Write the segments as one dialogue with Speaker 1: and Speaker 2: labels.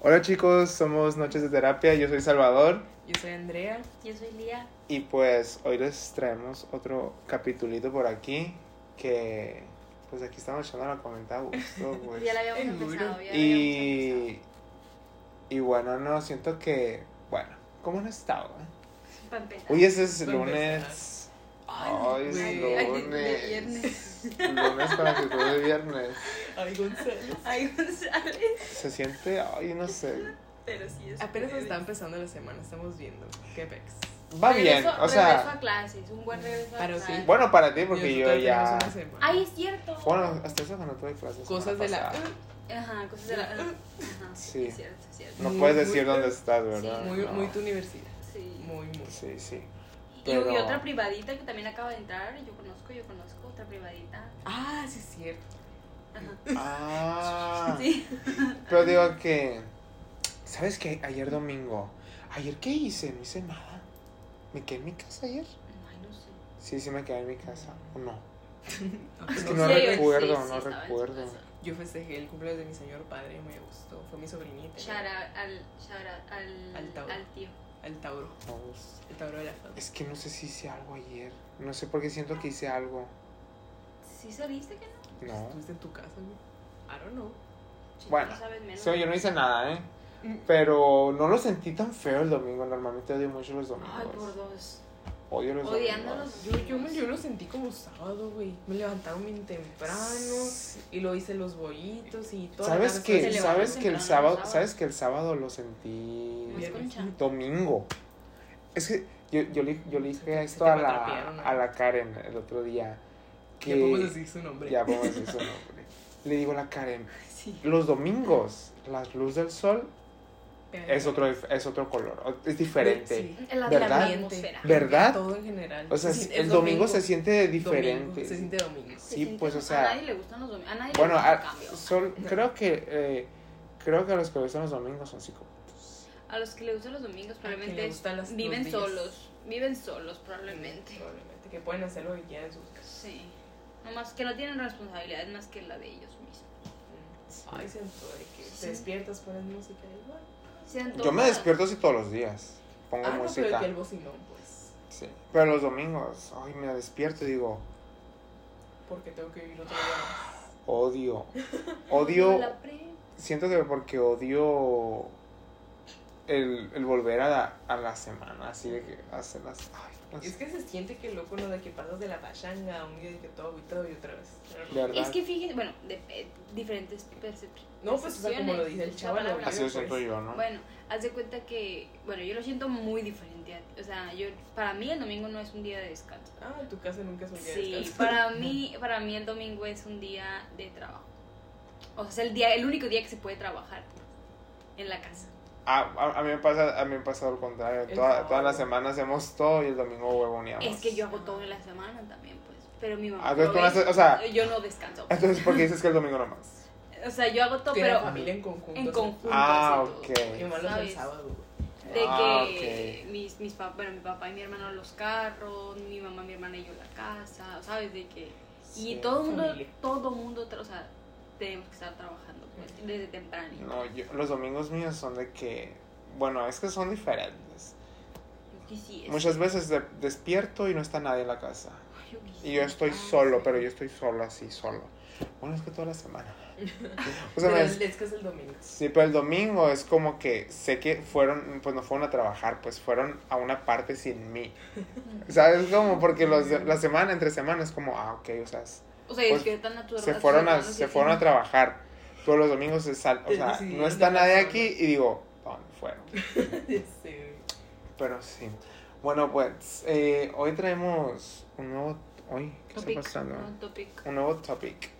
Speaker 1: Hola chicos, somos Noches de Terapia, yo soy Salvador
Speaker 2: Yo soy Andrea.
Speaker 3: Yo soy Lía.
Speaker 1: y pues hoy les traemos otro capitulito por aquí que pues aquí estamos echando la comentada a gusto. pues.
Speaker 3: Ya la habíamos
Speaker 2: Seguro.
Speaker 3: empezado. Ya la habíamos
Speaker 1: y, y bueno, no, siento que, bueno, ¿cómo han estado? eh?
Speaker 3: empezado. Pa' empezar.
Speaker 1: Hoy es, es
Speaker 2: Para
Speaker 1: lunes.
Speaker 2: Ay,
Speaker 1: Ay, es
Speaker 2: güey.
Speaker 3: pues, Ay,
Speaker 1: lunes.
Speaker 3: actitud de viernes.
Speaker 1: Lunes con actitud de viernes.
Speaker 2: Ay, Gonzalo.
Speaker 3: Ay, González.
Speaker 1: Se siente, ay, no sé.
Speaker 3: Pero sí es.
Speaker 2: Apenas
Speaker 3: jueves.
Speaker 2: está empezando la semana, estamos viendo. Qué pex.
Speaker 1: Va
Speaker 3: Regreso-
Speaker 1: bien, o
Speaker 3: Regreso a
Speaker 1: sea,
Speaker 3: clases, un buen regreso a
Speaker 2: Pero sí.
Speaker 3: clases.
Speaker 1: bueno para ti porque yo
Speaker 2: Nosotros
Speaker 1: ya...
Speaker 2: tenemos una semana.
Speaker 3: Ay, es cierto.
Speaker 1: Bueno, hasta eso que no tuve clases.
Speaker 2: Cosas de la. Ah,
Speaker 1: pasada.
Speaker 3: Ajá, cosas de la. Ajá,
Speaker 1: Sí.
Speaker 3: Es cierto, es cierto.
Speaker 1: No
Speaker 2: Muy,
Speaker 1: puedes
Speaker 2: muy
Speaker 1: decir
Speaker 2: tu-
Speaker 1: dónde estás, ¿verdad?
Speaker 2: Muy,
Speaker 1: No.
Speaker 2: muy tu universidad.
Speaker 3: Sí.
Speaker 2: Muy, muy.
Speaker 1: Sí, sí.
Speaker 3: Y-
Speaker 1: pero-
Speaker 3: Y otra privadita que también acaba de entrar. Yo conozco, yo conozco otra privadita.
Speaker 2: Ah, sí, es cierto.
Speaker 3: Ajá.
Speaker 1: Ah.
Speaker 3: Sí.
Speaker 1: Pero digo que. ¿Sabes qué? Ayer domingo. ¿Ayer qué hice? No hice nada. ¿Me quedé en mi casa ayer?
Speaker 3: Ay, no sé.
Speaker 1: Sí, sí me quedé en mi casa. ¿O no?
Speaker 2: Es
Speaker 1: que no
Speaker 3: Sí, yo-
Speaker 1: recuerdo,
Speaker 3: sí, sí,
Speaker 1: no
Speaker 3: estaba en su
Speaker 1: recuerdo.
Speaker 3: casa.
Speaker 2: Yo festejé el cumpleaños de mi señor padre, me gustó. Fue mi sobrinita.
Speaker 3: Shout out al, shout out al,
Speaker 2: Al Tauro.
Speaker 3: al tío.
Speaker 2: El Tauro.
Speaker 1: No, pues,
Speaker 2: El Tauro de la fama.
Speaker 1: Es que no sé si hice algo ayer. No sé por qué siento que hice algo.
Speaker 3: ¿Sí saliste que no?
Speaker 1: No.
Speaker 2: Estuviste en tu casa, güey. I don't know.
Speaker 3: Sí,
Speaker 1: Bueno,
Speaker 3: tú sabes menos.
Speaker 1: So, yo no hice nada, ¿eh?
Speaker 2: Mm,
Speaker 1: Pero no lo sentí tan feo el domingo. Normalmente odio mucho los
Speaker 3: Ay, por
Speaker 1: domingos.
Speaker 3: dos.
Speaker 1: Odio los
Speaker 3: Odiándolos.
Speaker 1: domingos.
Speaker 2: Yo, yo, me, yo lo sentí como sábado, güey. Me levantaron bien
Speaker 3: Ah,
Speaker 2: temprano y lo hice los bollitos y todo.
Speaker 1: ¿Sabes que,
Speaker 3: se levantó
Speaker 1: ¿sabes que el
Speaker 3: temprano los
Speaker 1: sábado,
Speaker 3: sábados.
Speaker 1: sabes que el sábado lo sentí
Speaker 3: Más concha.
Speaker 1: domingo? Es que yo, yo, le, yo le dije
Speaker 2: te
Speaker 1: esto a
Speaker 2: cuatrapearon,
Speaker 1: la,
Speaker 2: ¿no?
Speaker 1: a la Karen el otro día. Que
Speaker 2: Ya podemos decir su nombre.
Speaker 1: Ya podemos decir su nombre. Le digo a la Karen,
Speaker 3: Sí.
Speaker 1: los domingos, la luz del sol
Speaker 2: Pero-
Speaker 1: es otro, es otro color, es diferente.
Speaker 2: Sí.
Speaker 3: La,
Speaker 1: ¿Verdad?
Speaker 3: la atmósfera.
Speaker 1: ¿Verdad?
Speaker 2: Todo en general.
Speaker 1: O sea,
Speaker 2: Sí,
Speaker 1: el
Speaker 2: es
Speaker 1: domingo, se siente
Speaker 2: Domingo,
Speaker 1: diferente.
Speaker 2: se siente domingo.
Speaker 3: Se
Speaker 1: Sí,
Speaker 3: siente-
Speaker 1: pues, o sea,
Speaker 3: A nadie le gustan los domingos. A nadie
Speaker 1: Bueno,
Speaker 3: le gustan
Speaker 1: a-
Speaker 3: los cambios.
Speaker 1: son- creo que eh, creo que a los que gustan los domingos son psicópatas.
Speaker 3: A los que le gustan los domingos
Speaker 2: que le
Speaker 3: probablemente
Speaker 2: gustan las-
Speaker 3: viven
Speaker 2: los días.
Speaker 3: solos. Viven solos probablemente.
Speaker 2: Probablemente. Que pueden hacer lo que quieran en sus casas.
Speaker 3: Sí. Nomás que no tienen responsabilidades más que la de ellos mismos.
Speaker 2: Ay, siento de que
Speaker 3: Sí.
Speaker 2: te despiertas, pones música y bueno.
Speaker 3: Se han
Speaker 1: Yo me
Speaker 3: tomado-
Speaker 1: despierto así todos los días. Pongo
Speaker 2: Ah, no, pero
Speaker 1: música.
Speaker 2: que el bocinón, pues.
Speaker 1: Sí. Pero los domingos, ay, me despierto y digo,
Speaker 2: Porque tengo que vivir otro día más.
Speaker 1: Ah, odio.
Speaker 3: Como
Speaker 1: Odio.
Speaker 3: la pre-
Speaker 1: Siento que porque odio el, el volver a la, a la semana, así de que hacer las. Ay, no
Speaker 2: Es
Speaker 1: sé.
Speaker 2: que se siente que loco lo de que pasas de la pachanga a un día de que todo y todo y otra vez.
Speaker 1: ¿Verdad?
Speaker 3: Es que fíjense, bueno, de, eh, diferentes percepciones.
Speaker 2: No, pues, o sea, como lo dice el
Speaker 3: Esa
Speaker 2: chaval, lo
Speaker 3: palabra.
Speaker 2: vive,
Speaker 1: Así lo
Speaker 2: pues.
Speaker 1: siento yo, ¿no?
Speaker 3: Bueno, haz de cuenta que, bueno, yo lo siento muy diferente. a ti. O sea, yo para mí el domingo no es un día de descanso.
Speaker 2: Ah, en tu casa nunca es un día de
Speaker 3: Sí,
Speaker 2: descanso.
Speaker 3: para mí, para mí el domingo es un día de trabajo. O sea, es el día, el único día que se puede trabajar en la casa.
Speaker 1: A, Ah, a- a mí me pasa, a mí me pasa lo contrario.
Speaker 2: El
Speaker 1: Toda,
Speaker 2: sábado.
Speaker 1: toda la semana hacemos todo y el domingo huevoneamos.
Speaker 3: Es que yo hago todo en la semana también, pues. Pero mi mamá.
Speaker 1: Ah, entonces
Speaker 3: no
Speaker 1: tú no
Speaker 3: es-
Speaker 1: haces- o sea-
Speaker 3: yo no descanso.
Speaker 1: Entonces, ¿por qué dices que el domingo nomás?
Speaker 3: O sea, yo hago todo,
Speaker 2: Tienen
Speaker 3: pero
Speaker 2: familia en ¿eh? conjunto.
Speaker 3: en
Speaker 2: sí.
Speaker 3: conjunto.
Speaker 1: Ah,
Speaker 3: así todo.
Speaker 1: ok.
Speaker 2: Qué malo es el
Speaker 3: ¿Sabes?
Speaker 2: sábado, güey.
Speaker 3: De que
Speaker 1: Ah,
Speaker 3: mis, mis papás, bueno, mi papá y mi hermano los carros, mi mamá, mi hermana y yo la casa, ¿sabes? De que... Y
Speaker 1: Sí.
Speaker 3: todo el mundo,
Speaker 2: familia.
Speaker 3: todo mundo, tra- o sea, tenemos que estar trabajando pues, desde temprano.
Speaker 1: No, yo, los domingos míos son de que, bueno, es que son diferentes.
Speaker 3: Yo quisiera.
Speaker 1: Muchas veces de- despierto y no está nadie en la casa.
Speaker 3: Ay, yo quisiera.
Speaker 1: Y yo estoy
Speaker 2: Ah,
Speaker 1: solo,
Speaker 2: sí.
Speaker 1: pero yo estoy solo así, solo. Bueno, es que toda la semana. O sea,
Speaker 2: Pero
Speaker 1: me-
Speaker 2: es es que es el domingo.
Speaker 1: sí, pero el domingo es como que sé que fueron, pues no fueron a trabajar, pues fueron a una parte sin mí. ¿Sabes cómo? Porque los de- la semana, entre semanas, es como, ah, ok, o sea, es-
Speaker 3: O sea,
Speaker 1: pues,
Speaker 3: despiertan a tu
Speaker 1: se fueron a, se fueron a
Speaker 3: trabajar.
Speaker 1: trabajar. Todos los domingos se sal, o
Speaker 2: Te
Speaker 1: sea,
Speaker 2: decidieron
Speaker 1: no está
Speaker 2: de la
Speaker 1: nadie
Speaker 2: zona.
Speaker 1: aquí y digo, ¿a ¿dónde fueron?
Speaker 2: Sí.
Speaker 1: Pero sí. Bueno, pues eh, hoy traemos un nuevo. Hoy, ¿qué
Speaker 3: Topic,
Speaker 1: está pasando?
Speaker 3: no, topic.
Speaker 1: Un nuevo topic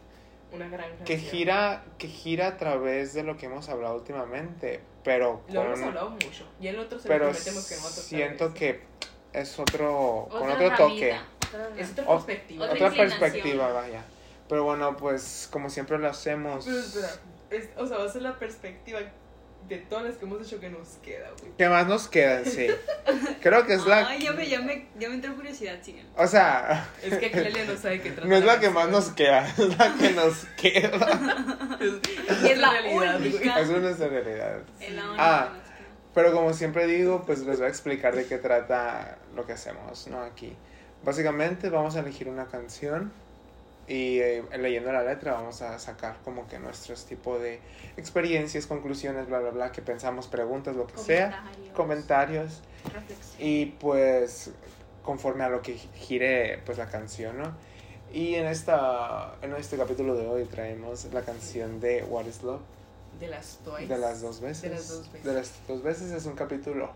Speaker 2: Una granja.
Speaker 1: que gira, que gira a través de lo que hemos hablado últimamente, pero
Speaker 2: Lo hemos
Speaker 1: con-
Speaker 2: hablado mucho. Y el otro se lo
Speaker 1: pero
Speaker 2: prometemos que no va a tocar.
Speaker 1: siento que es otro con
Speaker 3: Otra
Speaker 1: otro toque,
Speaker 3: ramita, otra ramita.
Speaker 2: Es otra
Speaker 1: O-
Speaker 2: perspectiva.
Speaker 3: otra
Speaker 1: otra
Speaker 3: inclinación.
Speaker 1: perspectiva, vaya. Pero bueno, pues como siempre lo hacemos.
Speaker 2: Pero espera, es- o sea, va a ser la perspectiva de todas las que hemos hecho que nos queda, güey.
Speaker 1: ¿Qué más nos quedan? Sí. Creo que es la.
Speaker 3: Ay, ya me, ya me, ya me entró curiosidad, sigan.
Speaker 1: O sea,
Speaker 2: Es que aquí Lelia no sabe qué trata.
Speaker 1: no es la que
Speaker 2: canción.
Speaker 1: más nos queda, es la que nos queda.
Speaker 3: Y es la
Speaker 2: realidad, güey.
Speaker 3: única.
Speaker 1: Es una realidad.
Speaker 3: Es la única.
Speaker 1: Ah. Pero como siempre digo, pues les voy a explicar de qué trata lo que hacemos, ¿no? Aquí. Básicamente vamos a elegir una canción y eh, leyendo la letra vamos a sacar como que nuestros tipo de experiencias, conclusiones, bla, bla, bla, que pensamos, preguntas, lo que sea,
Speaker 3: Comentarios.
Speaker 1: comentarios
Speaker 3: Reflexión.
Speaker 1: y pues conforme a lo que gire pues la canción, ¿no? Y en, esta, en este capítulo de hoy traemos la canción de What is Love
Speaker 2: De las Twice.
Speaker 1: de las dos veces.
Speaker 2: Pues, De las dos veces.
Speaker 1: De las dos veces es un capítulo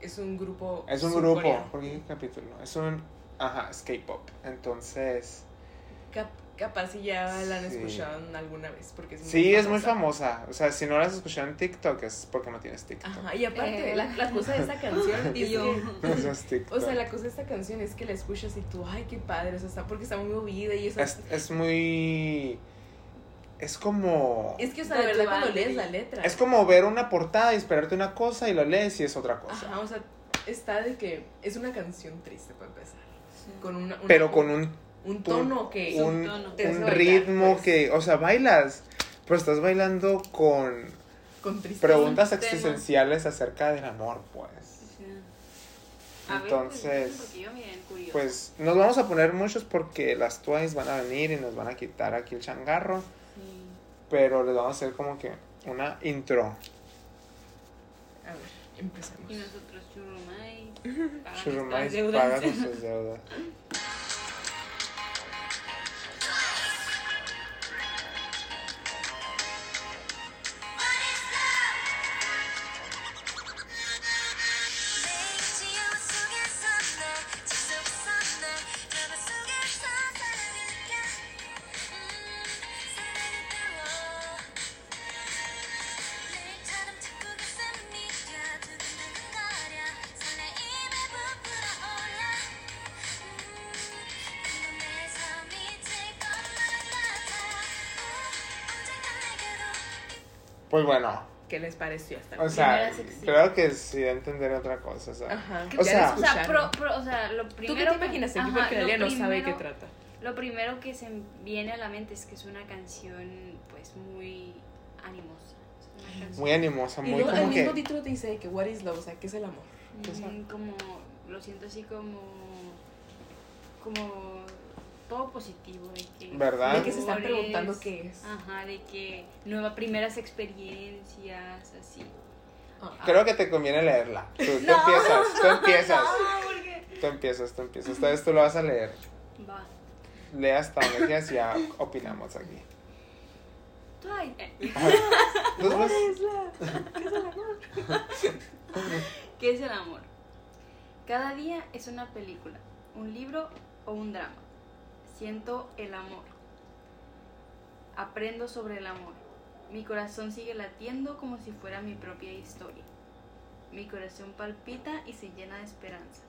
Speaker 2: Es un grupo.
Speaker 1: es un grupo,
Speaker 2: surcoreano.
Speaker 1: porque qué capítulo? Es un. Ajá, es K-pop. Entonces.
Speaker 2: Cap- capaz si ya la han
Speaker 1: Sí.
Speaker 2: escuchado alguna vez. Porque es muy
Speaker 1: Sí, es muy famosa. O sea, si no la has escuchado en TikTok, es porque no tienes TikTok.
Speaker 2: Ajá, y aparte,
Speaker 3: Eh.
Speaker 2: la, la cosa de esta canción.
Speaker 3: Y
Speaker 2: es
Speaker 3: yo.
Speaker 2: que-
Speaker 1: No usas TikTok.
Speaker 2: o sea, la cosa de esta canción es que la escuchas y tú, ay, qué padre. O sea, está, porque está muy movida y eso.
Speaker 1: es, es muy. Es como.
Speaker 2: Es
Speaker 1: Es,
Speaker 2: que, o sea, de verdad, cuando
Speaker 3: Relevante.
Speaker 2: lees la letra.
Speaker 1: como ver una portada y esperarte una cosa y la lees y es otra cosa.
Speaker 2: Ajá, o sea, está de que es una canción triste para empezar. Con una, una-
Speaker 1: Pero con un,
Speaker 2: un tono que.
Speaker 1: un,
Speaker 3: subtono.
Speaker 2: Te hace
Speaker 1: un
Speaker 2: bailar,
Speaker 1: ritmo
Speaker 2: pues.
Speaker 1: que. O sea, bailas. Pero estás bailando con
Speaker 2: con tristeza.
Speaker 1: preguntas
Speaker 3: Un tema.
Speaker 1: existenciales acerca del amor, pues.
Speaker 3: A ver,
Speaker 1: Entonces,
Speaker 3: pues, porque yo bien curiosa.
Speaker 1: Pues nos vamos a poner muchos porque las Twice van a venir y nos van a quitar aquí el changarro.
Speaker 3: Sí.
Speaker 1: Pero les vamos a hacer como que una intro.
Speaker 2: A ver, empezamos.
Speaker 3: Y nosotros churrumay. Ah,
Speaker 1: Shurumais paga sus deudas. Pues bueno,
Speaker 2: ¿Qué les pareció hasta
Speaker 1: o
Speaker 2: aquí?
Speaker 1: sea,
Speaker 3: Primera sección. Ah.
Speaker 1: creo que sí entender otra cosa. o sea.
Speaker 2: Ajá.
Speaker 1: O sea-
Speaker 3: o sea,
Speaker 2: escucharon.
Speaker 3: pro- pro- o sea, lo
Speaker 2: ¿Tú
Speaker 3: primero
Speaker 2: qué te imaginas aquí?
Speaker 3: Ajá,
Speaker 2: Porque
Speaker 3: lo
Speaker 2: Dalia no sabe de qué
Speaker 3: primero-
Speaker 2: trata.
Speaker 3: Lo primero que se me viene a la mente es que es una canción pues muy animosa. Es una canción
Speaker 1: muy animosa,
Speaker 2: Y
Speaker 1: muy
Speaker 2: luego el
Speaker 1: como
Speaker 2: mismo
Speaker 1: que.
Speaker 2: título te dice de que what is love, o sea, ¿qué es el amor? O sea,
Speaker 3: mm, como lo siento así como como todo positivo de que
Speaker 1: ¿Verdad?
Speaker 2: de que se están
Speaker 3: flores,
Speaker 2: preguntando qué es.
Speaker 3: Ajá, de que nuevas primeras experiencias, así.
Speaker 2: Ah.
Speaker 1: Creo que te conviene leerla. Tú, tú
Speaker 3: No.
Speaker 1: empiezas, tú empiezas.
Speaker 3: No, Ah, porque
Speaker 1: Tú empiezas, tú empiezas. Esta vez tú lo vas a leer.
Speaker 3: va.
Speaker 1: Lee hasta donde quieras y ya opinamos aquí.
Speaker 3: Ay, eh,
Speaker 1: Entonces,
Speaker 2: What
Speaker 1: pues,
Speaker 2: is love? ¿Qué es el amor?
Speaker 3: ¿Qué es el amor? Cada día es una película, un libro o un drama. Siento el amor. Aprendo sobre el amor. Mi corazón sigue latiendo como si fuera mi propia historia. Mi corazón palpita y se llena de esperanza.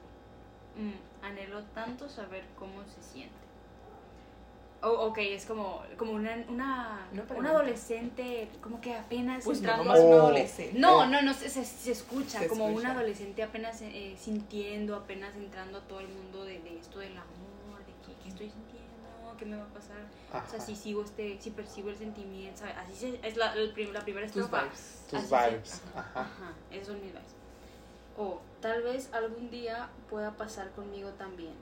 Speaker 3: Mm, anhelo tanto saber cómo se siente. Oh, ok, es como, como una, una,
Speaker 2: Una pregunta.
Speaker 3: una adolescente, como que apenas
Speaker 2: Pues no,
Speaker 3: entrando
Speaker 2: nomás un
Speaker 1: Oh.
Speaker 2: adolescente.
Speaker 3: no, no, no, se, se- se escucha
Speaker 2: Eh, Se
Speaker 3: como
Speaker 2: escucha.
Speaker 3: un adolescente apenas eh, sintiendo, apenas entrando a todo el mundo de, de esto del amor, de que, qué estoy sintiendo, qué me va a pasar, Pues, o sea,
Speaker 1: ajá,
Speaker 3: si sigo este, si percibo el sentimiento, ¿sabe? así se- es la, el prim- la primera
Speaker 2: Tus
Speaker 3: estrofa.
Speaker 2: vibes. Ah.
Speaker 1: tus
Speaker 3: así se-
Speaker 1: vibes. Ajá.
Speaker 3: Ajá, esos son mis vibes. O tal vez algún día pueda pasar conmigo también.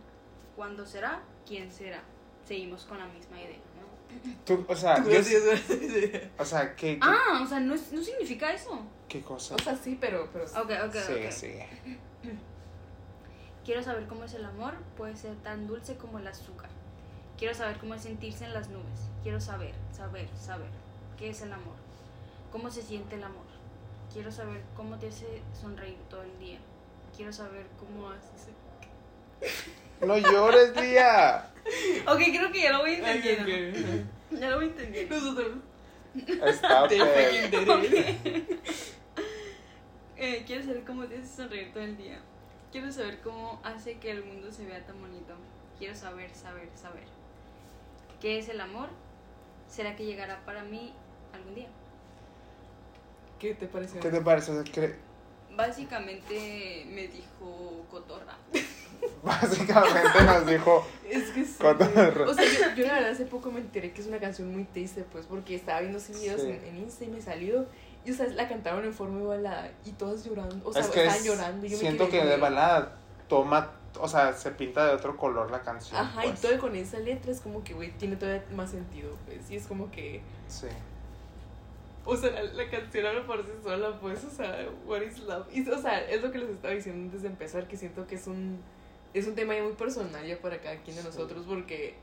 Speaker 3: ¿Cuándo será? ¿Quién será? Seguimos con la misma idea, ¿no?
Speaker 1: Tú, o sea,
Speaker 2: Tú
Speaker 1: Ah, yo-
Speaker 2: decías-
Speaker 1: o sea, ¿qué, qué-
Speaker 3: Ah, o sea, no, es- no significa eso.
Speaker 1: qué cosa?
Speaker 2: O sea, sí, pero, pero
Speaker 3: Ok, ok,
Speaker 1: sigue,
Speaker 3: ok.
Speaker 1: sigue.
Speaker 3: Quiero saber cómo es el amor, puede ser tan dulce como el azúcar. Quiero saber cómo es sentirse en las nubes. Quiero saber, saber, saber qué es el amor. Cómo se siente el amor. Quiero saber cómo te hace sonreír todo el día. Quiero saber cómo haces.
Speaker 1: No llores, Lía.
Speaker 3: Ok, creo que ya lo voy
Speaker 2: Ay,
Speaker 3: entendiendo.
Speaker 2: ok.
Speaker 3: Ya lo voy entendiendo.
Speaker 2: Nosotros
Speaker 1: Está
Speaker 2: te
Speaker 1: pe-
Speaker 3: Eh, quiero saber cómo te hace sonreír todo el día. Quiero saber cómo hace que el mundo se vea tan bonito. Quiero saber, saber, saber. ¿Qué es el amor? ¿Será que llegará para mí algún día?
Speaker 2: ¿Qué te pareció?
Speaker 1: ¿Qué te parece? O sea, cre-
Speaker 4: Básicamente me dijo cotorra.
Speaker 1: Básicamente nos dijo,
Speaker 2: Es que sí.
Speaker 1: Cuando-
Speaker 2: güey. O sea, yo, yo la verdad hace poco me enteré que es una canción muy triste, pues, porque estaba viendo así videos
Speaker 1: Sí.
Speaker 2: en, en Insta y me salió. Y, o sea, la cantaron en forma de balada y todas llorando. O sea,
Speaker 1: es que
Speaker 2: estaban
Speaker 1: es-
Speaker 2: llorando. Y yo me
Speaker 1: siento
Speaker 2: quedé,
Speaker 1: que de
Speaker 2: güey.
Speaker 1: balada toma, o sea, se pinta de otro color la canción.
Speaker 2: Ajá,
Speaker 1: pues.
Speaker 2: y todo con esa letra es como que, güey, tiene todavía más sentido, pues. Y es como que.
Speaker 1: Sí.
Speaker 2: O sea, la, la canción habla por sí sola, pues, o sea, what is love? Y, o sea, es lo que les estaba diciendo antes de empezar, que siento que es un, es un tema ya muy personal ya para cada quien de
Speaker 1: Sí.
Speaker 2: nosotros, porque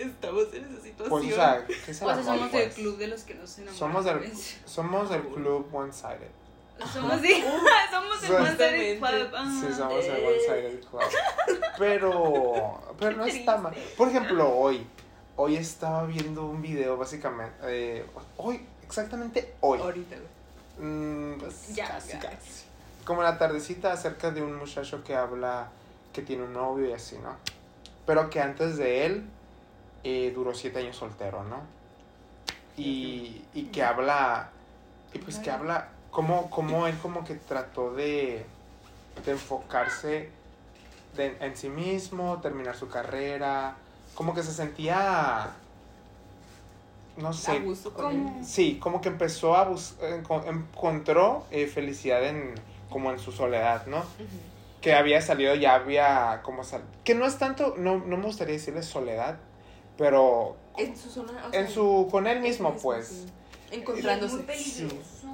Speaker 2: estamos en esa situación.
Speaker 1: Pues, o sea, ¿qué es el
Speaker 4: O sea,
Speaker 1: amor,
Speaker 4: somos del
Speaker 1: pues?
Speaker 4: club de los que nos enamoramos.
Speaker 1: Somos del-
Speaker 4: pues.
Speaker 1: Somos el club one-sided. Pues,
Speaker 4: Somos, sí, somos el
Speaker 1: Ajá.
Speaker 4: One
Speaker 2: Justamente.
Speaker 4: Sided Club. ajá.
Speaker 1: Sí, somos el
Speaker 2: Eh.
Speaker 1: one-sided club. Pero, pero no está mal. Por ejemplo, hoy. Hoy estaba viendo un video, básicamente. eh, hoy, exactamente hoy.
Speaker 2: Ahorita, güey.
Speaker 1: Mm, pues,
Speaker 4: Ya,
Speaker 1: casi,
Speaker 4: ya.
Speaker 1: casi. Como la tardecita acerca de un muchacho que habla que tiene un novio y así, ¿no? Pero que antes de él eh, duró siete años soltero, ¿no? Y, y que habla, y pues que habla, como, como él como que trató de, de enfocarse de- en sí mismo, terminar su carrera, como que se sentía, no sé,
Speaker 2: A gusto con
Speaker 4: ¿Cómo?
Speaker 2: él.
Speaker 1: Sí, como que empezó a buscar, encontró eh, felicidad en, como en su soledad, ¿no?
Speaker 2: Ujú.
Speaker 1: Que había salido, ya había como sal- que no es tanto, no, no me gustaría decirle soledad, pero
Speaker 2: En su zona. o sea,
Speaker 1: en su, con él
Speaker 2: él
Speaker 1: mismo, pues,
Speaker 2: sí. Encontrándose.
Speaker 4: Muy peligroso.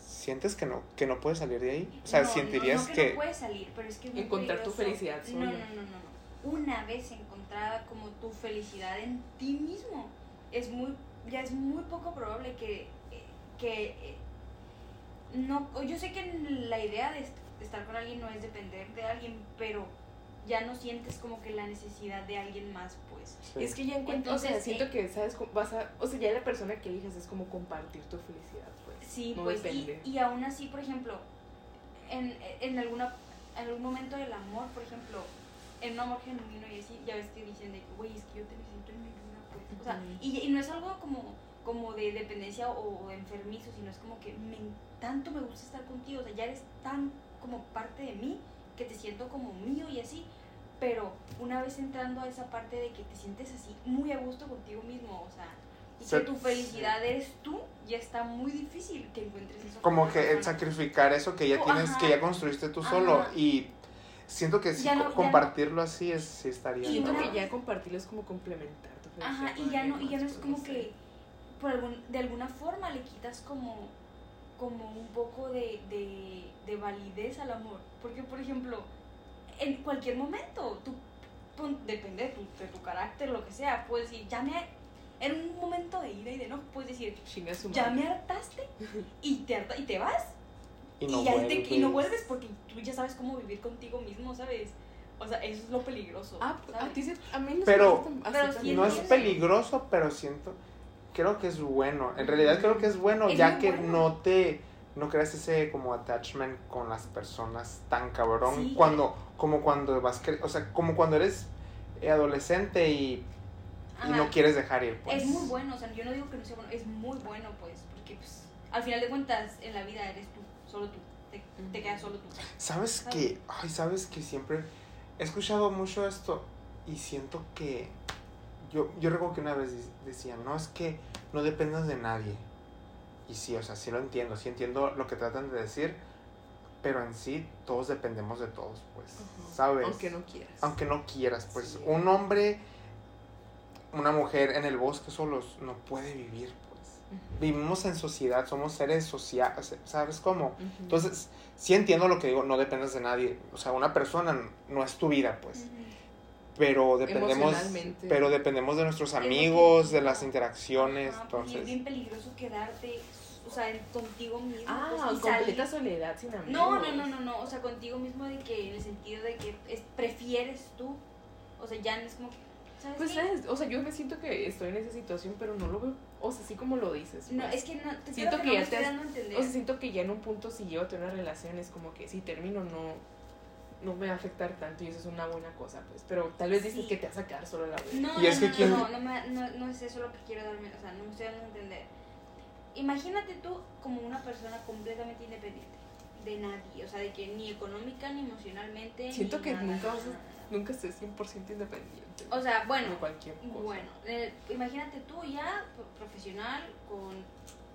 Speaker 1: ¿sientes que no, que no puedes salir de ahí? O sea,
Speaker 3: No, no,
Speaker 1: ¿sentirías
Speaker 3: no, que,
Speaker 1: que,
Speaker 3: no puedes salir, pero es que es muy
Speaker 2: Encontrar tu
Speaker 3: peligroso.
Speaker 2: felicidad
Speaker 3: No, no,
Speaker 2: sola.
Speaker 3: no, no, no. Una vez encontrada como tu felicidad en ti mismo, es muy ya es muy poco probable que eh, que eh, no o yo sé que la idea de est- estar con alguien no es depender de alguien, pero ya no sientes como que la necesidad de alguien más, pues.
Speaker 1: Sí.
Speaker 2: Es que ya encuentro, o sea,
Speaker 3: Entonces,
Speaker 2: siento
Speaker 3: eh,
Speaker 2: que, ¿sabes? Como- Vas a, o sea, ya la persona que elijas es como compartir tu felicidad, pues.
Speaker 3: Sí,
Speaker 2: No
Speaker 3: pues y,
Speaker 2: depende.
Speaker 3: y aún así, por ejemplo, en, en alguna en algún momento del amor, por ejemplo, en un amor genuino y así, ya ves que dicen de que, güey, es que yo te necesito en mi vida, pues. O sea,
Speaker 2: Ujú.
Speaker 3: y, y no es algo como, como de dependencia o, o enfermizo, sino es como que me, tanto me gusta estar contigo, o sea, ya eres tan como parte de mí que te siento como mío y así. Pero una vez entrando a esa parte de que te sientes así muy a gusto contigo mismo, o sea, y
Speaker 1: Se-
Speaker 3: que tu felicidad eres tú, ya está muy difícil que encuentres eso. con
Speaker 1: como
Speaker 3: otra
Speaker 1: que el
Speaker 3: persona.
Speaker 1: sacrificar eso que ya
Speaker 3: Oh,
Speaker 1: tienes, que
Speaker 3: ajá.
Speaker 1: ya construiste tú solo
Speaker 3: Ajá.
Speaker 1: y siento que sí,
Speaker 3: Ya no-
Speaker 1: co-
Speaker 3: ya no.
Speaker 1: compartirlo así es, sí estaría,
Speaker 2: Siento
Speaker 1: ¿no?
Speaker 2: que ya compartirlo es como complementar tu felicidad.
Speaker 3: Ajá,
Speaker 2: con
Speaker 3: y ya
Speaker 2: alguien
Speaker 3: no, y ya
Speaker 2: más,
Speaker 3: no es
Speaker 2: pues,
Speaker 3: como
Speaker 2: sé.
Speaker 3: que por algún, de alguna forma le quitas como, como un poco de, de, de validez al amor. Porque, por ejemplo, en cualquier momento, tú, pon- depende de tu, de tu carácter, lo que sea, puedes decir, ya me... En un momento de ira y de enojo puedes decir,
Speaker 2: Chinga su
Speaker 3: ya
Speaker 2: madre.
Speaker 3: me hartaste y te, harta- y te vas.
Speaker 1: Y
Speaker 3: y,
Speaker 1: no
Speaker 3: ahí te- y no
Speaker 1: vuelves.
Speaker 3: vuelves porque tú ya sabes cómo vivir contigo mismo, ¿sabes? O sea, eso es lo peligroso.
Speaker 2: Ah, pues, a
Speaker 3: ¿sabes?
Speaker 2: ti se, a mí no
Speaker 1: Pero-
Speaker 2: se me hace tan-
Speaker 3: pero
Speaker 2: así tan
Speaker 3: sí
Speaker 1: No es
Speaker 2: mal.
Speaker 1: peligroso, pero siento, creo que es bueno. En realidad creo que es bueno,
Speaker 3: Es
Speaker 1: ya
Speaker 3: muy
Speaker 1: que
Speaker 3: bueno.
Speaker 1: no te, no creas ese como attachment con las personas tan cabrón.
Speaker 3: Sí.
Speaker 1: Cuando, como cuando vas, cre- o sea, como cuando eres eh, adolescente y, y
Speaker 3: Ajá.
Speaker 1: no quieres dejar ir. Pues.
Speaker 3: Es muy bueno, o sea, yo no digo que no sea bueno, es muy bueno, pues, porque pues, al final de cuentas, en la vida eres tú, solo tú, te, te quedas solo tú.
Speaker 1: Sabes
Speaker 3: Ay.
Speaker 1: que, ay, sabes que siempre he escuchado mucho esto y siento que yo, yo recuerdo que una vez de- decían, no, es que no dependas de nadie. Y sí, o sea, sí lo entiendo, sí entiendo lo que tratan de decir, pero en sí todos dependemos de todos, pues,
Speaker 2: Ajá.
Speaker 1: ¿sabes?
Speaker 2: Aunque no quieras.
Speaker 1: Aunque no quieras, pues,
Speaker 2: Sí.
Speaker 1: un hombre, una mujer en el bosque solos no puede vivir, pues.
Speaker 2: Ujú.
Speaker 1: Vivimos en sociedad, somos seres sociales, ¿sabes cómo?
Speaker 2: Ujú.
Speaker 1: Entonces, sí entiendo lo que digo, no dependes de nadie. O sea, una persona n- no es tu vida, pues. Pero dependemos,
Speaker 2: Emocionalmente.
Speaker 1: pero dependemos de nuestros
Speaker 3: lo que
Speaker 1: amigos, de
Speaker 3: digo.
Speaker 1: las interacciones,
Speaker 3: Ajá, pues, y es
Speaker 1: entonces.
Speaker 3: bien peligroso quedarte, o sea, en- contigo mismo.
Speaker 2: Ah,
Speaker 3: pues, y salir.
Speaker 2: completa soledad sin amigos.
Speaker 3: No, no, no, no, no, o sea, contigo mismo de que, en el sentido de que es- prefieres tú, o sea, ya no es como, que, ¿sabes
Speaker 2: Pues,
Speaker 3: qué?
Speaker 2: ¿sabes? O sea, yo me siento que estoy en esa situación, pero no lo veo. O sea, así como lo dices.
Speaker 3: No,
Speaker 2: pues.
Speaker 3: es que no, te
Speaker 2: Siento
Speaker 3: siento que,
Speaker 2: que
Speaker 3: no
Speaker 2: ya
Speaker 3: me
Speaker 2: te
Speaker 3: estoy
Speaker 2: has-
Speaker 3: dando a entender.
Speaker 2: O sea, siento que ya en un punto si llevo a tener una relación es como que si termino no, no me va a afectar tanto y eso es una buena cosa, pues. Pero tal vez dices
Speaker 3: Sí.
Speaker 2: que te vas a quedar solo a la vez.
Speaker 3: No,
Speaker 1: Y
Speaker 3: no,
Speaker 1: es que
Speaker 3: no, no,
Speaker 1: quién-
Speaker 3: no, no, me- no, no es eso lo que quiero darme, o sea, no me estoy dando a entender. imagínate tú como una persona completamente independiente de nadie, o sea, de que ni económica, ni emocionalmente.
Speaker 2: Siento
Speaker 3: ni
Speaker 2: que
Speaker 3: nada,
Speaker 2: nunca
Speaker 3: nada,
Speaker 2: vas a-
Speaker 3: nada.
Speaker 2: Nunca esté 100% independiente.
Speaker 3: O sea, bueno,
Speaker 2: de cualquier cosa.
Speaker 3: bueno, eh, imagínate tú ya pro- profesional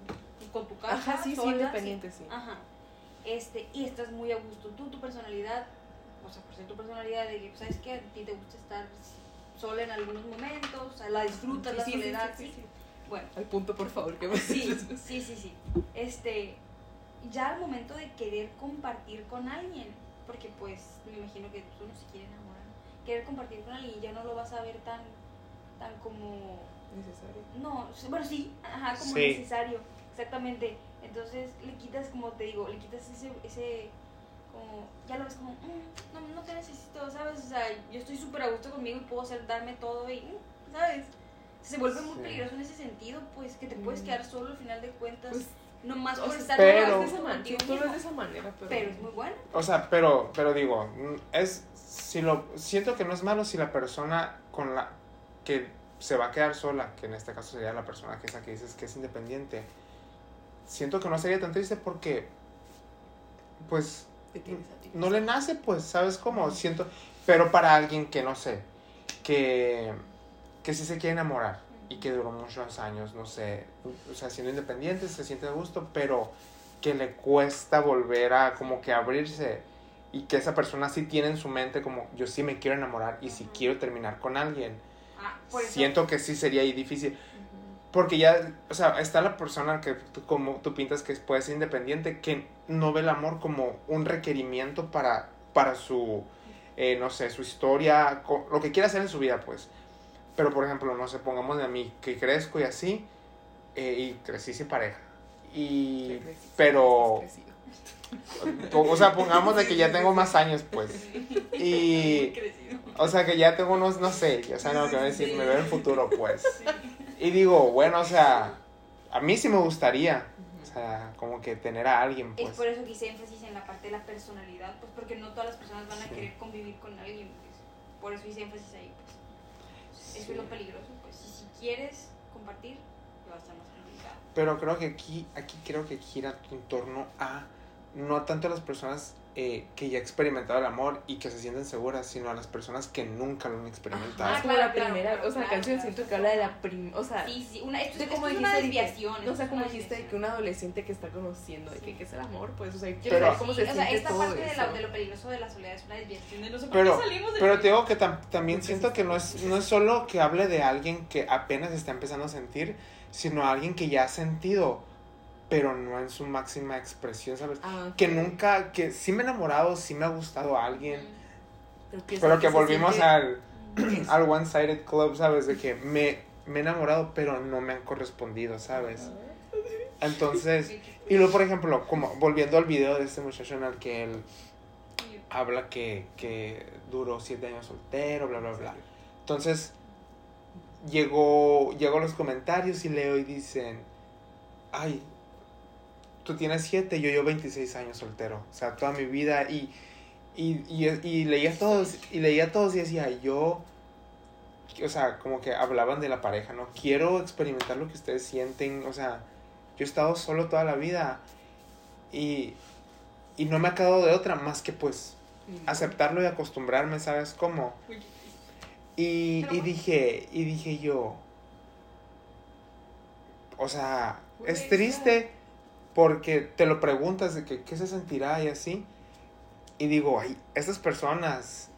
Speaker 3: con, con tu casa.
Speaker 2: Ajá, sí, sí,
Speaker 3: sola, Ah,
Speaker 2: independiente, sí.
Speaker 3: Ajá. Este, y estás muy a gusto. Tú, tu personalidad, o sea, por ser tu personalidad de que, pues, ¿sabes qué? A ti te gusta estar sola en algunos momentos, o sea, la disfrutas,
Speaker 2: Sí,
Speaker 3: la
Speaker 2: sí, sí,
Speaker 3: soledad,
Speaker 2: sí, sí, sí.
Speaker 3: Bueno,
Speaker 2: Al punto, por favor, que me
Speaker 3: sí, sí, sí, sí. Este, ya al momento de querer compartir con alguien, porque pues me imagino que tú no se quiere enamorar, querer compartir con alguien ya no lo vas a ver tan, tan como,
Speaker 2: Necesario.
Speaker 3: no, sí, bueno, sí, ajá, como
Speaker 1: Sí.
Speaker 3: necesario, exactamente. Entonces le quitas, como te digo, le quitas ese, ese como, ya lo ves como, "Mm, no, no te necesito, ¿sabes? O sea, yo estoy súper a gusto conmigo y puedo hacer, darme todo y, mm, ¿sabes? Se vuelve muy
Speaker 1: Sí.
Speaker 3: peligroso en ese sentido, pues que te puedes
Speaker 2: Mm.
Speaker 3: quedar solo al final de cuentas,
Speaker 2: Pues,
Speaker 3: nomás
Speaker 2: o
Speaker 3: por
Speaker 2: sea,
Speaker 3: estar
Speaker 2: tú lo
Speaker 1: pero-
Speaker 2: ves
Speaker 3: a
Speaker 2: de
Speaker 3: gusto
Speaker 2: esa man-
Speaker 3: contigo
Speaker 2: tú lo ves de
Speaker 3: mismo.
Speaker 2: esa manera, pero.
Speaker 3: Pero es muy bueno.
Speaker 1: O sea, pero, pero digo, mm, es, si lo, siento que no es malo si la persona con la que se va a quedar sola, que en este caso sería la persona que es la que dices que es independiente, siento que no sería tan triste porque, pues,
Speaker 2: Te tienes a ti.
Speaker 1: no le nace, pues, ¿sabes cómo? Siento, pero para alguien que no sé, que, que sí se quiere enamorar y que duró muchos años, no sé, o sea, siendo independiente se siente a gusto, pero que le cuesta volver a como que abrirse y que esa persona sí tiene en su mente como yo sí me quiero enamorar y sí
Speaker 3: Ujú.
Speaker 1: quiero terminar con alguien.
Speaker 3: Ah, por eso.
Speaker 1: Siento que sí sería ahí difícil.
Speaker 2: Ujú.
Speaker 1: Porque ya, o sea, está la persona que tú, como tú pintas que puede ser independiente, que no ve el amor como un requerimiento para, para su, eh, no sé, su historia, co- lo que quiera hacer en su vida, pues. Pero, por ejemplo, no sé, pongamos a mí que crezco y así, eh, y crecí sin pareja. Y,
Speaker 2: Te creces,
Speaker 1: pero,
Speaker 2: estás crecido.
Speaker 1: po- o sea, pongamos de que ya tengo más años, pues.
Speaker 3: Muy
Speaker 1: Y,
Speaker 3: crecido.
Speaker 1: o sea, que ya tengo unos, no sé, o sea, no, que voy a decir, me veo en el futuro, pues.
Speaker 3: Sí.
Speaker 1: Y digo, bueno, o sea, a mí sí me gustaría,
Speaker 2: Ujú.
Speaker 1: o sea, como que tener a alguien,
Speaker 3: Es por
Speaker 1: pues.
Speaker 3: eso que hice énfasis en la parte de la personalidad, pues porque no todas las personas van a
Speaker 1: Sí.
Speaker 3: querer convivir con alguien, pues. Por eso hice énfasis ahí, pues. Eso
Speaker 1: Sí.
Speaker 3: es lo peligroso, pues. Y si quieres compartir, lo vas a estar más complicado.
Speaker 1: Pero creo que aquí, aquí creo que gira en torno a no tanto a las personas eh, que ya han experimentado el amor y que se sienten seguras, sino a las personas que nunca lo han
Speaker 2: Ah,
Speaker 1: experimentado.
Speaker 3: Ajá.
Speaker 2: como
Speaker 3: claro,
Speaker 2: la
Speaker 3: claro,
Speaker 2: primera,
Speaker 3: claro,
Speaker 2: o sea, la
Speaker 3: claro,
Speaker 2: canción
Speaker 3: claro.
Speaker 2: siento que habla de la primera, Ah. o sea,
Speaker 3: Sí, sí, una, esto,
Speaker 2: de
Speaker 3: es-
Speaker 2: cómo
Speaker 3: esto es una
Speaker 2: dijiste, dije,
Speaker 3: desviación.
Speaker 2: no,
Speaker 3: esto
Speaker 2: o sea,
Speaker 3: es
Speaker 2: como
Speaker 3: una
Speaker 2: dijiste de que un
Speaker 3: desviación.
Speaker 2: adolescente que está conociendo, de
Speaker 3: Sí.
Speaker 2: que qué es el amor, pues, o sea, quiero
Speaker 1: Pero-
Speaker 2: saber cómo se
Speaker 3: Sí, o sea,
Speaker 2: siente
Speaker 3: esta
Speaker 2: todo
Speaker 3: parte de,
Speaker 2: eso.
Speaker 3: la- de lo peligroso de la soledad es una desviación. de No sé por
Speaker 1: Pero-
Speaker 3: qué salimos de
Speaker 1: Pero te digo que tam- también
Speaker 2: Muchas
Speaker 1: siento que no es, no es solo que hable de alguien que apenas está empezando a sentir, sino alguien que ya ha sentido, pero no en su máxima expresión, ¿sabes?
Speaker 2: Ah,
Speaker 1: Que nunca, que sí me he enamorado, sí me ha gustado a alguien,
Speaker 2: pero que,
Speaker 1: Pero que volvimos al,
Speaker 2: siente-
Speaker 1: al one-sided club, ¿sabes? De que me, me he enamorado, pero no me han correspondido, ¿sabes? Entonces, y luego, por ejemplo, como volviendo al video de este muchacho en el que él habla que, que duró siete años soltero, bla, bla, bla. Entonces, llegó, llegó a los comentarios y leo y dicen, ay, tú tienes siete, yo yo 26 años soltero, o sea, toda mi vida y, y, y- y leía todos y leía todos y decía, yo, o sea, como que hablaban de la pareja, ¿no? Quiero experimentar lo que ustedes sienten, o sea, yo he estado solo toda la vida y, y no me ha quedado de otra más que pues aceptarlo y acostumbrarme, ¿sabes cómo? Y,
Speaker 3: Pero
Speaker 1: y
Speaker 3: bueno.
Speaker 1: dije, y dije yo, o sea,
Speaker 2: Güey,
Speaker 1: es triste porque te lo preguntas de que qué se sentirá y así. Y digo, ay, estas personas,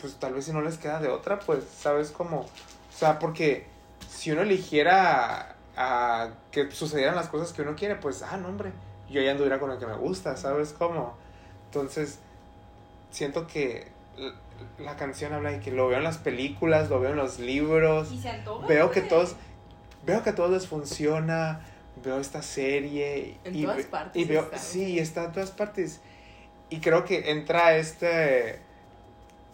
Speaker 1: pues tal vez si no les queda de otra, pues, ¿sabes cómo? O sea, porque si uno eligiera a que sucedieran las cosas que uno quiere, pues, ah, no, hombre, yo ya anduviera con el que me gusta, ¿sabes cómo? Entonces, siento que l- la canción habla de que lo veo en las películas, lo veo en los libros,
Speaker 3: Y se antoja.
Speaker 1: veo que
Speaker 3: güey.
Speaker 1: todos, veo que a todos les funciona, veo esta serie
Speaker 2: En
Speaker 1: y,
Speaker 2: todas
Speaker 1: ve-
Speaker 2: partes
Speaker 1: y veo,
Speaker 2: está.
Speaker 1: sí, está en todas partes y creo que entra este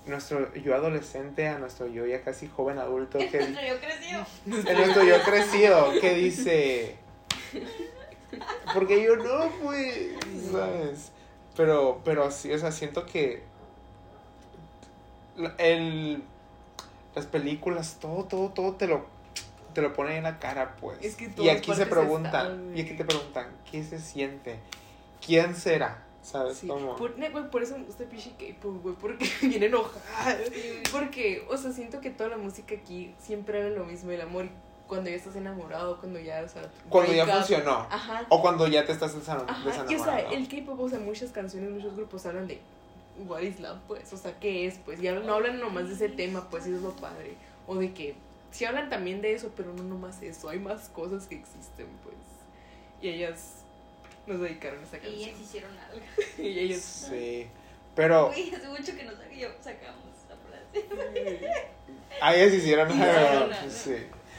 Speaker 1: nuestro yo adolescente a nuestro yo ya casi joven adulto que
Speaker 3: Nuestro yo crecido.
Speaker 1: en nuestro yo crecido que dice porque yo no pues sabes pero pero sí o sea siento que la- el las películas todo todo todo te lo te lo ponen en la cara, pues.
Speaker 2: Es que
Speaker 1: y
Speaker 2: todas
Speaker 1: aquí se
Speaker 2: partes
Speaker 1: preguntan,
Speaker 2: están,
Speaker 1: y aquí te
Speaker 2: güey.
Speaker 1: preguntan, ¿qué se siente? ¿Quién será? ¿Sabes
Speaker 2: Sí,
Speaker 1: cómo?
Speaker 2: por, ne- güey, por eso me gusta pinche K-pop, güey, porque viene enojada. Porque, o sea, siento que toda la música aquí siempre era lo mismo, el amor. Cuando ya estás enamorado, cuando ya, o sea.
Speaker 1: Cuando ya
Speaker 2: break up.
Speaker 1: funcionó.
Speaker 2: Ajá.
Speaker 1: O cuando ya te estás desan-
Speaker 2: Ajá.
Speaker 1: desanamorando.
Speaker 2: Y, o sea, el K-pop, o sea, muchas canciones, muchos grupos hablan de what is love, pues. O sea, ¿qué es? Pues. Y hablan- no hablan nomás de ese tema, pues, eso es lo padre. O de que sí hablan también de eso, pero no nomás eso. Hay más cosas que existen, pues. Y ellas nos dedicaron a esa
Speaker 3: Y
Speaker 2: canción.
Speaker 3: ellas hicieron algo.
Speaker 2: Y ellas.
Speaker 1: Sí. Pero
Speaker 3: Uy, hace mucho que no sabíamos, sacamos la frase.
Speaker 1: a Ah, ellas hicieron
Speaker 3: Hicieron
Speaker 1: algo. pues,
Speaker 3: algo.
Speaker 1: Sí.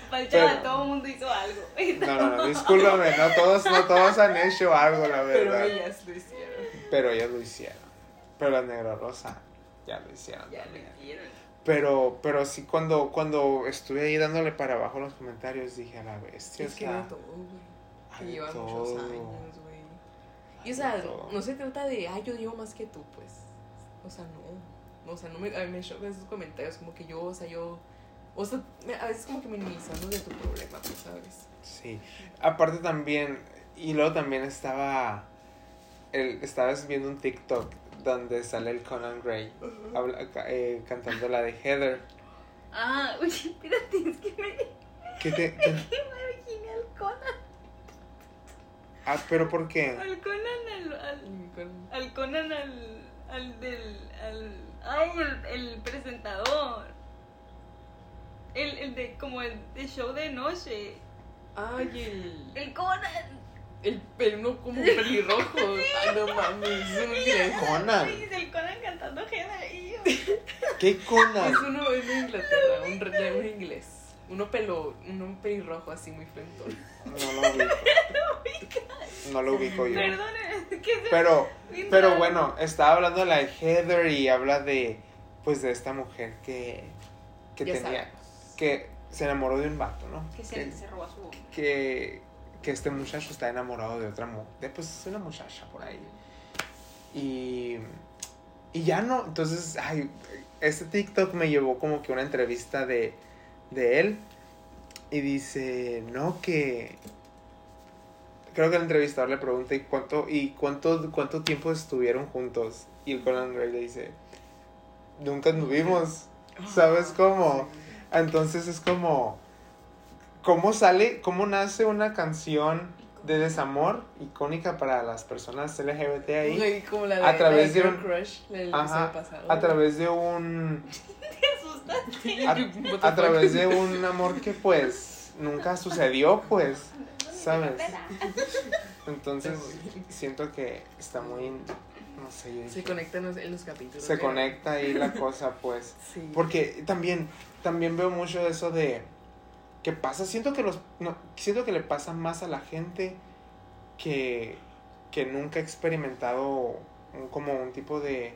Speaker 3: Falchaba,
Speaker 1: Pero-
Speaker 3: todo el mundo hizo algo.
Speaker 1: No, no, no. Discúlpame. No todos, no todos han hecho algo, la
Speaker 2: Pero
Speaker 1: verdad.
Speaker 2: ellas lo hicieron.
Speaker 1: Pero ellas lo hicieron. Pero la negra rosa ya lo hicieron
Speaker 2: Ya lo
Speaker 1: también.
Speaker 2: hicieron.
Speaker 1: Pero, pero sí, cuando, cuando estuve ahí dándole para abajo los comentarios, dije a la bestia.
Speaker 2: es
Speaker 1: o
Speaker 2: que
Speaker 1: sea,
Speaker 2: no todo, güey.
Speaker 1: hay
Speaker 2: Que
Speaker 1: de
Speaker 2: lleva
Speaker 1: todo,
Speaker 2: muchos años, güey.
Speaker 1: hay
Speaker 2: Y o
Speaker 1: de
Speaker 2: sea,
Speaker 1: todo.
Speaker 2: no se trata de, ay, yo digo más que tú, pues. O sea, no. O sea, no me, a mí me chocan esos comentarios, como que yo, o sea, yo. O sea, me- a veces como que minimizando de tu problema, pues, ¿sabes?
Speaker 1: Sí. Aparte también, y luego también estaba, el, estabas viendo un TikTok donde sale el Conan Gray habla- ca- eh, cantando la de Heather.
Speaker 3: Ah, uy, espérate, es que me,
Speaker 1: ¿Qué te- qué-
Speaker 3: me imaginé al Conan.
Speaker 1: ah, pero ¿por qué?
Speaker 3: Al Conan, al, al,
Speaker 2: Con-
Speaker 3: al Conan, al, al del, al, ay, el, el presentador. El, el de, como el de show de noche.
Speaker 2: Ay, el.
Speaker 3: El Conan.
Speaker 2: El, el uno como pelirrojo. Ay, no mames, es un inglés.
Speaker 1: Conan.
Speaker 3: Uy, es el Conan cantando Heather y yo.
Speaker 1: ¿Qué
Speaker 2: Es
Speaker 1: Conan?
Speaker 2: uno es de Inglaterra, un, re- un inglés. Uno pelo, uno pelirrojo así muy frentón.
Speaker 1: No lo ubico. No lo ubico yo.
Speaker 3: Perdón, es que se
Speaker 1: Pero,
Speaker 3: Bien
Speaker 1: pero
Speaker 3: raro.
Speaker 1: bueno, estaba hablando de la Heather y habla de, pues, de esta mujer que, que
Speaker 2: Ya
Speaker 1: tenía,
Speaker 2: sabes.
Speaker 1: que se enamoró de un vato, ¿no?
Speaker 3: Que se, se robó a su boca.
Speaker 1: que, que este muchacho está enamorado de otra mujer. Pues es una muchacha por ahí. Y, y ya no. Entonces, ay, este TikTok me llevó como que una entrevista de, de él. Y dice, no, que... Creo que el entrevistador le pregunta, ¿y cuánto, y cuánto, cuánto tiempo estuvieron juntos? Y el Conan Gray le dice, nunca anduvimos.
Speaker 2: Ah.
Speaker 1: ¿Sabes cómo? Entonces es como, ¿cómo sale, cómo nace una canción de desamor icónica para las personas LGBT ahí?
Speaker 2: Güey, como la de,
Speaker 1: A través
Speaker 2: la de
Speaker 1: de
Speaker 2: Girl
Speaker 1: un-
Speaker 2: Crush, la del
Speaker 1: Ajá,
Speaker 2: episodio pasado.
Speaker 1: A través de un,
Speaker 3: Te asustaste.
Speaker 1: a, a través de un amor que pues nunca sucedió, pues. ¿Sabes? Entonces siento que está muy, no sé, yo
Speaker 2: Se
Speaker 1: dije,
Speaker 2: conectan los- en los capítulos.
Speaker 1: se
Speaker 2: ¿verdad?
Speaker 1: conecta ahí la cosa, pues.
Speaker 2: Sí.
Speaker 1: Porque también, también veo mucho eso de que pasa, siento que los no, siento que le pasa más a la gente que, que nunca ha experimentado un- como un tipo de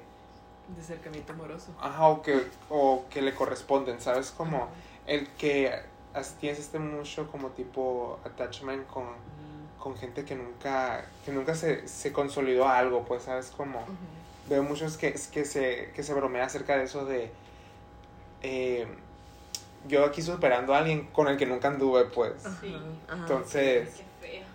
Speaker 2: De acercamiento amoroso.
Speaker 1: ajá o que o que le corresponden, ¿sabes? Como el que as- tienes este mucho como tipo attachment con, con gente que nunca que nunca se, se consolidó a algo, pues sabes como
Speaker 2: Ujú.
Speaker 1: veo muchos que, que, se, que se bromea acerca de eso de eh, yo aquí superando a alguien con el que nunca anduve pues
Speaker 3: Sí.
Speaker 2: Ajá.
Speaker 1: entonces
Speaker 3: Qué feo.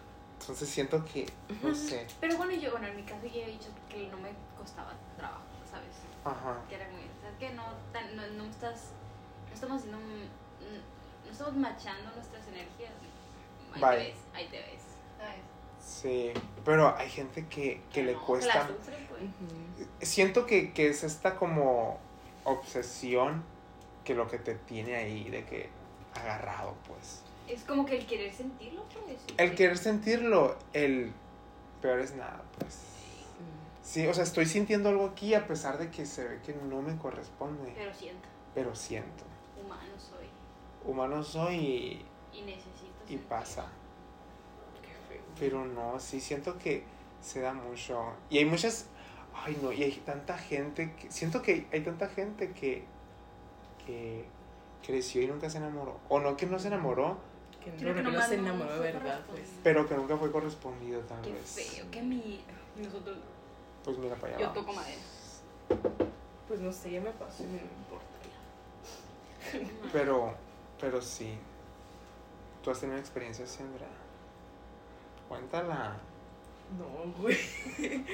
Speaker 1: entonces siento que no sé
Speaker 4: Pero bueno, yo, bueno, en mi caso ya he dicho que no me costaba trabajo, ¿sabes?
Speaker 1: ajá
Speaker 4: Que era muy, o sea, que no, tan- no, no estás, no estamos haciendo, un- mm, no estamos machando nuestras energías. Ahí
Speaker 1: Vale.
Speaker 4: te ves, ahí te ves.
Speaker 3: ¿Sabes?
Speaker 1: sí pero hay gente que, que le
Speaker 4: No,
Speaker 1: cuesta
Speaker 4: la sufre, pues.
Speaker 2: Ujú.
Speaker 1: siento que, que es esta como obsesión que lo que te tiene ahí de que agarrado pues
Speaker 3: Es como que el querer sentirlo, pues.
Speaker 1: el querer sentirlo el peor es nada pues Sí, o sea, estoy sintiendo algo aquí a pesar de que se ve que no me corresponde,
Speaker 4: Pero siento,
Speaker 1: pero siento.
Speaker 4: humano soy
Speaker 1: Humano soy
Speaker 4: y necesito.
Speaker 1: y, y
Speaker 4: sentir.
Speaker 1: pasa.
Speaker 2: Qué feo.
Speaker 1: Pero no, sí, siento que se da mucho. Y hay muchas... Ay, no, y hay tanta gente que... Siento que hay tanta gente que... que creció y nunca se enamoró. O no que no se enamoró,
Speaker 2: Que
Speaker 4: Creo
Speaker 2: no,
Speaker 4: que
Speaker 2: no,
Speaker 4: nomás
Speaker 2: se
Speaker 4: no
Speaker 2: enamoró de
Speaker 4: fue
Speaker 2: verdad, pues.
Speaker 4: correspondido.
Speaker 1: pero que nunca fue correspondido tal
Speaker 4: Qué
Speaker 1: vez.
Speaker 4: feo, que mi, nosotros,
Speaker 1: Pues mira, para allá
Speaker 4: yo
Speaker 1: vamos.
Speaker 4: toco madera.
Speaker 2: Pues no sé, ya me pasó y no me importa.
Speaker 1: Pero, pero sí. ¿Tú has tenido experiencia así, Andrea? Cuéntala.
Speaker 2: No, güey.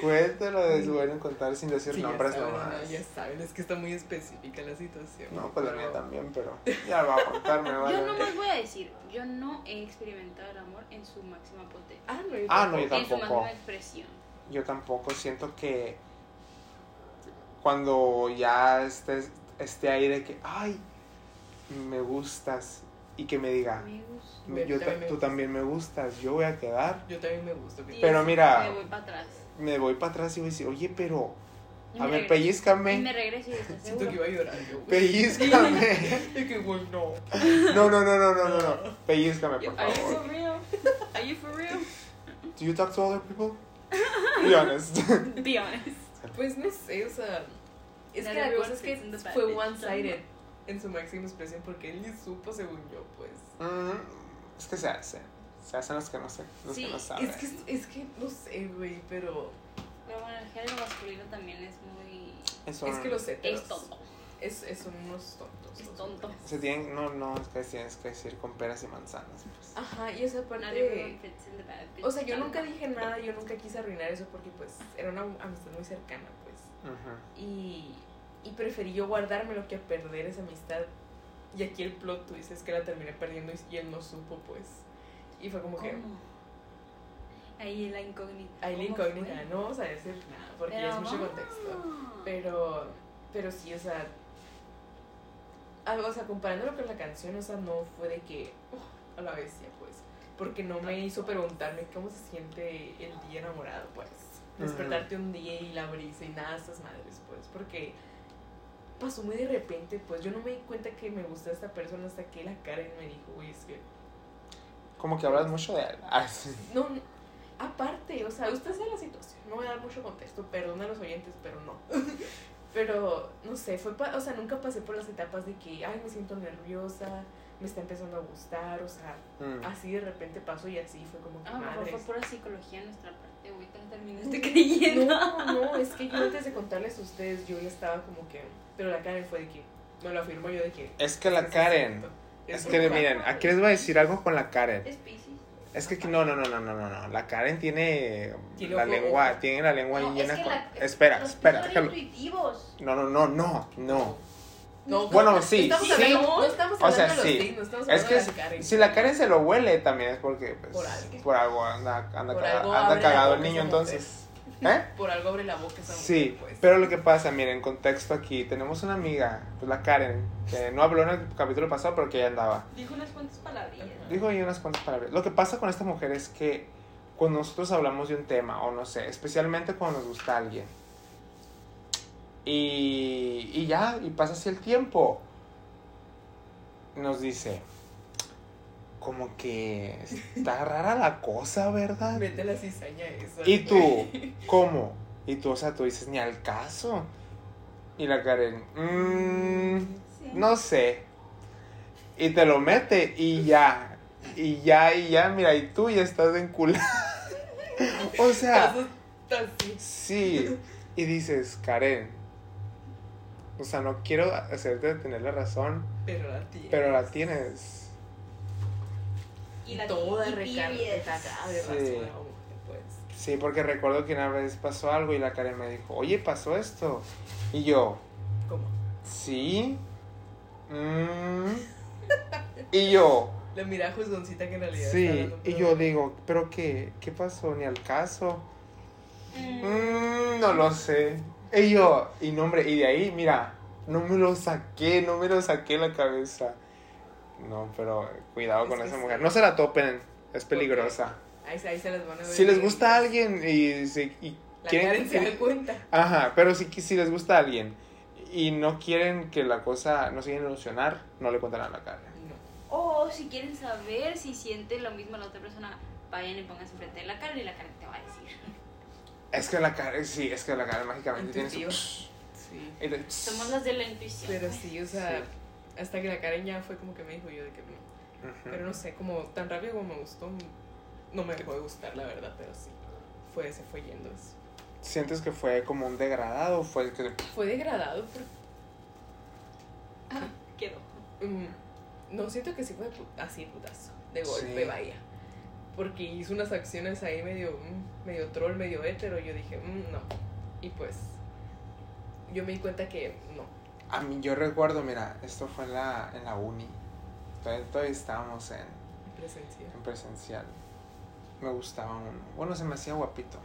Speaker 1: Cuéntalo, es bueno contar sin decir
Speaker 2: Sí, ya
Speaker 1: nombres
Speaker 2: saben,
Speaker 1: nomás.
Speaker 2: no, ya saben, es que está muy específica la situación.
Speaker 1: No, pues la mía
Speaker 2: pero-
Speaker 1: también, pero ya lo va a contar, me vale.
Speaker 4: Yo nomás voy a decir, yo no he experimentado el amor en su máxima potencia.
Speaker 2: Ah, no, yo
Speaker 1: Ah,
Speaker 2: tampoco.
Speaker 1: no, yo
Speaker 4: En su
Speaker 1: tampoco.
Speaker 4: máxima expresión.
Speaker 1: Yo tampoco siento que cuando ya estés, esté ahí de que, ay, me gustas y que me diga,
Speaker 4: Me gusta.
Speaker 2: Me-
Speaker 1: yo
Speaker 2: también
Speaker 1: ta-
Speaker 2: me
Speaker 1: tú
Speaker 2: gusta.
Speaker 1: también me gustas, yo voy a quedar,
Speaker 2: Yo también me gusto.
Speaker 4: Y
Speaker 2: fíjate.
Speaker 1: Pero
Speaker 4: eso,
Speaker 1: mira-
Speaker 4: Me voy para atrás.
Speaker 1: me voy para atrás y voy a decir, oye, pero,
Speaker 4: Y
Speaker 1: a ver,
Speaker 4: me regreso. Y me
Speaker 1: pellizcame,
Speaker 4: regreso y estás
Speaker 2: Siento
Speaker 4: seguro.
Speaker 2: que iba a llorar yo, güey.
Speaker 1: pellizcame.
Speaker 2: Y que, güey, no.
Speaker 1: No, no, no, no, no, no, no, pellizcame, por
Speaker 4: Are you
Speaker 1: favor.
Speaker 4: for real? Are you for real?
Speaker 1: Do you talk to other people? Be honest.
Speaker 4: Be honest.
Speaker 2: Pues no sé, o sea. Es que
Speaker 4: Not
Speaker 2: la
Speaker 4: everyone
Speaker 2: cosa es que
Speaker 4: fits in the
Speaker 2: fue
Speaker 4: package.
Speaker 2: one-sided en su máxima expresión porque él ni supo, según yo, pues.
Speaker 1: Mm, es que se hacen, se hacen los que no sé, los
Speaker 4: Sí,
Speaker 1: que no
Speaker 4: es
Speaker 1: saben.
Speaker 2: Es que, es que no sé, güey, pero.
Speaker 4: Pero bueno, el género masculino también es muy...
Speaker 1: Eso
Speaker 2: Es que los heteros.
Speaker 4: Es tonto.
Speaker 2: Es, es- son unos tontos.
Speaker 4: Es
Speaker 2: los
Speaker 4: tonto.
Speaker 2: hombres.
Speaker 1: Se tienen, no, no, es que tienes que decir con peras y manzanas. pues.
Speaker 2: Ajá, y esa
Speaker 4: Not
Speaker 2: parte.
Speaker 4: everyone fits in the package.
Speaker 2: O sea, yo nunca dije nada, yo nunca quise arruinar eso porque, pues, era una amistad muy cercana, pues.
Speaker 1: Ujú.
Speaker 2: Y, y preferí yo guardármelo que perder esa amistad. Y aquí el plot twist es que la terminé perdiendo y, y él no supo, pues. Y fue como que.
Speaker 4: ¿Cómo? Ahí la incógnita.
Speaker 2: Ahí la
Speaker 4: ¿Cómo
Speaker 2: incógnita,
Speaker 4: fue?
Speaker 2: no vamos a decir nada porque
Speaker 4: Pero
Speaker 2: ya es mucho
Speaker 4: vamos.
Speaker 2: contexto. Pero, pero sí, o sea. ah, O sea, comparándolo con la canción, o sea, no fue de que. "Uf, a la bestia, pues. Porque no me hizo preguntarme cómo se siente el día enamorado, pues.
Speaker 4: Mm.
Speaker 2: Despertarte un día y la brisa y nada de esas madres, pues. Porque pasó muy de repente, pues. Yo no me di cuenta que me gusta esta persona hasta que la Karen me dijo, güey, es que.
Speaker 1: Como que hablas mucho de él. Ah, sí.
Speaker 2: No, no, aparte, o sea, usted sabe la situación, no voy a dar mucho contexto, perdón a los oyentes, pero no. pero, no sé, fue, pa- o sea, nunca pasé por las etapas de que, ay, me siento nerviosa, me está empezando a gustar, o sea,
Speaker 1: Mm.
Speaker 2: así de repente pasó y así fue como que,
Speaker 4: Ah, mejor fue
Speaker 2: madres.
Speaker 4: pura psicología en nuestra parte, güey, te terminaste creyendo.
Speaker 2: No, no, es que yo antes de contarles a ustedes, yo ya estaba como que, pero la Karen fue de que, me lo afirmo yo de que...
Speaker 1: Es que la
Speaker 2: "Sí, sí,
Speaker 1: Karen.
Speaker 2: cierto".
Speaker 1: Es
Speaker 2: por
Speaker 1: que
Speaker 2: culpa-
Speaker 1: miren, aquí les voy a decir algo con la Karen.
Speaker 3: Es Pisces.
Speaker 1: Es que no, no, no, no, no, no, no. La Karen tiene
Speaker 2: Tiene
Speaker 1: la
Speaker 2: ojo,
Speaker 1: lengua,
Speaker 2: ojo.
Speaker 1: tiene la lengua
Speaker 3: No,
Speaker 1: llena
Speaker 3: es que
Speaker 1: con.
Speaker 3: la-
Speaker 1: Espera,
Speaker 3: los
Speaker 1: espera,
Speaker 3: Pisces
Speaker 1: déjalo.
Speaker 3: son intuitivos.
Speaker 1: No, no, no, no, no.
Speaker 2: No,
Speaker 1: Bueno, sí,
Speaker 2: estamos
Speaker 1: sí.
Speaker 2: hablando- no estamos
Speaker 1: O sea,
Speaker 2: hablando de
Speaker 1: sí.
Speaker 2: los signos, estamos
Speaker 1: Es
Speaker 2: hablando
Speaker 1: que
Speaker 2: de la
Speaker 1: si,
Speaker 2: Karen.
Speaker 1: si la Karen se lo huele también es porque pues,
Speaker 2: Por algo.
Speaker 1: por algo anda, anda,
Speaker 2: Por
Speaker 1: caga-
Speaker 2: algo
Speaker 1: anda
Speaker 2: abre la
Speaker 1: cagado el
Speaker 2: boca
Speaker 1: niño
Speaker 2: esa mujer.
Speaker 1: entonces. ¿Eh?
Speaker 2: Por algo abre la boca esa mujer,
Speaker 1: Sí,
Speaker 2: pues.
Speaker 1: pero lo que pasa, miren, contexto aquí, tenemos una amiga, pues la Karen, que no habló en el capítulo pasado, pero que ya andaba.
Speaker 3: Dijo unas cuantas palabrillas.
Speaker 1: Dijo ahí unas cuantas palabras. Lo que pasa con esta mujer es que cuando nosotros hablamos de un tema, o no sé, especialmente cuando nos gusta alguien, y, y ya, y pasa así el tiempo, nos dice, como que está rara la cosa, ¿verdad?
Speaker 2: Mete la cizaña ¿eh? esa.
Speaker 1: ¿Y tú? ¿Cómo? Y tú, o sea, tú dices, ni al caso. Y la Karen, "Mm, no sé. Y te lo mete y ya. Y ya, y ya, mira, y tú ya estás en culo. o sea,
Speaker 2: Estás- estás así.
Speaker 1: sí. Y dices, Karen, o sea, no quiero hacerte tener la razón,
Speaker 2: Pero la tía.
Speaker 1: pero la tienes.
Speaker 3: Y la
Speaker 2: toda
Speaker 3: y
Speaker 2: recargada.
Speaker 3: tibias.
Speaker 2: cagada de
Speaker 1: Sí.
Speaker 2: razón la mujer, pues.
Speaker 1: Sí, porque recuerdo que una vez pasó algo y la Karen me dijo, oye, pasó esto. Y yo,
Speaker 2: ¿Cómo?
Speaker 1: Sí. Mm. Y yo,
Speaker 2: La mira juzgoncita que en realidad está
Speaker 1: sí.
Speaker 2: hablando,
Speaker 1: Y
Speaker 2: pero-
Speaker 1: yo digo, ¿pero qué? ¿Qué pasó? Ni al caso.
Speaker 3: Mm.
Speaker 1: Mm, no lo sé. Y yo, y no, hombre, y de ahí, mira, no me lo saqué, no me lo saqué la cabeza. No, pero cuidado
Speaker 2: Es
Speaker 1: con
Speaker 2: que
Speaker 1: esa
Speaker 2: sí.
Speaker 1: mujer. No se la topen, es peligrosa.
Speaker 2: Ahí, se- ahí se las van a ver.
Speaker 1: Si les gusta a alguien y, si- y
Speaker 2: La
Speaker 1: quieren
Speaker 2: Karen se da cuenta.
Speaker 1: Ajá, pero si, si les gusta a alguien y no quieren que la cosa no se vayan a ilusionar, no le cuentan a la cara.
Speaker 2: No.
Speaker 4: O si quieren saber si siente lo mismo la otra persona, vayan y pónganse enfrente de la cara y la cara te va a decir.
Speaker 1: Es que la cara, sí, es que la cara mágicamente tiene su...
Speaker 2: Intuitivo.
Speaker 1: y de-
Speaker 4: Somos las de la intuición.
Speaker 2: Pero sí, o sea,
Speaker 1: Sí.
Speaker 2: hasta que la Karen ya fue como que me dijo yo de que no.
Speaker 1: Ujú.
Speaker 2: Pero no sé, como tan rápido como me gustó, no me dejó de gustar, la verdad, pero sí. Fue, se fue yendo eso.
Speaker 1: ¿Sientes que fue como un degradado? ¿Fue el que
Speaker 2: Fue degradado porque
Speaker 4: Quedó.
Speaker 2: Ah. Mm, No, siento que sí fue pu- así, putazo. De
Speaker 1: Sí.
Speaker 2: golpe, vaya. Porque hizo unas acciones ahí medio, mm, medio troll, medio hétero. Yo dije, mm, no. Y pues, yo me di cuenta que no.
Speaker 1: A mí, yo recuerdo, mira, esto fue en la, en la uni. Todavía, todavía estábamos en,
Speaker 2: Presencia.
Speaker 1: en presencial. Me gustaba uno. Bueno, se me hacía guapito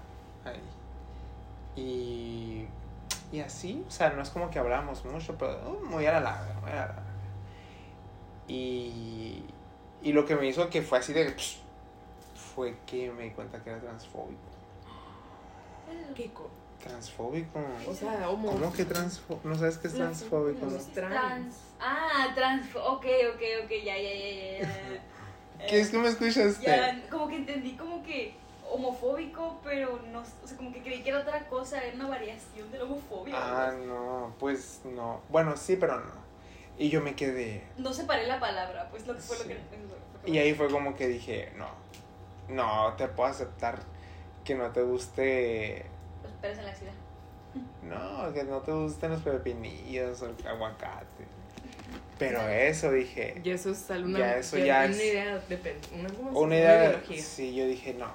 Speaker 1: ahí. Y, y así, o sea, no es como que hablábamos mucho, pero uh, muy a la larga, muy a la larga. Y, y lo que me hizo que fue así de... fue que me di cuenta que era transfóbico.
Speaker 2: Kiko.
Speaker 1: Transfóbico.
Speaker 2: O sea, homo.
Speaker 1: ¿Cómo que transfóbico? ¿No sabes qué es
Speaker 2: La-
Speaker 1: transfóbico?
Speaker 2: los trans.
Speaker 3: Trans. Ah, trans. Ok, ok, ok, ya, ya, ya, ya. ya. Eh,
Speaker 1: ¿Qué es este. que me escuchaste?
Speaker 3: Ya, como que entendí como que homofóbico, pero no, o sea, como que creí que era otra cosa, era una variación de la homofobia.
Speaker 1: Ah, no, pues no. Bueno, sí, pero no. Y yo me quedé.
Speaker 3: No separé la palabra, pues lo que fue lo que...
Speaker 1: Sí. Y ahí fue como que dije, no, no, te puedo aceptar que no te guste,
Speaker 3: Los pelos en la axila.
Speaker 1: no, que no te gusten los pepinillos o el aguacate. Pero eso dije,
Speaker 2: Y eso es alguna
Speaker 1: Ya, eso ya
Speaker 2: una
Speaker 1: es-
Speaker 2: idea de pen- una, ¿cómo se
Speaker 1: una
Speaker 2: llama?
Speaker 1: idea,
Speaker 2: ideología.
Speaker 1: sí, yo dije, no,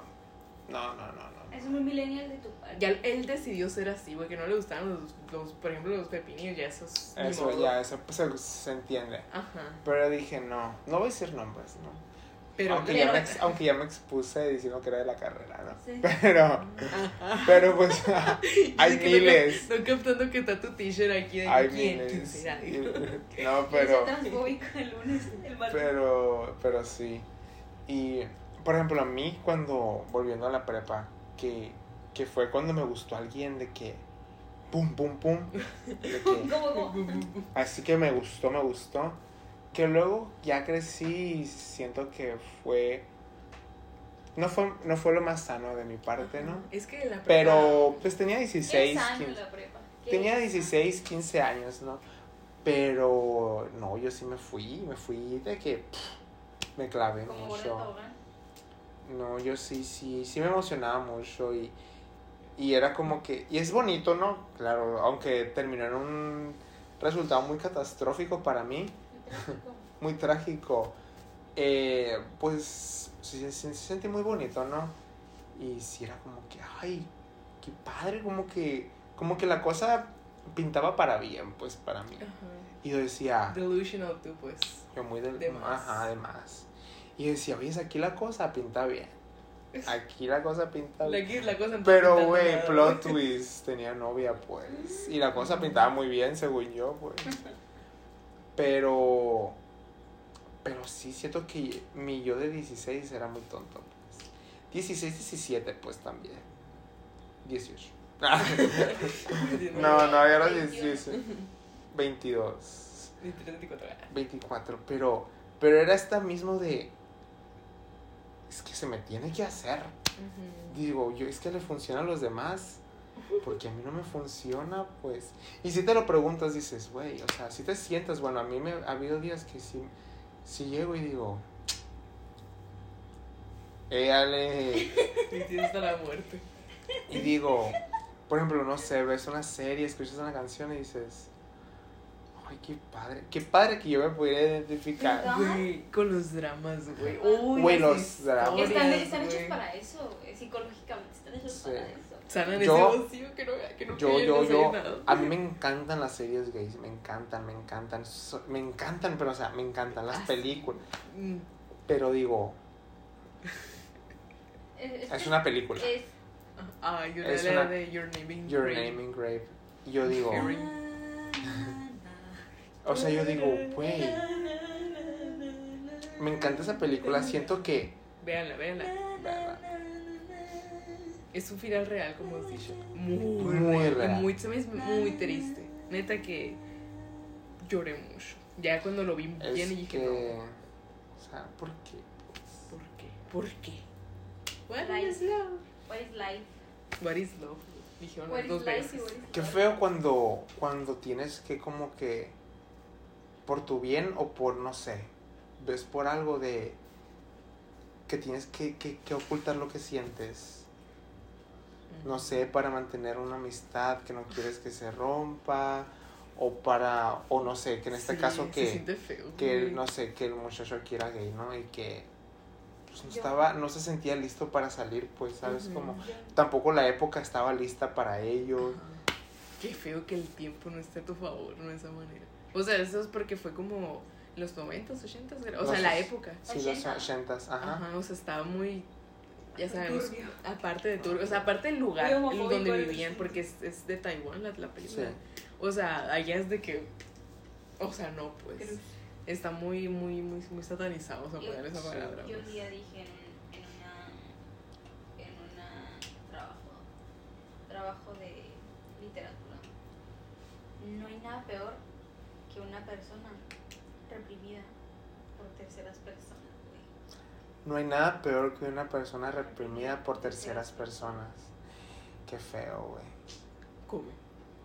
Speaker 1: no, no, no, no.
Speaker 3: Es muy millennial de tu parte.
Speaker 2: Ya él decidió ser así, güey, que no le gustaban los, los, por ejemplo, los pepinillos, ya eso es ni
Speaker 1: Eso
Speaker 2: modo.
Speaker 1: ya, eso pues, se, se entiende.
Speaker 2: Ajá.
Speaker 1: Pero dije, no, no voy a decir nombres, no.
Speaker 2: Pero,
Speaker 1: aunque, ya me, ex- aunque ya me expuse diciendo que era de la carrera, ¿no?
Speaker 3: Sí. Ah.
Speaker 1: Pero,
Speaker 2: Ah.
Speaker 1: pero pues, hay
Speaker 2: Es que no cap-
Speaker 1: miles.
Speaker 2: No, captando que está tu t-shirt aquí de
Speaker 1: hay
Speaker 2: quién,
Speaker 1: miles.
Speaker 2: quién será.
Speaker 1: Y- No,
Speaker 3: Yo soy
Speaker 1: pero,
Speaker 3: transfóbico el lunes, el martes.
Speaker 1: pero, pero sí. Y, por ejemplo, a mí cuando, volviendo a la prepa, que, que fue cuando me gustó alguien de que, pum, pum, pum, de que,
Speaker 3: Como, como,
Speaker 1: Así que me gustó, me gustó. Que luego ya crecí y siento que fue. No fue, no fue lo más sano de mi parte, ¿no?
Speaker 2: Es que la
Speaker 1: Pero pues tenía
Speaker 3: ¿qué
Speaker 1: 16.
Speaker 3: es sano
Speaker 1: 15
Speaker 3: la prepa? ¿Qué
Speaker 1: tenía
Speaker 3: es
Speaker 1: 16, 15 años, ¿no? Pero no, yo sí me fui, me fui de que pff, me clavé
Speaker 3: sano? Como gorda en
Speaker 1: mucho.
Speaker 3: tobogán.
Speaker 1: No, yo sí, sí, sí me emocionaba mucho y, y era como que, y es bonito, ¿no? Claro, aunque terminó en un resultado muy catastrófico para mí, muy trágico, eh, pues sí, se se- se siente muy bonito, ¿no? Y sí era como que, ay, qué padre, como que, como que la cosa pintaba para bien, pues para mí.
Speaker 2: Ajá.
Speaker 1: Y yo decía,
Speaker 2: Delusional tú, pues.
Speaker 1: yo muy del,
Speaker 2: de más.
Speaker 1: ajá, de más. Y yo decía, oye, aquí la cosa pinta bien. Aquí la cosa pinta bien.
Speaker 2: La, la cosa no
Speaker 1: Pero,
Speaker 2: pinta
Speaker 1: güey,
Speaker 2: nada,
Speaker 1: plot twist, tenía novia, pues. Y la cosa pintaba muy bien, según yo, pues. Pero. Pero sí, siento que mi yo de 16 era muy tonto, pues. 16, 17, pues también. 18. no, no, ya era 18. 22.
Speaker 2: Ni 34 horas.
Speaker 1: 24, pero, pero era esta mismo de, es que se me tiene que hacer.
Speaker 2: Ujú.
Speaker 1: Digo, yo es que le funciona a los demás, porque a mí no me funciona, pues. Y si te lo preguntas, dices, güey, o sea, si te sientas, bueno, a mí me ha habido días que si, si llego y digo, eh, Ale,
Speaker 2: Y tienes hasta la muerte.
Speaker 1: y digo, por ejemplo, no sé, ves una serie, escuchas una canción y dices, ay, qué padre, qué padre que yo me pudiera identificar.
Speaker 3: Ajá.
Speaker 2: Güey, con los dramas, güey. Uy,
Speaker 1: Güey,
Speaker 2: las
Speaker 1: los dramas.
Speaker 2: historias,
Speaker 3: Están, están hechos
Speaker 2: güey.
Speaker 3: para eso, eh, psicológicamente están hechos
Speaker 1: Sí.
Speaker 3: para eso.
Speaker 2: Sanan ese
Speaker 1: Yo-
Speaker 2: vacío que no, que no
Speaker 1: Yo,
Speaker 2: quieren
Speaker 1: yo,
Speaker 2: hacer
Speaker 1: yo,
Speaker 2: nada.
Speaker 1: a mí me encantan las series gays, me encantan, me encantan, so- me encantan, pero o sea, me encantan las
Speaker 2: Ah, sí.
Speaker 1: películas.
Speaker 2: Mm.
Speaker 1: Pero digo,
Speaker 3: Es,
Speaker 1: es una película,
Speaker 3: es-
Speaker 2: Ah, yo
Speaker 1: Es
Speaker 2: le
Speaker 1: una-
Speaker 2: de Your Naming.
Speaker 1: Your Name in Grave. Y yo digo,
Speaker 2: Harry.
Speaker 1: o sea, yo digo, güey, me encanta esa película, siento que,
Speaker 2: Véanla, véanla.
Speaker 1: ¿verdad?
Speaker 2: Es un final real, como has dicho. Muy,
Speaker 1: Muy
Speaker 2: real. y
Speaker 1: real.
Speaker 2: Muy, se me hizo muy triste. Neta que lloré mucho. Ya cuando lo vi
Speaker 1: es
Speaker 2: bien y dije,
Speaker 1: que,
Speaker 2: no,
Speaker 1: o sea, ¿por qué?
Speaker 2: ¿por qué? ¿Por qué? What
Speaker 3: Life.
Speaker 2: is love?
Speaker 3: What is life?
Speaker 2: What is love? Dijeron
Speaker 3: What
Speaker 2: las
Speaker 3: is
Speaker 2: dos
Speaker 3: life y
Speaker 2: veces.
Speaker 3: what is
Speaker 1: Qué
Speaker 3: love?
Speaker 1: feo cuando, cuando tienes que como que, por tu bien o por, no sé, ves por algo de, que tienes que, que, que ocultar lo que sientes. No sé, para mantener una amistad que no quieres que se rompa o para, o no sé, que en este
Speaker 2: Sí,
Speaker 1: caso
Speaker 2: Se
Speaker 1: que,
Speaker 2: siente feo.
Speaker 1: que
Speaker 2: güey.
Speaker 1: no sé, que el muchacho aquí era gay, ¿no? Y que pues, no
Speaker 3: Yo-
Speaker 1: estaba, no se sentía listo para salir, pues, ¿sabes?
Speaker 2: Ujú.
Speaker 1: Como
Speaker 3: Yo-
Speaker 1: tampoco la época estaba lista para ello.
Speaker 2: Ajá. Qué feo que el tiempo no esté a tu favor, no de esa manera. O sea, eso es porque fue como los 90s, 80s, o sea,
Speaker 1: Los
Speaker 2: la
Speaker 1: os-
Speaker 2: época.
Speaker 1: Sí, los
Speaker 3: Ochenta.
Speaker 1: ochentas, ajá.
Speaker 2: Ajá, o sea, estaba muy, ya sabemos,
Speaker 3: Turbio.
Speaker 2: aparte de Turbo, o sea, aparte del lugar
Speaker 3: Muy
Speaker 2: en
Speaker 3: homofóbico
Speaker 2: donde
Speaker 3: y
Speaker 2: vivían,
Speaker 3: racista.
Speaker 2: porque es, es de Taiwán la, la
Speaker 1: Sí.
Speaker 2: película. O sea, allá es de que, o sea, no, pues,
Speaker 3: Cruz.
Speaker 2: está muy, muy, muy, muy satanizado, o sea,
Speaker 4: Yo-
Speaker 2: poner esa
Speaker 1: sí,
Speaker 2: palabra.
Speaker 4: Yo un
Speaker 2: pues.
Speaker 4: día dije en, un- en una. en una. trabajo. trabajo de literatura. No hay nada peor que una persona reprimida por terceras personas, güey.
Speaker 1: No hay nada peor que una persona reprimida por terceras personas. Qué feo, güey.
Speaker 2: ¿Cómo?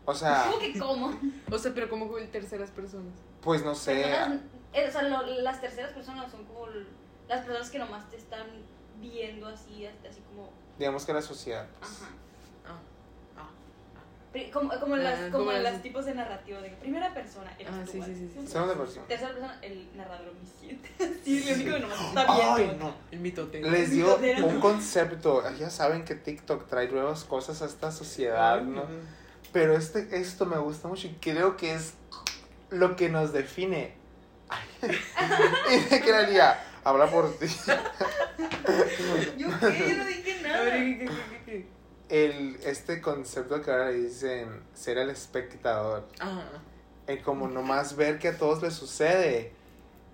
Speaker 1: O sea,
Speaker 3: ¿Cómo que cómo?
Speaker 2: O sea, pero ¿cómo fue el terceras personas?
Speaker 1: pues no sé.
Speaker 3: Personas- eh, o sea, lo- las terceras personas son como l- las personas que nomás te están viendo así, hasta así como,
Speaker 1: Digamos que la sociedad, pues.
Speaker 3: ajá.
Speaker 2: Ah, ah.
Speaker 3: Pri- Como, como, las,
Speaker 2: Ah,
Speaker 3: como,
Speaker 2: como las-
Speaker 3: las tipos de narrativa, de que primera persona, eres
Speaker 2: Ah,
Speaker 3: tú,
Speaker 2: sí,
Speaker 3: ¿vale?
Speaker 2: sí, sí, sí.
Speaker 1: Segunda persona.
Speaker 3: Tercera persona, el narrador omnisciente. Sí, es lo único que nomás está viendo.
Speaker 1: Ay, no.
Speaker 2: El mitote.
Speaker 1: Les dio un concepto. Ah, Ya saben que TikTok trae nuevas cosas a esta sociedad, ¿no? Pero este, esto me gusta mucho y creo que es lo que nos define. Ay. y de que la liga, habla por ti.
Speaker 3: Yo qué, yo no dije
Speaker 2: A ver,
Speaker 3: nada.
Speaker 2: ¿qué, qué, qué, qué?
Speaker 1: El, este concepto que ahora le dicen ser el espectador.
Speaker 2: Ah,
Speaker 1: El como nomás ver que a todos les sucede.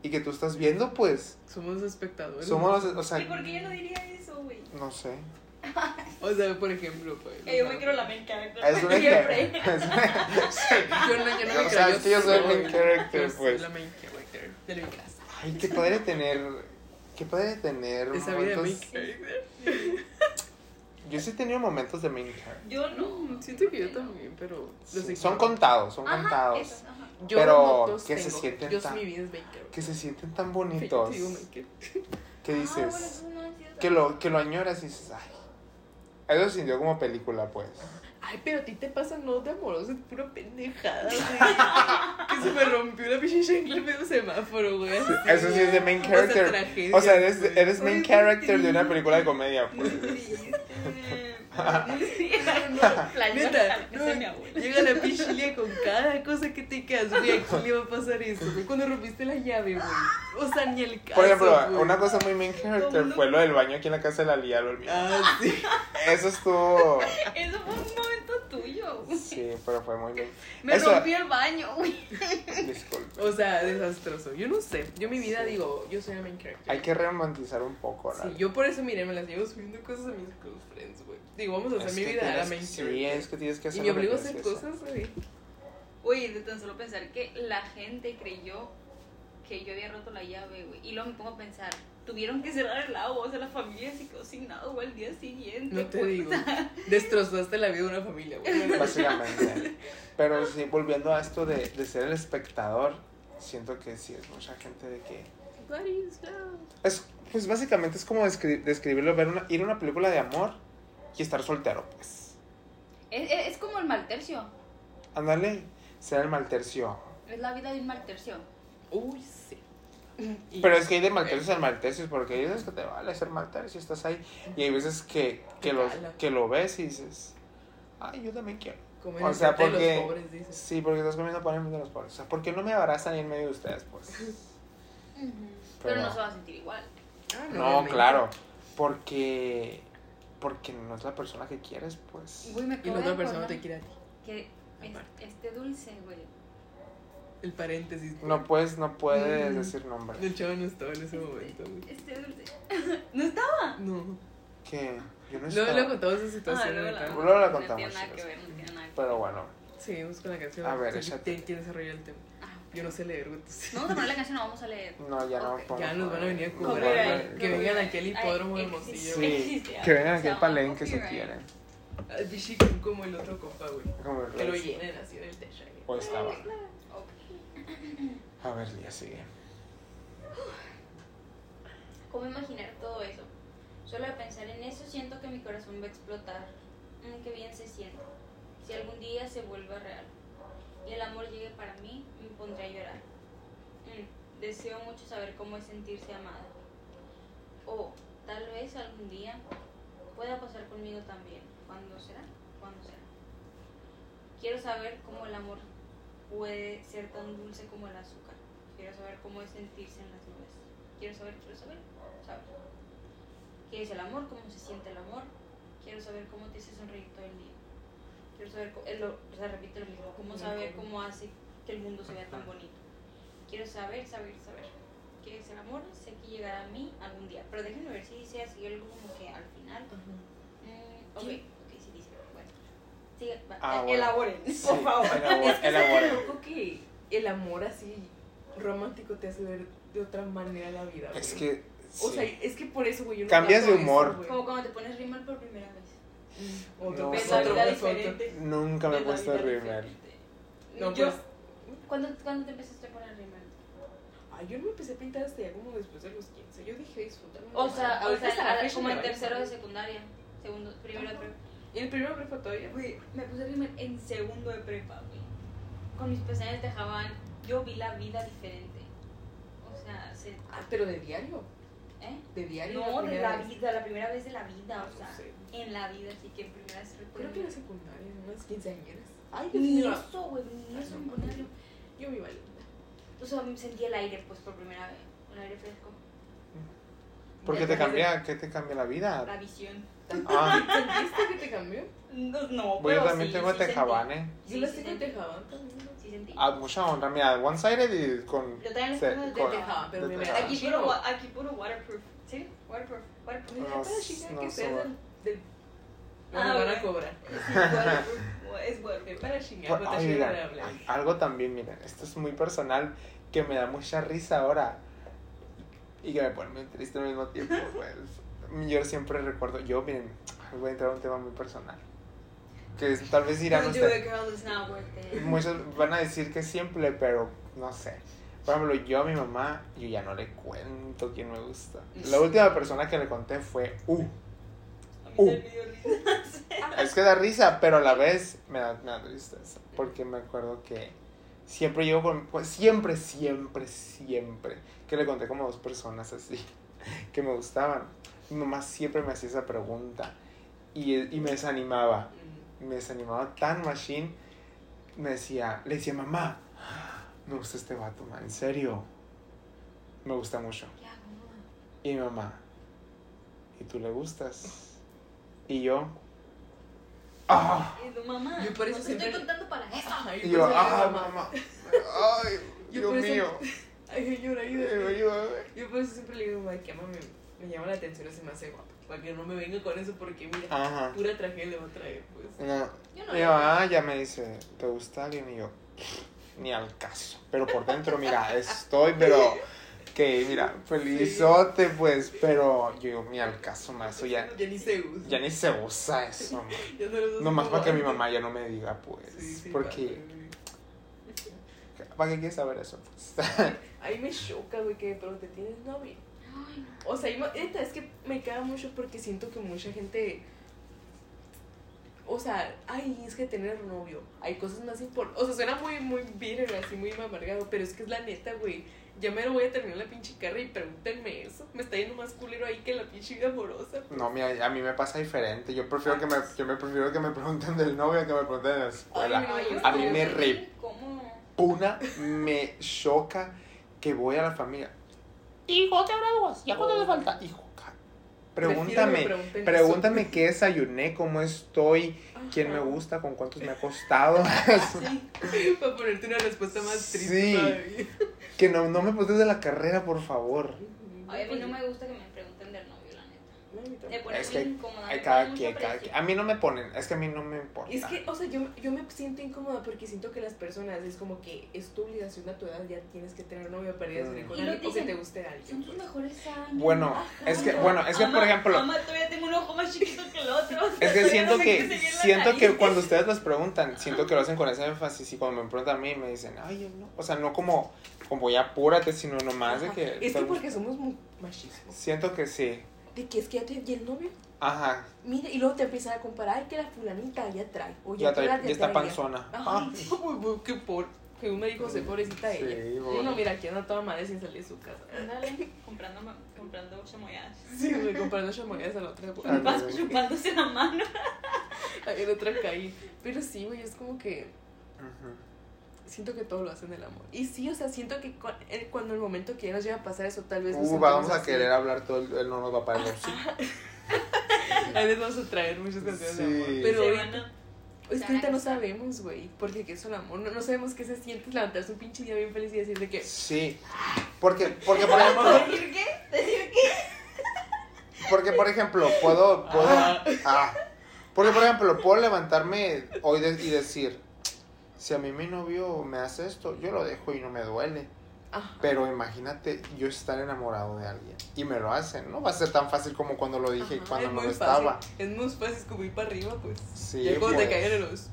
Speaker 1: Y que tú estás viendo, pues.
Speaker 2: somos espectadores.
Speaker 1: Somos, o
Speaker 3: ¿Y
Speaker 1: sea,
Speaker 3: por qué yo no diría eso, güey?
Speaker 1: no sé.
Speaker 2: O sea, por ejemplo, pues.
Speaker 3: Eh, yo me quiero la main character.
Speaker 1: Es un
Speaker 3: Siempre.
Speaker 1: ejemplo.
Speaker 2: Yo no, yo no
Speaker 1: O
Speaker 2: me
Speaker 1: sea,
Speaker 2: creo,
Speaker 1: es que yo soy el main
Speaker 2: yo
Speaker 1: character,
Speaker 2: soy
Speaker 1: pues.
Speaker 2: la main character de mi clase.
Speaker 1: Ay, qué padre tener. Qué padre tener.
Speaker 2: Esa vida de main
Speaker 1: momentos-
Speaker 2: character.
Speaker 1: Yo sí he tenido momentos de main character.
Speaker 3: Yo no.
Speaker 2: No, Mm, siento que yo también, pero.
Speaker 1: Sí,
Speaker 2: los
Speaker 1: son
Speaker 2: ignoro.
Speaker 1: contados, son
Speaker 3: Ajá,
Speaker 1: contados.
Speaker 3: eso, ajá.
Speaker 2: Yo
Speaker 1: pero
Speaker 2: los
Speaker 1: que se
Speaker 2: tengo.
Speaker 1: sienten
Speaker 2: Yo
Speaker 1: tan-
Speaker 2: mi vida es main character.
Speaker 1: Que se sienten tan
Speaker 2: Sí, yo
Speaker 1: bonitos.
Speaker 2: te digo main character.
Speaker 1: que
Speaker 3: Ah, bueno,
Speaker 1: dices.
Speaker 3: eso no han sido
Speaker 1: que, lo, que lo añoras y dices, ay. Eso sintió como película, pues.
Speaker 2: Ay, pero a ti te pasa no de amoroso, es pura pendejada, güey. que se me rompió una pinche chancla en medio semáforo, güey. así.
Speaker 1: Eso sí es de main character.
Speaker 2: O sea, tragedia,
Speaker 1: O sea, eres,
Speaker 2: güey.
Speaker 1: eres main
Speaker 3: Oye,
Speaker 1: character de una
Speaker 3: sí.
Speaker 1: película de comedia,
Speaker 3: Muy
Speaker 1: pues.
Speaker 3: triste. La
Speaker 2: Neta,
Speaker 3: llora, esa es mi abuela.
Speaker 2: no, llega la pinche Lía con cada cosa que te quedas, güey, ¿a quién le va a pasar eso? güey? Cuando rompiste la llave, güey. O sea, ni el caso,
Speaker 1: Por ejemplo,
Speaker 2: güey.
Speaker 1: una cosa muy main
Speaker 3: Todo
Speaker 1: character
Speaker 3: mundo-
Speaker 1: fue lo del baño aquí en la casa de la Lía, lo olvidé.
Speaker 2: Ah, sí.
Speaker 1: Eso estuvo.
Speaker 3: Eso fue un momento tuyo. güey.
Speaker 1: Sí, pero fue muy bien.
Speaker 3: Me
Speaker 1: Eso-
Speaker 3: rompí el baño, güey.
Speaker 1: Disculpe.
Speaker 2: O sea, desastroso. Yo no sé. Yo mi vida digo, yo soy la main character.
Speaker 1: Hay que romantizar un poco, ¿no?
Speaker 2: Sí, yo por eso, mire, me las llevo subiendo cosas a mis close friends, güey. Digo, vamos a hacer
Speaker 1: Es
Speaker 2: mi
Speaker 1: que
Speaker 2: vida a la
Speaker 1: tienes-
Speaker 2: main
Speaker 1: Sí,
Speaker 2: character.
Speaker 1: es que tienes que hacer
Speaker 2: y me
Speaker 1: lo que
Speaker 2: obligo a
Speaker 1: tienes
Speaker 2: hacer
Speaker 1: que hacer.
Speaker 2: cosas, güey.
Speaker 4: Oye, de tan solo pensar que la gente creyó que yo había roto la llave, güey. Y luego me pongo a pensar, tuvieron que cerrar el agua, o sea, la familia se quedó sin nada, güey, al día siguiente.
Speaker 2: No te
Speaker 4: güey.
Speaker 2: digo. Destrozaste la vida de una familia, güey.
Speaker 1: Básicamente. Pero sí, volviendo a esto de, de ser el espectador, siento que sí es mucha gente de que.
Speaker 2: What is love?
Speaker 1: Es, pues básicamente es como descri- describirlo, ver una, ir a una película de amor y estar soltero, pues.
Speaker 4: Es, es- es como el maltercio.
Speaker 1: Ándale, ser el maltercio.
Speaker 4: Es la vida de un maltercio.
Speaker 2: Uy, sí. Y- eh.
Speaker 1: Pero es que hay de maltercios a maltercios, porque hay veces que te vale ser maltercio, estás ahí. Y hay veces que, que,
Speaker 2: Te
Speaker 1: lo,
Speaker 2: cala.
Speaker 1: que lo ves y dices, ay, yo también quiero.
Speaker 2: Comer
Speaker 1: o
Speaker 2: en
Speaker 1: sea,
Speaker 2: frente de
Speaker 1: porque-
Speaker 2: los pobres, dices.
Speaker 1: Sí, porque estás comiendo pan en medio de los pobres. O sea, ¿por qué no me abrazan ahí en medio de ustedes, pues?
Speaker 4: Pero, no se va a sentir igual.
Speaker 2: Ah,
Speaker 1: No,
Speaker 2: obviamente.
Speaker 1: claro. Porque. Porque no es la persona que quieres, pues.
Speaker 4: Güey, me
Speaker 2: Y la
Speaker 4: acabo de
Speaker 2: otra persona
Speaker 4: acordar
Speaker 2: te quiere a ti.
Speaker 4: Que es-
Speaker 2: Aparte.
Speaker 4: este dulce, güey.
Speaker 2: El paréntesis. güey.
Speaker 1: No puedes, no puedes
Speaker 2: Mm.
Speaker 1: decir nombre.
Speaker 2: El chavo no estaba en ese momento, güey.
Speaker 4: Este dulce. ¿No está?
Speaker 2: No.
Speaker 1: Que yo no
Speaker 2: Luego
Speaker 1: estaba.
Speaker 2: le contamos esa situación.
Speaker 4: luego
Speaker 2: ahorita.
Speaker 1: Luego la
Speaker 4: No
Speaker 1: contamos,
Speaker 4: tiene nada que
Speaker 1: chicos.
Speaker 4: ver, no tiene nada que ver.
Speaker 1: Pero bueno,
Speaker 2: Seguimos con la canción.
Speaker 1: A ver,
Speaker 2: Entonces,
Speaker 1: échate.
Speaker 2: tienen que desarrollar el tema.
Speaker 4: Ah,
Speaker 2: Yo no sé leer, güey. entonces-
Speaker 4: Vamos a poner la canción, no vamos a leer.
Speaker 1: no, ya
Speaker 4: Ok.
Speaker 1: no podemos
Speaker 2: Ya nos van a venir a
Speaker 1: poner-
Speaker 2: cobrar,
Speaker 1: Copyright.
Speaker 2: que
Speaker 1: Copyright.
Speaker 2: vengan aquí al hipódromo de Hermosillo.
Speaker 1: Sí, Que vengan
Speaker 3: ah,
Speaker 1: aquí al palén que se quieren.
Speaker 2: Ah, Bishi Kun como el otro compa, güey.
Speaker 1: Como el
Speaker 2: Que lo
Speaker 1: Rex.
Speaker 2: llenen así en el techo. güey.
Speaker 1: O estaba. A ver, ya sigue.
Speaker 3: ¿Cómo imaginar todo eso? Solo de pensar en eso siento que mi corazón va a explotar. Mm, qué bien se siente. Si algún día se vuelve real. y el amor llegue para mí, me pondré a llorar. Mm, deseo mucho saber cómo es sentirse amado. O tal vez algún día pueda pasar conmigo también. ¿Cuándo será? ¿Cuándo será? Quiero saber cómo el amor puede ser tan dulce como el azúcar. Quiero saber cómo es sentirse en las nubes. Quiero saber, quiero saber, saber. ¿Qué es el amor? ¿Cómo se siente el amor? Quiero saber cómo te hace sonreír todo el día. Quiero saber, co- es lo, o sea, repito lo mismo, cómo saber cómo hace que el mundo se vea tan bonito. Quiero saber, saber, saber. ¿Qué es el amor? Sé que llegará a mí algún día. Pero déjenme ver si dice así algo como que al final. Mm, ok,
Speaker 2: Sí.
Speaker 3: ok, sí dice. Bueno. Sí, va,
Speaker 1: Ah,
Speaker 3: eh,
Speaker 1: bueno.
Speaker 3: elaboren,
Speaker 1: Sí,
Speaker 3: por favor.
Speaker 2: Oh, Es
Speaker 1: elabora-
Speaker 2: que está
Speaker 1: elabora.
Speaker 2: loco que el amor así romántico te hace ver de otra manera la vida.
Speaker 1: Es
Speaker 2: güey.
Speaker 1: que.
Speaker 2: O
Speaker 1: sí.
Speaker 2: sea, es que por eso, güey. yo no
Speaker 1: Cambias
Speaker 2: tanto
Speaker 1: de humor.
Speaker 2: güey.
Speaker 3: Como cuando te pones rímel por primera vez.
Speaker 2: Mm, Otro
Speaker 1: No,
Speaker 3: Ves
Speaker 1: sé.
Speaker 3: la
Speaker 1: Otro,
Speaker 3: vida
Speaker 2: otro, otro.
Speaker 3: diferente.
Speaker 1: Nunca me he
Speaker 3: Ves la
Speaker 1: puesto
Speaker 3: vida
Speaker 1: rímel.
Speaker 3: diferente.
Speaker 2: No,
Speaker 3: Yo-
Speaker 2: pues.
Speaker 3: ¿Cuándo, cuándo te empezaste a poner rímel?
Speaker 2: Ay, yo no me empecé a pintar hasta ya como después de los 15. Yo dije disfrutar.
Speaker 3: O sea, o sea, a- como en
Speaker 2: el
Speaker 3: tercero de secundaria. Segundo, primero de prepa.
Speaker 2: ¿Y el primero fue todavía?
Speaker 3: Güey, me puse rímel en segundo de prepa, güey. Con mis pestañas de jabán, yo vi la vida diferente. O sea, se,
Speaker 2: Ah, pero de diario.
Speaker 3: ¿eh?
Speaker 2: De diario.
Speaker 3: No, de la
Speaker 2: primera vez.
Speaker 3: vida, la primera vez de la vida, o
Speaker 2: No
Speaker 3: sea,
Speaker 2: sé.
Speaker 3: en la vida, así que en primera vez recuerdo.
Speaker 2: Creo que en la secundaria, unas quinceañeras. Ay, Dios
Speaker 3: Ni
Speaker 2: mío.
Speaker 3: eso, güey, ni eso me ponía rímel.
Speaker 2: Yo me iba a ir.
Speaker 3: O sea, sentí el aire, pues, por primera vez, el aire fresco,
Speaker 1: Porque te
Speaker 3: Entonces-
Speaker 1: cambia, ¿qué te cambia la vida?
Speaker 3: la visión.
Speaker 1: Ah,
Speaker 2: ¿Sentiste que te cambió?
Speaker 3: No, no
Speaker 1: pues
Speaker 3: pero
Speaker 1: yo también
Speaker 3: sí,
Speaker 1: tengo
Speaker 3: sí
Speaker 1: tejabán,
Speaker 3: sentí.
Speaker 1: ¿eh?
Speaker 2: Yo
Speaker 3: Sí,
Speaker 2: las
Speaker 3: sí
Speaker 2: tengo en
Speaker 3: sentí.
Speaker 2: Tejabán también. ¿no?
Speaker 3: Sí sentí.
Speaker 1: Ah, mucha honra, mira, one-sided y con.
Speaker 3: Yo también las
Speaker 1: se-
Speaker 3: tengo de
Speaker 1: con-
Speaker 3: Tejabán,
Speaker 2: pero
Speaker 1: de
Speaker 2: me-
Speaker 1: Tejabán.
Speaker 3: Aquí
Speaker 2: Ah.
Speaker 3: puro, wa- aquí puro waterproof. ¿Sí? Waterproof. Waterproof.
Speaker 2: Mira,
Speaker 1: No
Speaker 2: toda
Speaker 1: s-
Speaker 2: chica
Speaker 1: ah, no
Speaker 2: que
Speaker 1: sé,
Speaker 2: sea
Speaker 1: güey.
Speaker 2: del- del- No
Speaker 3: Ah,
Speaker 2: me van
Speaker 3: bueno.
Speaker 2: a cobrar.
Speaker 3: Sí, waterproof. Wa- Es waterproof.
Speaker 2: Para chingar,
Speaker 1: Por-
Speaker 2: no te
Speaker 1: ay,
Speaker 2: llevo
Speaker 1: mira,
Speaker 2: a hablar.
Speaker 1: ay, algo también, miren, esto es muy personal que me da mucha risa ahora y que me pone muy triste al mismo tiempo. pues. Yo siempre recuerdo, yo, miren, ay, voy a entrar a un tema muy personal que es- tal vez dirán
Speaker 3: Don't do
Speaker 1: ustedes-
Speaker 3: it, girl, it's not worth it.
Speaker 1: muchos van a decir que siempre, pero no sé. Por ejemplo, yo a mi mamá, yo ya no le cuento quién me gusta. La última persona que le conté fue U.
Speaker 3: A mí
Speaker 1: Uh.
Speaker 3: también me dio risa.
Speaker 1: Es que da risa, pero a la vez me da, me da tristeza. Porque me acuerdo que siempre llego con. pues, siempre, siempre, siempre. Que le conté como a dos personas así que me gustaban. Mi mamá siempre me hacía esa pregunta y, y me desanimaba.
Speaker 2: Mm.
Speaker 1: Me desanimaba tan machine. Me decía, le decía, mamá, me gusta este vato, ma, en serio. Me gusta mucho.
Speaker 3: ¿Qué hago, mamá?
Speaker 1: Y mi mamá, ¿y tú le gustas? Y yo, ¡ah!
Speaker 3: Y tu mamá.
Speaker 2: Yo por eso
Speaker 3: no te
Speaker 2: siempre-
Speaker 3: estoy contando para eso.
Speaker 2: Ay,
Speaker 1: Y yo,
Speaker 2: pues,
Speaker 1: ¡ah,
Speaker 2: ay,
Speaker 1: mamá! ¡Ay,
Speaker 2: Yo
Speaker 1: Dios
Speaker 2: por eso-
Speaker 1: mío!
Speaker 2: Ay, llora, ayúdame.
Speaker 1: Ayúdame.
Speaker 2: Yo por eso siempre le digo, mamá, que mamá me, me llama la atención ese me hace guapo. Para que no me venga con eso porque mira,
Speaker 1: Ajá.
Speaker 2: pura tragedia le va a traer, pues.
Speaker 1: No,
Speaker 3: Yo no
Speaker 1: Mi
Speaker 3: le-
Speaker 1: mamá Ah. Eh, ya ah, me dice, ¿te gusta alguien? Y yo, ni al caso. Pero por dentro, mira, estoy, pero que, mira, felizote, pues. Pero yo digo, ni al caso, más. Eso ya,
Speaker 2: Ya ni se usa.
Speaker 1: ya ni se usa eso, ma.
Speaker 2: Ya no los uso
Speaker 1: Nomás
Speaker 2: como
Speaker 1: para que mi
Speaker 2: antes.
Speaker 1: mamá ya no me diga, pues.
Speaker 2: Sí, sí,
Speaker 1: porque,
Speaker 2: pasa,
Speaker 1: ¿para qué quieres saber eso? Pues?
Speaker 2: güey. Ahí me choca, güey, que de pronto tienes novio.
Speaker 3: Ay, no.
Speaker 2: O sea, y mo- neta, es que me caga mucho porque siento que mucha gente. O sea, ay, es que tener novio. Hay cosas más importantes. O sea, suena muy, muy bitter, así, muy amargado. Pero es que es la neta, güey. Ya me lo voy a terminar la pinche carrera y pregúntenme eso. Me está yendo más culero ahí que la pinche vida amorosa.
Speaker 1: No, mira, a mí me pasa diferente. Yo prefiero que me, yo me prefiero que me pregunten del novio que me pregunten de la escuela.
Speaker 2: Ay,
Speaker 3: Ay,
Speaker 1: a mí
Speaker 3: no.
Speaker 1: me re-
Speaker 3: ¿Cómo?
Speaker 1: Puna me choca que voy a la familia.
Speaker 5: Hijo, ¿qué habrá vos? ¿Ya cuánto te falta?
Speaker 1: Hijo, ca-
Speaker 2: Prefiero que me
Speaker 1: pregúntame,
Speaker 2: pregunten eso.
Speaker 1: pregúntame qué desayuné, cómo estoy, quién me
Speaker 2: Ajá.
Speaker 1: gusta, con cuántos me ha costado.
Speaker 3: Sí.
Speaker 2: Para ponerte una respuesta más triste.
Speaker 1: Sí.
Speaker 2: todavía.
Speaker 1: que no, no me preguntes de la carrera, por favor.
Speaker 3: Ay, a mí no me gusta que me pregunten del novio, la neta.
Speaker 2: No, a mí tampoco.
Speaker 3: Me pone
Speaker 1: Es
Speaker 3: muy
Speaker 1: que
Speaker 3: incómoda.
Speaker 1: Ay,
Speaker 3: me
Speaker 1: cada
Speaker 3: pone mucha
Speaker 1: quien, cada
Speaker 3: presión.
Speaker 1: quien. A mí no me ponen, es que a mí no me importa.
Speaker 2: Es que, o sea, yo, yo me siento incómoda porque siento que las personas es como que es tu obligación a tu edad, ya tienes que tener novio para ir a salir
Speaker 1: Mm.
Speaker 2: con
Speaker 3: Y lo
Speaker 2: alguien o que
Speaker 3: dicen,
Speaker 2: te guste
Speaker 3: Son
Speaker 2: alguien.
Speaker 3: tus
Speaker 2: pues.
Speaker 3: mejores años.
Speaker 1: Bueno, es que, bueno, es que por ejemplo,
Speaker 3: Mamá, todavía tengo un ojo más chiquito que el otro.
Speaker 1: Es que
Speaker 3: Todavía
Speaker 1: siento
Speaker 3: no me
Speaker 1: que
Speaker 3: crece bien la
Speaker 1: siento que
Speaker 3: nariz.
Speaker 1: cuando ustedes les preguntan, siento que lo hacen con ese énfasis y cuando me preguntan a mí me dicen, ay, yo no. O sea, no como, como ya apúrate, sino nomás de
Speaker 2: Ajá.
Speaker 1: que...
Speaker 2: Es que porque somos muy machismos.
Speaker 1: Siento que sí.
Speaker 2: De que es que ya, te- ya el novio,
Speaker 1: Ajá,
Speaker 2: Mira, y luego te empiezan a comparar, ay, que la fulanita ya trae. O
Speaker 1: ya,
Speaker 2: que
Speaker 1: trae-
Speaker 2: la de
Speaker 1: ya está
Speaker 2: trae,
Speaker 1: panzona.
Speaker 2: Ay, uy, uy, qué por. Que me dijo, se pobrecita
Speaker 1: Sí,
Speaker 2: ella.
Speaker 1: pobre.
Speaker 2: Uno, mira, aquí anda toda madre sin salir de su casa.
Speaker 6: Ándale, comprando, ma- comprando chamoyadas.
Speaker 2: Sí, me comprando chamoyas a la otra.
Speaker 1: Ah, no.
Speaker 6: Vas chupándose la mano.
Speaker 2: Ahí la otra caí. Pero sí, güey, es como que
Speaker 1: Ujú.
Speaker 2: siento que todo lo hacen el amor. Y sí, o sea, siento que cu- el- cuando el momento que ya nos llega a pasar eso, tal vez. nos
Speaker 1: Uh,
Speaker 2: sentamos
Speaker 1: vamos a
Speaker 2: así.
Speaker 1: querer hablar todo el, el no nos va a parar. Sí.
Speaker 2: Ahí les vamos a traer muchas canciones de amor.
Speaker 1: Sí.
Speaker 2: Pero
Speaker 6: Se
Speaker 2: ahorita-
Speaker 6: van a-
Speaker 2: es que ahorita no sabemos, güey, porque qué es el amor. No, no sabemos qué se siente levantarse un pinche día bien feliz y decirle que.
Speaker 1: Sí. Porque, porque, por ejemplo,
Speaker 3: ¿Decir qué? ¿Decir qué?
Speaker 1: porque, por ejemplo, puedo, puedo,
Speaker 2: Ah.
Speaker 1: ah, porque, por ejemplo, puedo levantarme hoy de- y decir, si a mí mi novio me hace esto, yo lo dejo y no me duele.
Speaker 2: Ajá.
Speaker 1: Pero imagínate yo estar enamorado de alguien y me lo hacen, no va a ser tan fácil como cuando lo dije y
Speaker 2: Ajá,
Speaker 1: cuando
Speaker 2: es
Speaker 1: no
Speaker 2: muy
Speaker 1: lo
Speaker 2: fácil.
Speaker 1: estaba.
Speaker 2: Es muy fácil escupir para arriba, pues.
Speaker 1: Sí,
Speaker 2: ya cuando te
Speaker 1: pues.
Speaker 2: caen en los.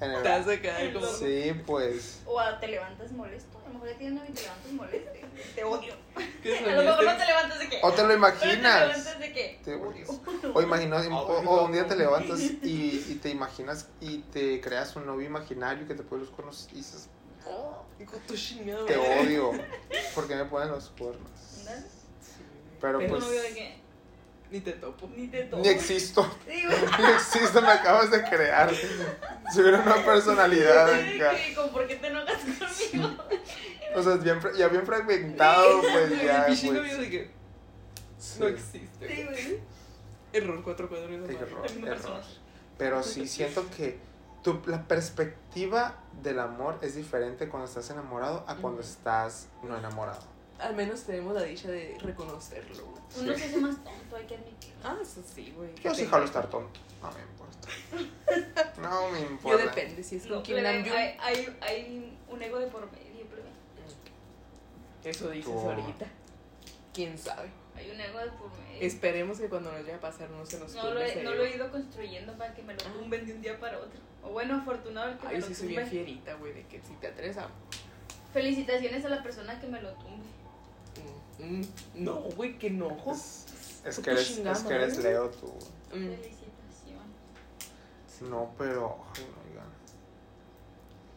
Speaker 1: En el-
Speaker 2: Te vas a caer como.
Speaker 1: Sí, pues.
Speaker 3: O a- te levantas molesto. A lo mejor ya tienes novio y te levantas molesto. Te odio.
Speaker 2: ¿qué
Speaker 6: A lo mejor no
Speaker 2: soñaste?
Speaker 6: te levantas de qué.
Speaker 1: O te lo
Speaker 6: Pero te
Speaker 1: imaginas.
Speaker 6: levantas de qué.
Speaker 1: Te- O, imaginas, o, o un día te levantas y, y te imaginas y te creas un novio imaginario que te pone los cuernos y dices,
Speaker 2: Hijo de tu chingada,
Speaker 1: te
Speaker 2: madre.
Speaker 1: odio, porque me ponen los cuernos.
Speaker 3: Ándale.
Speaker 1: Pero
Speaker 2: Pero
Speaker 6: Tu
Speaker 1: pues,
Speaker 6: novio de qué.
Speaker 2: Ni te topo.
Speaker 6: Ni te
Speaker 1: ni
Speaker 6: tomas.
Speaker 1: existo,
Speaker 3: Sí, güey.
Speaker 1: ni existo, me acabas de crear. Si hubiera una personalidad acá.
Speaker 6: ¿Qué? ¿Con por qué te enojas conmigo?
Speaker 1: O sea, es bien, fra- ya bien fragmentado, pues ya.
Speaker 2: Mi
Speaker 1: Pues,
Speaker 2: chingo mío de que
Speaker 1: sí.
Speaker 2: no existe.
Speaker 3: Sí,
Speaker 2: güey.
Speaker 3: güey.
Speaker 2: Error 4-4
Speaker 1: Qué error,
Speaker 6: Misma
Speaker 1: error.
Speaker 6: persona.
Speaker 1: Pero sí siento que tu, la perspectiva del amor es diferente cuando estás enamorado a cuando
Speaker 2: Ujú.
Speaker 1: estás no enamorado.
Speaker 2: Al menos tenemos la dicha de reconocerlo. güey.
Speaker 3: Uno se hace más tonto, hay que admitirlo.
Speaker 2: Ah, eso sí, güey.
Speaker 1: Yo sí jalo estar tonto. No me importa. No me
Speaker 2: Yo
Speaker 1: importa.
Speaker 2: depende, si es con
Speaker 6: No,
Speaker 2: Kim
Speaker 6: pero eh,
Speaker 2: Nam
Speaker 6: hay, hay, hay un ego de por medio, pero
Speaker 2: Eso dices
Speaker 1: Toma.
Speaker 2: ahorita. Quién sabe.
Speaker 6: hay un ego de por medio.
Speaker 2: Esperemos que cuando nos llegue a pasar no se nos
Speaker 6: no,
Speaker 2: tumbe
Speaker 6: lo
Speaker 2: ese
Speaker 6: he, no lo he
Speaker 2: ego.
Speaker 6: ido construyendo para que me lo
Speaker 2: Ah.
Speaker 6: tumben de un día para otro. O bueno, afortunado el que
Speaker 2: Ay,
Speaker 6: me
Speaker 2: yo
Speaker 6: lo
Speaker 2: sí soy bien
Speaker 6: tumbe.
Speaker 2: fierita, güey, de que si te atreves a.
Speaker 6: Felicitaciones a la persona que me lo tumbe.
Speaker 2: Mm, mm, No, güey, qué enojo.
Speaker 1: Es, es que eres, es que eres Leo tú.
Speaker 2: Mm,
Speaker 6: Felicitaciones.
Speaker 1: No, pero. ay, no, oigan.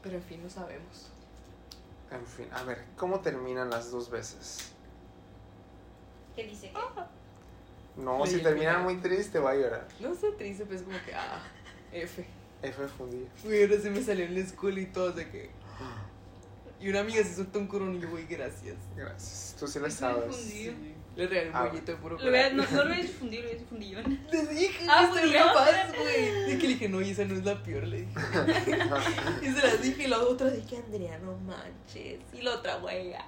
Speaker 2: Pero en fin, no sabemos.
Speaker 1: En fin, a ver, ¿cómo terminan las dos veces?
Speaker 3: ¿Qué dice?
Speaker 2: Ah.
Speaker 1: No,
Speaker 2: Ay,
Speaker 1: si
Speaker 2: el
Speaker 1: terminan
Speaker 2: final.
Speaker 1: muy triste, va a llorar.
Speaker 2: No está triste, pero es como que, ah, F.
Speaker 1: F fundido.
Speaker 2: Güey, ahora se me salió en la escuela y todo, de que. Y una amiga se soltó un coronillo, güey, gracias.
Speaker 1: Gracias. Tú sí le
Speaker 6: F
Speaker 1: sabes.
Speaker 6: fundido. Sí.
Speaker 2: Le regalé un
Speaker 1: Ah,
Speaker 2: bollito de puro
Speaker 6: Lo hubiera-
Speaker 2: coraje.
Speaker 6: no, no lo hubiera difundido, lo hubiera difundido.
Speaker 2: Le dije,
Speaker 6: Ah,
Speaker 2: pues no soy
Speaker 6: ¿fundió?
Speaker 2: capaz, güey. De que le dije, no, y esa no es la peor, le dije. Y se las dije, y la otra dije, Andrea, no manches. Y la otra, güey, ah,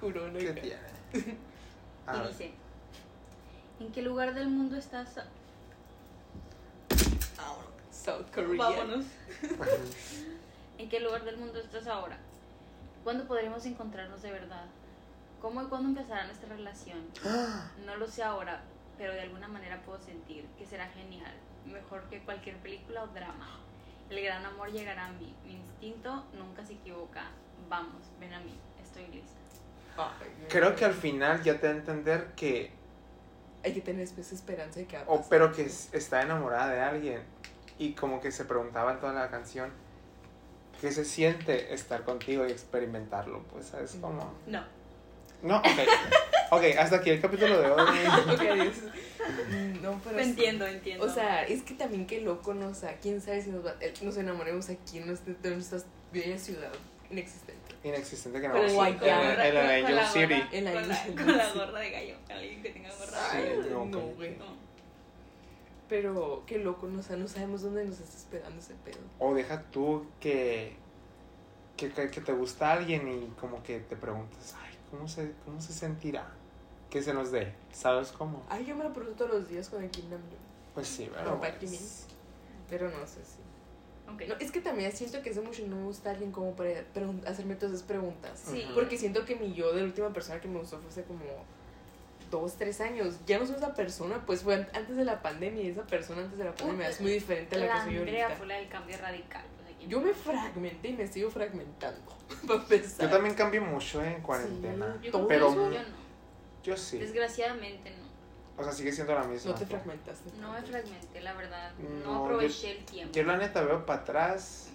Speaker 2: juró, no.
Speaker 1: ¿Qué
Speaker 2: hija.
Speaker 1: tiene? A
Speaker 4: Y
Speaker 1: ver.
Speaker 4: dice, ¿en qué lugar del mundo estás? a-
Speaker 2: Ahora, South Korea.
Speaker 6: Vámonos.
Speaker 4: ¿En qué lugar del mundo estás ahora? ¿Cuándo podremos encontrarnos de verdad? ¿Cómo y cuándo empezará nuestra relación? No lo sé ahora, pero de alguna manera puedo sentir que será genial, mejor que cualquier película o drama. El gran amor llegará a mí, mi instinto nunca se equivoca. Vamos, ven a mí, estoy lista.
Speaker 2: Ay, güey.
Speaker 1: Creo que al final ya te da a entender que,
Speaker 2: Hay que tener después esperanza de Oh, que va a
Speaker 1: o,
Speaker 2: pasar.
Speaker 1: pero que es- está enamorada de alguien y como que se preguntaba en toda la canción, ¿qué se siente estar contigo y experimentarlo? Pues, ¿sabes cómo?
Speaker 6: No.
Speaker 1: No, ok. Ok, hasta aquí el capítulo de hoy.
Speaker 2: Ok, adiós. Mm, No, pero. sí.
Speaker 6: Entiendo, entiendo.
Speaker 2: O sea, es que también qué loco nos, o sea, quién sabe si nos, va- eh, nos enamoremos aquí en nuestra, de nuestra bella ciudad inexistente.
Speaker 1: Inexistente que no
Speaker 2: Pero
Speaker 1: vamos
Speaker 2: guay,
Speaker 1: en,
Speaker 2: ya.
Speaker 1: en, en la
Speaker 6: Oh, Con la
Speaker 1: Angel
Speaker 6: gorra-
Speaker 1: City.
Speaker 2: En la
Speaker 6: con la-
Speaker 2: Angel
Speaker 6: Con la
Speaker 2: City.
Speaker 6: gorra de gallo. Alguien que tenga gorra de
Speaker 1: Sí,
Speaker 6: gallo.
Speaker 2: Ay,
Speaker 1: no,
Speaker 2: no,
Speaker 1: pues.
Speaker 2: güey.
Speaker 6: No.
Speaker 2: Pero qué loco, no, o sea, no sabemos dónde nos está esperando ese pedo.
Speaker 1: O deja tú que, que, que- que te gusta alguien y como que te preguntas, ay, ¿cómo se, cómo se sentirá? Que se nos dé, ¿sabes cómo?
Speaker 2: Ay, yo me lo pregunto todos los días con el Kim Nam Jong.
Speaker 1: Pues sí,
Speaker 2: Por
Speaker 1: pero...
Speaker 2: Park
Speaker 1: pues,
Speaker 2: Min. Pero no sé si.
Speaker 4: Ok,
Speaker 2: No, es que también siento que hace mucho no me gusta alguien como para pregun- hacerme todas esas preguntas.
Speaker 3: Ah.
Speaker 1: Sí.
Speaker 2: Porque siento que mi yo de la última persona que me gustó fue hace como dos, tres años. Ya no soy esa persona, pues fue an- antes de la pandemia y esa persona antes de la pandemia es muy diferente a la,
Speaker 4: la
Speaker 2: que soy
Speaker 4: Andrea
Speaker 2: ahorita.
Speaker 4: fue la del cambio radical. pues, aquí.
Speaker 2: Yo me fragmenté y me sigo fragmentando. para empezar.
Speaker 1: Yo también cambié mucho en cuarentena.
Speaker 2: Sí.
Speaker 4: Yo creo que
Speaker 1: pero-
Speaker 4: eso yo no.
Speaker 1: Yo sí.
Speaker 4: Desgraciadamente no.
Speaker 1: O sea, sigue siendo la misma.
Speaker 2: No te fragmentaste.
Speaker 4: No me fragmenté, la verdad. No,
Speaker 1: No, yo-
Speaker 4: aproveché el tiempo.
Speaker 1: Yo la neta veo para atrás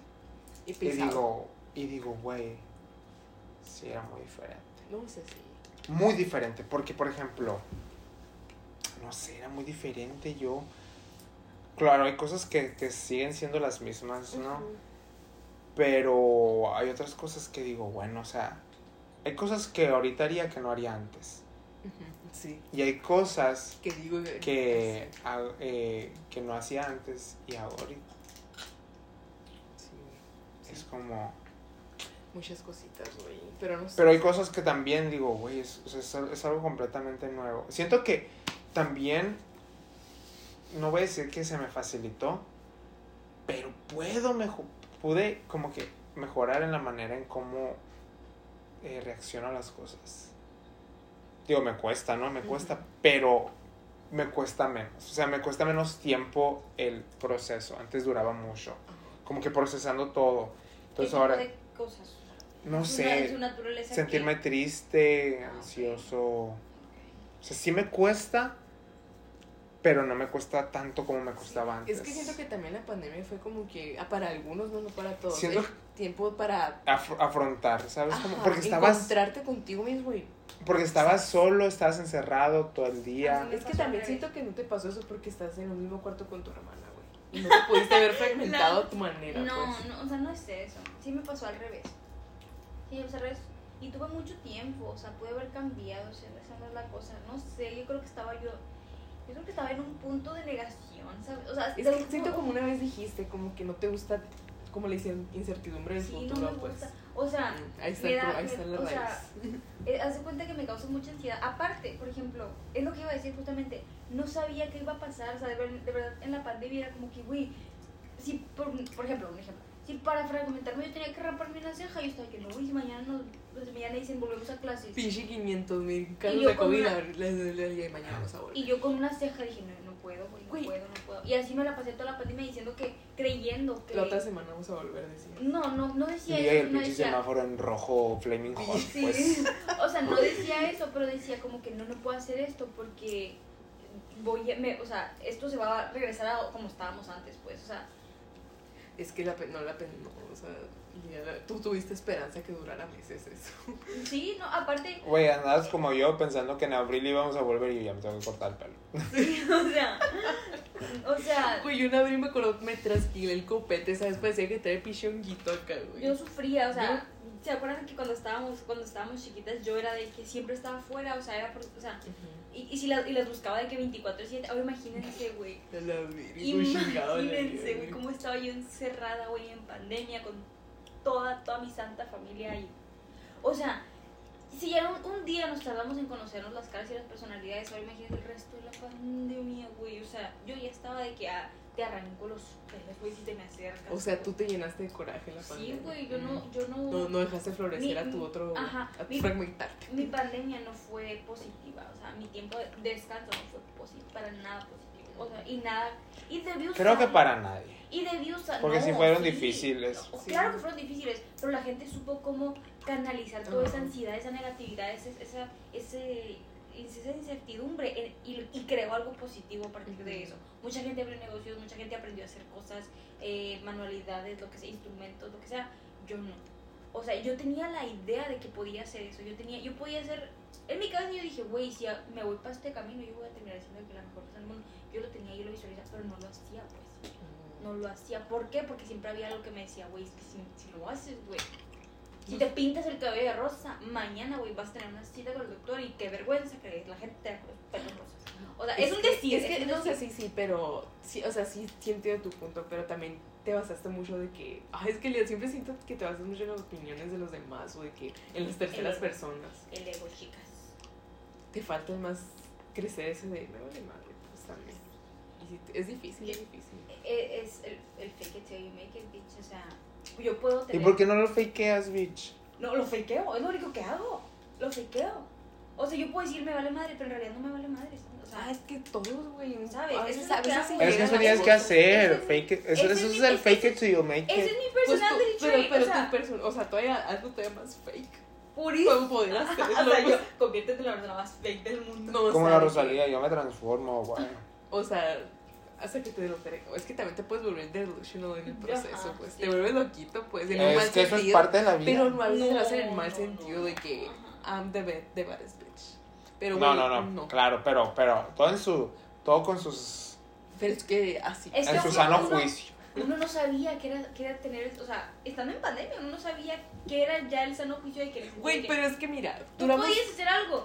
Speaker 2: Y
Speaker 1: y
Speaker 2: pisado.
Speaker 1: digo, y digo, güey, sí era muy diferente.
Speaker 2: No es así.
Speaker 1: Muy diferente, porque por ejemplo, no sé, era muy diferente yo. Claro, hay cosas que, que siguen siendo las mismas, ¿no? Pero hay otras cosas que digo, bueno, o sea, hay cosas que ahorita haría que no haría antes.
Speaker 2: Ujú, Sí.
Speaker 1: Y hay cosas
Speaker 2: Que digo
Speaker 1: que, ha- eh, que no hacía antes y ahorita.
Speaker 2: Sí.
Speaker 1: Es como...
Speaker 2: Muchas cositas, güey. Pero no sé.
Speaker 1: Pero hay cosas que también digo, güey, es, o sea, es al- es algo completamente nuevo. Siento que también, no voy a decir que se me facilitó, pero puedo mejo- pude como que mejorar en la manera en cómo eh, reacciono a las cosas. Digo, me cuesta, ¿no? Me cuesta,
Speaker 2: Ujú.
Speaker 1: pero me cuesta menos. O sea, me cuesta menos tiempo el proceso. Antes duraba mucho,
Speaker 2: Ajá.
Speaker 1: como que procesando todo.
Speaker 3: ¿Qué
Speaker 1: Entonces
Speaker 3: tipo
Speaker 1: Pues ahora,
Speaker 3: de cosas?
Speaker 1: no
Speaker 3: Su
Speaker 1: sé
Speaker 3: na- su naturaleza
Speaker 1: sentirme
Speaker 3: que-
Speaker 1: triste,
Speaker 3: Ah, ok.
Speaker 1: ansioso. O sea, sí me cuesta, pero no me cuesta tanto como me costaba antes.
Speaker 2: Es que siento que también la pandemia fue como que ah, para algunos, no, no para todos.
Speaker 3: eh.
Speaker 1: Siento-
Speaker 2: El tiempo para
Speaker 1: Af- afrontar, ¿sabes? Como-
Speaker 2: ajá,
Speaker 1: porque estabas
Speaker 2: encontrarte contigo mismo. Y,
Speaker 1: porque estabas solo, estabas encerrado todo el día.
Speaker 3: Me
Speaker 2: es que
Speaker 3: pasó
Speaker 2: también
Speaker 3: al
Speaker 2: siento que no te pasó eso porque estás en el mismo cuarto con tu hermana, güey. Y no te pudiste haber fragmentado a tu manera.
Speaker 3: No,
Speaker 2: pues.
Speaker 3: no, o sea, no es eso. Sí me pasó al revés. Sí, me pasó al revés. Y tuve mucho tiempo, o sea, pude haber cambiado, o sea, esa no es la cosa. No sé, yo creo que estaba yo. Yo creo que estaba en un punto de negación, ¿sabes? O sea,
Speaker 2: Es que siento como una vez dijiste, como que no te gusta, como le dicen, incertidumbre del
Speaker 3: Sí, no
Speaker 2: futuro,
Speaker 3: me
Speaker 2: pues.
Speaker 3: gusta. O sea,
Speaker 2: Mm, Ahí está,
Speaker 3: me
Speaker 2: el
Speaker 3: da-
Speaker 2: pro- ahí
Speaker 3: me-
Speaker 2: está la
Speaker 3: o
Speaker 2: raíz.
Speaker 3: sea, eh, haz de cuenta que me causa mucha ansiedad. Aparte, por ejemplo, es lo que iba a decir justamente, no sabía qué iba a pasar, o sea, de, ver- de verdad, en la pandemia era como que, güey, si, por, por ejemplo, un ejemplo, si para fragmentarme yo tenía que raparme una ceja, yo estaba que no, güey, si mañana nos, pues, mañana dicen volvemos a clases.
Speaker 2: Pinche 500 mil
Speaker 3: Y
Speaker 2: casos
Speaker 3: yo
Speaker 2: de
Speaker 3: con
Speaker 2: COVID,
Speaker 3: una-
Speaker 2: a ver, la- la- la- la- mañana vamos a volver.
Speaker 3: Y yo con una ceja dije, no, no puedo, güey, no
Speaker 2: Güey.
Speaker 3: puedo, no puedo. Y así me la pasé toda la pandemia diciendo que, creyendo que...
Speaker 2: La otra semana vamos a volver, decía.
Speaker 3: No, no, no
Speaker 1: Y
Speaker 3: decía
Speaker 1: llega
Speaker 3: eso,
Speaker 1: el
Speaker 3: no
Speaker 1: pinche
Speaker 3: decía...
Speaker 1: semáforo en rojo, flaming hot,
Speaker 3: Sí,
Speaker 1: pues.
Speaker 3: o sea, no decía eso, pero decía como que no, no puedo hacer esto porque voy a, me- o sea, esto se va a regresar a como estábamos antes, pues, o sea,
Speaker 2: Es que la, pe- no la pe- no, o sea, ya la- tú tuviste esperanza que durara meses eso.
Speaker 3: sí, no, aparte,
Speaker 1: Güey, andabas como yo pensando que en abril íbamos a volver y ya me tengo que cortar el pelo.
Speaker 3: o sea, o sea,
Speaker 2: Güey, yo una vez me acuerdo, me trasquilé el copete, ¿sabes? Parecía que trae pinche honguito acá, güey.
Speaker 3: yo sufría, o sea, ¿se acuerdan que cuando estábamos, cuando estábamos chiquitas yo era de que siempre estaba afuera, o sea, era por, o sea,
Speaker 2: Ujú.
Speaker 3: y, y si las, y las buscaba de que 24/7, ahora imagínense, güey.
Speaker 2: A La virgen, chingado, la
Speaker 3: Imagínense, güey,
Speaker 2: virgen.
Speaker 3: cómo estaba yo encerrada, güey, en pandemia con toda, toda mi santa familia y... O sea, si ya un, un día nos tardamos en conocernos las caras y las personalidades, ahora imagínate el resto de la pandemia, güey. O sea, yo ya estaba de que ah, te arranco los pelos, güey, si te me acercas.
Speaker 2: O sea, tú te llenaste de coraje en la
Speaker 3: Sí,
Speaker 2: pandemia.
Speaker 3: güey, yo no,
Speaker 2: Ujú.
Speaker 3: yo no...
Speaker 2: No, no dejaste florecer
Speaker 3: Mi-
Speaker 2: a tu otro.
Speaker 3: ajá,
Speaker 2: a tu
Speaker 3: mi-
Speaker 2: fragmentarte.
Speaker 3: Mi pandemia no fue positiva, o sea, mi tiempo de descanso no fue positivo, para nada positivo. O sea, y nada... Y debí
Speaker 1: Creo que
Speaker 3: usarlo.
Speaker 1: para nadie.
Speaker 3: Y debió usar.
Speaker 1: Porque
Speaker 3: no,
Speaker 1: sí fueron difíciles.
Speaker 3: No,
Speaker 2: Sí.
Speaker 3: Claro que fueron difíciles, pero la gente supo cómo canalizar toda esa
Speaker 2: Ajá.
Speaker 3: ansiedad, esa negatividad, ese, esa, ese, esa incertidumbre en- y, y creó algo positivo a partir de
Speaker 2: Ujú.
Speaker 3: eso. Mucha gente abrió negocios, mucha gente aprendió a hacer cosas, eh, manualidades, lo que sea, instrumentos, lo que sea. Yo no. O sea, yo tenía la idea de que podía hacer eso. Yo tenía, yo podía hacer. En mi cabeza yo dije, güey, si a- me voy para este camino, yo voy a terminar siendo que la mejor persona del mundo. Yo lo tenía, yo lo visualizaba, pero no lo hacía, pues no lo hacía. ¿Por qué? Porque siempre había algo que me decía, güey, es que si, si lo haces, güey. Si te pintas el cabello de rosa, mañana, güey, vas a tener una cita con el doctor y qué vergüenza que la gente te da los pelos rosas. O sea, es, un decir.
Speaker 2: Es que,
Speaker 3: un
Speaker 2: no sé,
Speaker 3: decir.
Speaker 2: sí, sí, pero, sí, o sea, sí, sí entiendo tu punto, pero también te basaste mucho de que, ay, es que Lía, siempre siento que te basas mucho en las opiniones de los demás o de que en las terceras
Speaker 3: El-
Speaker 2: personas
Speaker 3: El ego, chicas.
Speaker 2: te falta más crecer ese de, me vale madre, pues también. Y sí, es difícil, es difícil.
Speaker 3: E- Es el, el fake it till you make it, bitch. O sea, yo puedo
Speaker 1: ¿Y
Speaker 3: tener.
Speaker 1: por qué no lo fakeas, bitch?
Speaker 3: No, lo fakeo, es lo único que hago. Lo fakeo. O sea, yo puedo decir me vale madre, pero en realidad no me vale madre. ¿sabes? O sea,
Speaker 2: Ah, es que todos, güey,
Speaker 3: ¿Sabes?
Speaker 2: A
Speaker 3: Eso
Speaker 2: veces,
Speaker 3: es lo
Speaker 2: a
Speaker 3: que
Speaker 2: veces
Speaker 3: hago.
Speaker 2: se
Speaker 1: Es que
Speaker 2: llegan
Speaker 1: eso
Speaker 2: a
Speaker 1: tienes
Speaker 2: las
Speaker 1: que
Speaker 2: cosas.
Speaker 1: hacer.
Speaker 3: Ese es mi-
Speaker 1: Fake it- eso,
Speaker 3: ese es
Speaker 1: eso es
Speaker 3: mi-
Speaker 1: el
Speaker 3: ese
Speaker 1: fake
Speaker 3: es-
Speaker 1: it till you make
Speaker 3: ese
Speaker 1: it.
Speaker 3: es mi
Speaker 2: Pues tú-
Speaker 3: personality
Speaker 2: pero,
Speaker 3: trait.
Speaker 2: pero
Speaker 3: o sea,
Speaker 2: tu persona, o sea, todavía hazlo todavía más fake.
Speaker 6: purísimo.
Speaker 2: ¿Cómo poder
Speaker 6: O
Speaker 3: pues
Speaker 6: sea,
Speaker 2: hacerlo?
Speaker 6: yo, conviértete en la persona más fake del mundo.
Speaker 2: No, o
Speaker 1: Como
Speaker 2: sea,
Speaker 1: la
Speaker 2: de que-
Speaker 1: Rosalía, yo me transformo, güey.
Speaker 2: O sea, hasta que te delutere. Es que también te puedes volver delusional en el proceso,
Speaker 6: Ajá,
Speaker 2: pues.
Speaker 6: sí.
Speaker 2: Te vuelves loquito, pues, en un
Speaker 1: Es
Speaker 2: mal
Speaker 1: que eso es
Speaker 2: sentido.
Speaker 1: parte de la vida.
Speaker 2: Pero no a veces
Speaker 6: No,
Speaker 2: lo hacen en mal
Speaker 6: no,
Speaker 2: sentido
Speaker 6: no,
Speaker 2: de que I'm the, be- the baddest bitch. Pero
Speaker 1: no,
Speaker 2: güey,
Speaker 1: no, no, Claro, pero, pero todo en su. Todo con sus.
Speaker 2: Pero es que así.
Speaker 3: Es que
Speaker 1: en su
Speaker 3: uno-
Speaker 1: sano
Speaker 3: uno-
Speaker 1: juicio.
Speaker 3: Uno no sabía que era, que era tener, o sea, estando en pandemia, uno no sabía que era ya el sano juicio de que...
Speaker 2: Güey,
Speaker 3: de que
Speaker 2: pero es que mira,
Speaker 3: Tú
Speaker 2: duramos-
Speaker 3: podías hacer algo.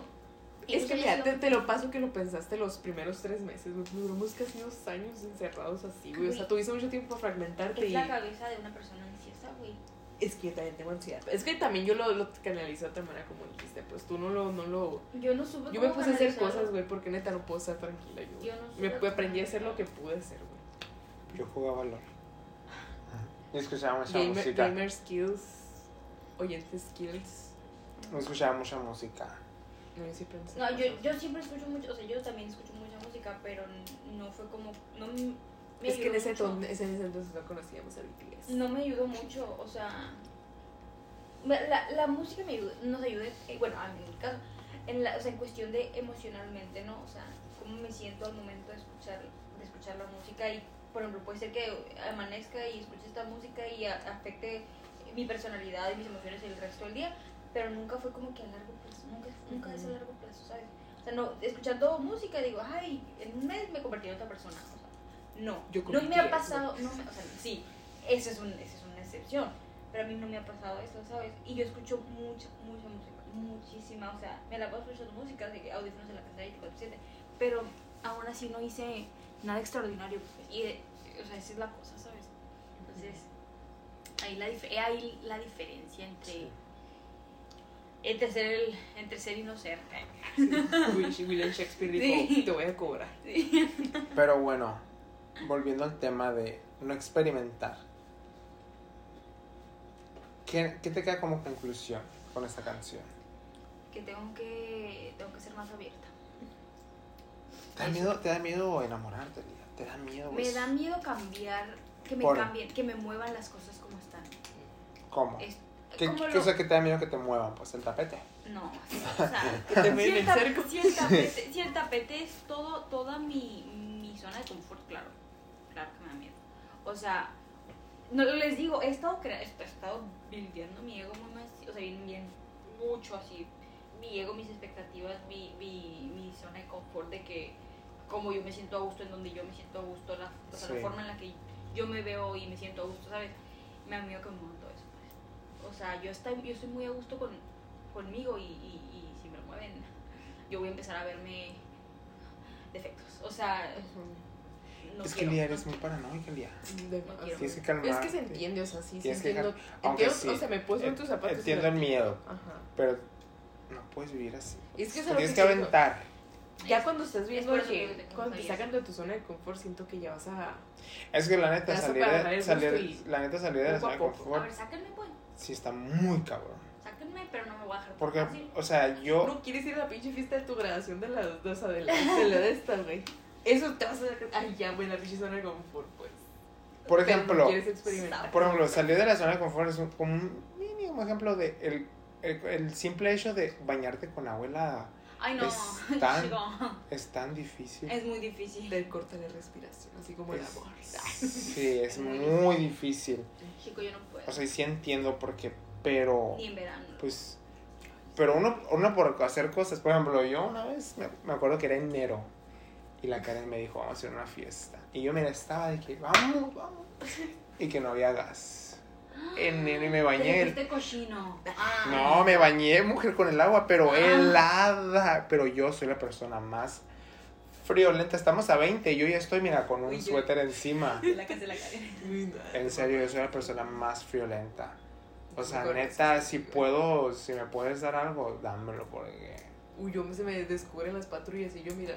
Speaker 3: Y
Speaker 2: Es que
Speaker 3: no
Speaker 2: mira, te,
Speaker 3: sabías
Speaker 2: te lo paso que lo pensaste los primeros tres meses, güey. Duramos casi dos años encerrados así, güey. O sea,
Speaker 3: Güey.
Speaker 2: tuviste mucho tiempo para
Speaker 3: lo-
Speaker 2: fragmentarte
Speaker 3: Es
Speaker 2: y.
Speaker 3: la cabeza de una persona ansiosa, güey.
Speaker 2: Es que yo también tengo ansiedad. Es que también yo lo, lo canalizo de otra manera como dijiste. Pues tú no lo, no lo.
Speaker 3: Yo no supe
Speaker 2: Yo me
Speaker 3: cómo
Speaker 2: puse a hacer
Speaker 3: canalizarlo.
Speaker 2: cosas, güey, porque neta no puedo estar tranquila yo.
Speaker 3: Yo no
Speaker 2: me
Speaker 3: supe
Speaker 2: pu- aprendí a hacer lo
Speaker 3: canalizarlo.
Speaker 2: que pude hacer, güey.
Speaker 1: Yo jugaba LOL. Ajá. Y escuchaba mucha
Speaker 2: Gamer,
Speaker 1: música.
Speaker 2: gamer skills, oyente skills.
Speaker 1: No escuchaba mucha música.
Speaker 2: No, yo siempre pensé
Speaker 3: No, yo,
Speaker 2: cosas.
Speaker 3: yo siempre escucho mucho, o sea, yo también escucho mucha música, pero n- no fue como, no m- me
Speaker 2: Es que en
Speaker 3: ayudó
Speaker 2: ese,
Speaker 3: mucho.
Speaker 2: ton- ese- en ese entonces no conocíamos el BTS.
Speaker 3: No me ayudó mucho, o sea, me- la, la música me ayudó, nos ayuda, eh, bueno, a mí en mi caso, en la, o sea, en cuestión de emocionalmente, ¿no? O sea, cómo me siento al momento de escuchar, de escuchar la música y, por ejemplo, puede ser que amanezca y escuche esta música y a- afecte mi personalidad y mis emociones el resto del día, pero nunca fue como que a largo plazo, nunca, nunca es a largo plazo, ¿sabes? O sea, no, escuchando música digo, ay, en un mes me convertí en otra persona, o sea, no,
Speaker 2: Yo
Speaker 3: no
Speaker 2: cometí
Speaker 3: me ha
Speaker 2: eso.
Speaker 3: pasado, no me- o sea, sí, eso es, un, eso es una excepción, pero a mí no me ha pasado eso, ¿sabes? Y yo escucho mucha, mucha música, muchísima, o sea, me la paso escuchando música, de que audífonos en la pantalla 24-7, pero aún así no hice nada extraordinario, pues, y, eh, o sea, esa es la cosa, ¿sabes? Entonces,
Speaker 4: Ahí la, dif- eh, ahí la diferencia entre, entre, ser el, entre ser y no ser.
Speaker 2: Will- William Shakespeare dijo,
Speaker 4: Sí.
Speaker 2: te voy a cobrar.
Speaker 1: Pero bueno, volviendo al tema de no experimentar. ¿Qué, qué te queda como conclusión con esta canción?
Speaker 3: que tengo que, tengo que ser más abierta.
Speaker 1: ¿Te
Speaker 2: Pues
Speaker 1: da miedo, te da miedo enamorarte, Lía? ¿Te da miedo?
Speaker 3: Me
Speaker 1: güey?
Speaker 3: da miedo cambiar, que me
Speaker 1: Pues, Por-
Speaker 3: cambien, que me muevan las cosas como están.
Speaker 1: ¿Cómo?
Speaker 3: Es-
Speaker 1: Ah. ¿Qué,
Speaker 3: ¿cómo
Speaker 1: qué-
Speaker 3: lo-
Speaker 1: o sea, que te da miedo que te muevan? Pues el tapete.
Speaker 3: No, o sea,
Speaker 2: Que te ven
Speaker 3: si,
Speaker 2: en
Speaker 3: el
Speaker 2: el
Speaker 3: tapete,
Speaker 2: cerco.
Speaker 3: si el tapete- si el tapete es todo, toda mi, mi zona de confort, claro, claro que me da miedo. O sea, no les digo, he estado, crea- he estado viviendo mi ego, mamá, así, o sea, bien, bien, mucho así, mi ego, mis expectativas, mi, mi, mi zona de confort de que como yo me siento a gusto, en donde yo me siento a gusto, la, o sea,
Speaker 1: Sí.
Speaker 3: la forma en la que yo me veo y me siento a gusto, ¿sabes? Me da miedo que me muevan todo eso. pues. O sea, yo, está, yo estoy muy a gusto con, conmigo y, y, y si me lo mueven, yo voy a empezar a verme defectos. O sea, no
Speaker 1: es que
Speaker 3: quiero.
Speaker 1: Lía eres muy paranoica, Lía.
Speaker 2: De
Speaker 3: No
Speaker 2: más.
Speaker 3: quiero.
Speaker 1: Tienes que calmarte.
Speaker 2: Es que se entiende, o sea, sí, sí
Speaker 1: Tienes que
Speaker 2: entiendo.
Speaker 1: aunque
Speaker 2: Entiendo,
Speaker 1: sí,
Speaker 2: o sea, me puedo poner Pues tus zapatos. y
Speaker 1: Eh, Entiendo
Speaker 2: la-
Speaker 1: el miedo,
Speaker 2: Ajá.
Speaker 1: pero no puedes vivir así.
Speaker 2: Es que es
Speaker 1: Te
Speaker 2: algo
Speaker 1: tienes
Speaker 2: que
Speaker 1: que
Speaker 2: te digo.
Speaker 1: aventar.
Speaker 2: Ya cuando estás viendo
Speaker 3: por eso
Speaker 2: que
Speaker 3: que te
Speaker 2: cuando te
Speaker 3: contagias.
Speaker 2: sacan de tu zona de confort, siento que ya vas a.
Speaker 1: Es que la
Speaker 2: Te
Speaker 1: neta,
Speaker 2: vas a
Speaker 1: salir
Speaker 2: parar
Speaker 1: de,
Speaker 2: el
Speaker 1: salir,
Speaker 2: gusto y-
Speaker 1: la neta, salir de la zona
Speaker 2: poco a
Speaker 1: de
Speaker 2: poco.
Speaker 3: A
Speaker 1: confort
Speaker 3: ver, sáquenme, pues.
Speaker 1: sí está muy cabrón.
Speaker 3: Sáquenme, pero no me voy a dejar.
Speaker 1: Porque,
Speaker 3: fácil.
Speaker 1: o sea, yo...
Speaker 2: Ah, No quieres ir a la pinche fiesta de tu graduación de las dos de la, de la de esta, güey. Eso te vas a sacar. Ay, ya, güey, la pinche zona de confort, pues.
Speaker 1: Por
Speaker 2: Pero no
Speaker 1: ejemplo,
Speaker 2: quieres experimentar.
Speaker 1: por ejemplo, salir de la zona de confort es un, como un mínimo ejemplo de el, el, el simple hecho de bañarte con agua helada
Speaker 4: Ay, no.
Speaker 1: Es tan-
Speaker 4: chico.
Speaker 1: es tan difícil.
Speaker 4: Es muy difícil.
Speaker 2: Te corta la respiración, así como el
Speaker 1: Es-
Speaker 2: amor.
Speaker 1: sí, es muy difícil.
Speaker 4: Chico, yo no puedo.
Speaker 1: O sea, y sí entiendo por qué, pero
Speaker 4: Ni en verano.
Speaker 1: pues pero uno uno por hacer cosas, por ejemplo, yo una vez me, me acuerdo que era enero y la Karen me dijo, "Vamos a hacer una fiesta." Y yo mira, estaba de que, "Vamos, vamos." Y que no había gas. En enero y me bañé.
Speaker 4: Te fuiste cochino. Ay.
Speaker 3: Ah,
Speaker 1: No, me bañé, mujer, con el agua, pero helada. Pero yo soy la persona más friolenta. Estamos a 20. Yo ya estoy, mira, con un
Speaker 6: Uy, yo-
Speaker 1: suéter encima.
Speaker 6: De la casa de la Karen.
Speaker 2: Uy, no.
Speaker 1: En serio, yo soy la persona más friolenta. O sea,
Speaker 2: Con-
Speaker 1: neta, si puedo, si me puedes dar algo, dámelo, porque.
Speaker 2: Uy, yo se me descubren las patrullas y yo, mira,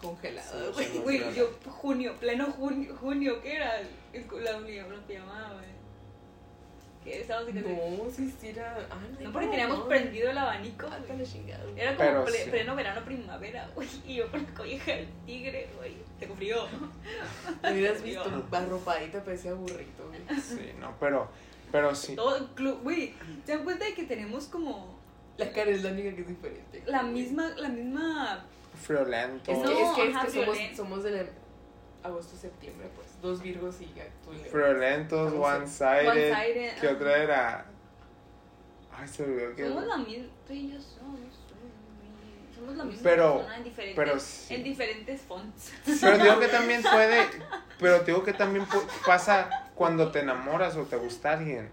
Speaker 2: congelada,
Speaker 1: Sí,
Speaker 2: güey.
Speaker 1: sí,
Speaker 6: Güey, yo junio, pleno junio, junio, ¿qué era? El- La unión, la pijamada, güey. Que estábamos en casa.
Speaker 2: No, sí, sí era. Ah,
Speaker 6: No, porque teníamos prendido el abanico. güey.
Speaker 2: Hasta la chingada. güey.
Speaker 6: Era como
Speaker 1: Pero
Speaker 6: ple-
Speaker 1: sí.
Speaker 6: pleno verano, primavera, güey. Y yo con la colleja del tigre, güey. Tengo frío.
Speaker 2: Me hubieras visto arropadita, parecía burrito, güey.
Speaker 1: Sí, no, pero. Pero sí.
Speaker 6: Todo, el club, güey. ¿Se dan cuenta de que tenemos como
Speaker 2: La cara es la única que es diferente.
Speaker 6: La misma, la misma.
Speaker 1: Friolento.
Speaker 2: Es que,
Speaker 6: No,
Speaker 2: es que, es
Speaker 6: ajá,
Speaker 2: que somos,
Speaker 6: violen-
Speaker 2: somos del agosto, septiembre, pues. Dos virgos y ya tú y Leo.
Speaker 1: Friolentos, one-sided.
Speaker 6: One-sided,
Speaker 1: ¿Qué
Speaker 6: ajá.
Speaker 1: otra era? Ay, se me olvidó
Speaker 6: Somos
Speaker 1: que.
Speaker 6: la misma. Tú y yo somos. somos- Somos la misma
Speaker 1: Pero-
Speaker 6: persona en diferentes,
Speaker 1: pero sí.
Speaker 6: en diferentes fonts.
Speaker 1: Pero te digo que también puede. Pero te digo que también pu- pasa cuando te enamoras o te gusta alguien.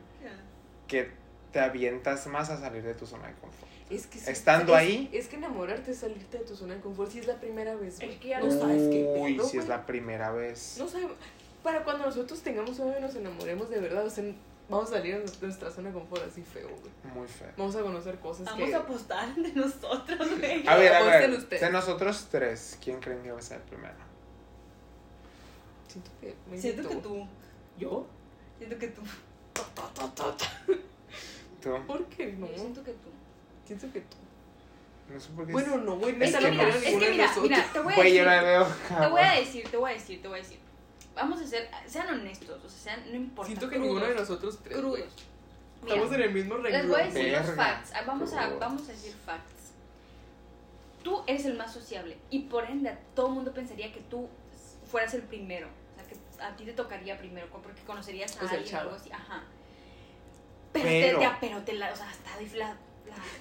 Speaker 1: Que te avientas más a salir de tu zona de confort.
Speaker 2: Es que sí,
Speaker 1: Estando
Speaker 2: es-
Speaker 1: ahí.
Speaker 2: Es que enamorarte es salirte de tu zona de confort si es la primera vez. güey.
Speaker 4: Es que ya
Speaker 2: no sabes qué pedo.
Speaker 1: Uy, si
Speaker 2: güey.
Speaker 1: es la primera vez.
Speaker 2: No sabemos. Para cuando nosotros tengamos un novio y nos enamoremos de verdad, o sea, vamos a salir de nuestra zona de confort así feo, güey.
Speaker 1: Muy feo.
Speaker 2: Vamos a conocer cosas
Speaker 6: Vamos
Speaker 2: que.
Speaker 6: a apostar de nosotros, güey.
Speaker 1: A ver, a
Speaker 2: Apuesten
Speaker 1: ver.
Speaker 2: ustedes.
Speaker 1: De nosotros tres, ¿quién creen que va a ser el primero?
Speaker 2: Siento que. me
Speaker 6: Siento que
Speaker 2: invito.
Speaker 6: tú.
Speaker 2: ¿Yo?
Speaker 6: Siento que tú.
Speaker 2: Ta, ta, ta, ta.
Speaker 1: Tú.
Speaker 2: ¿Por qué no?
Speaker 6: Yo siento que tú.
Speaker 2: Siento que tú.
Speaker 1: No sé por qué.
Speaker 2: Bueno, no, güey.
Speaker 1: Es
Speaker 2: neta,
Speaker 1: que
Speaker 2: no
Speaker 1: mira,
Speaker 2: quiero
Speaker 1: es
Speaker 2: ninguno de nosotros.
Speaker 3: te voy
Speaker 1: Güey, yo la veo.
Speaker 3: Te voy a decir, te voy a decir, te voy a decir. Vamos a ser, sean honestos, o sea, sean, no importa.
Speaker 2: Siento que
Speaker 3: crudos,
Speaker 2: ninguno de nosotros tres. güey.
Speaker 3: Crudos. Mira,
Speaker 2: Estamos en el mismo
Speaker 3: les voy a
Speaker 2: renglón.
Speaker 3: decir los
Speaker 1: Verga.
Speaker 3: facts. Ah, Vamos a,
Speaker 1: Crudos.
Speaker 3: vamos a decir facts. Tú eres el más sociable y por ende a todo el mundo pensaría que tú fueras el primero. O sea, que a ti te tocaría primero co- porque conocerías a
Speaker 2: O sea, Pues el
Speaker 3: alguien o algo
Speaker 2: chavo.
Speaker 3: así. Ajá. Pero,
Speaker 1: Pero-
Speaker 3: Te, te- pero te la, o sea, está dif- la, la-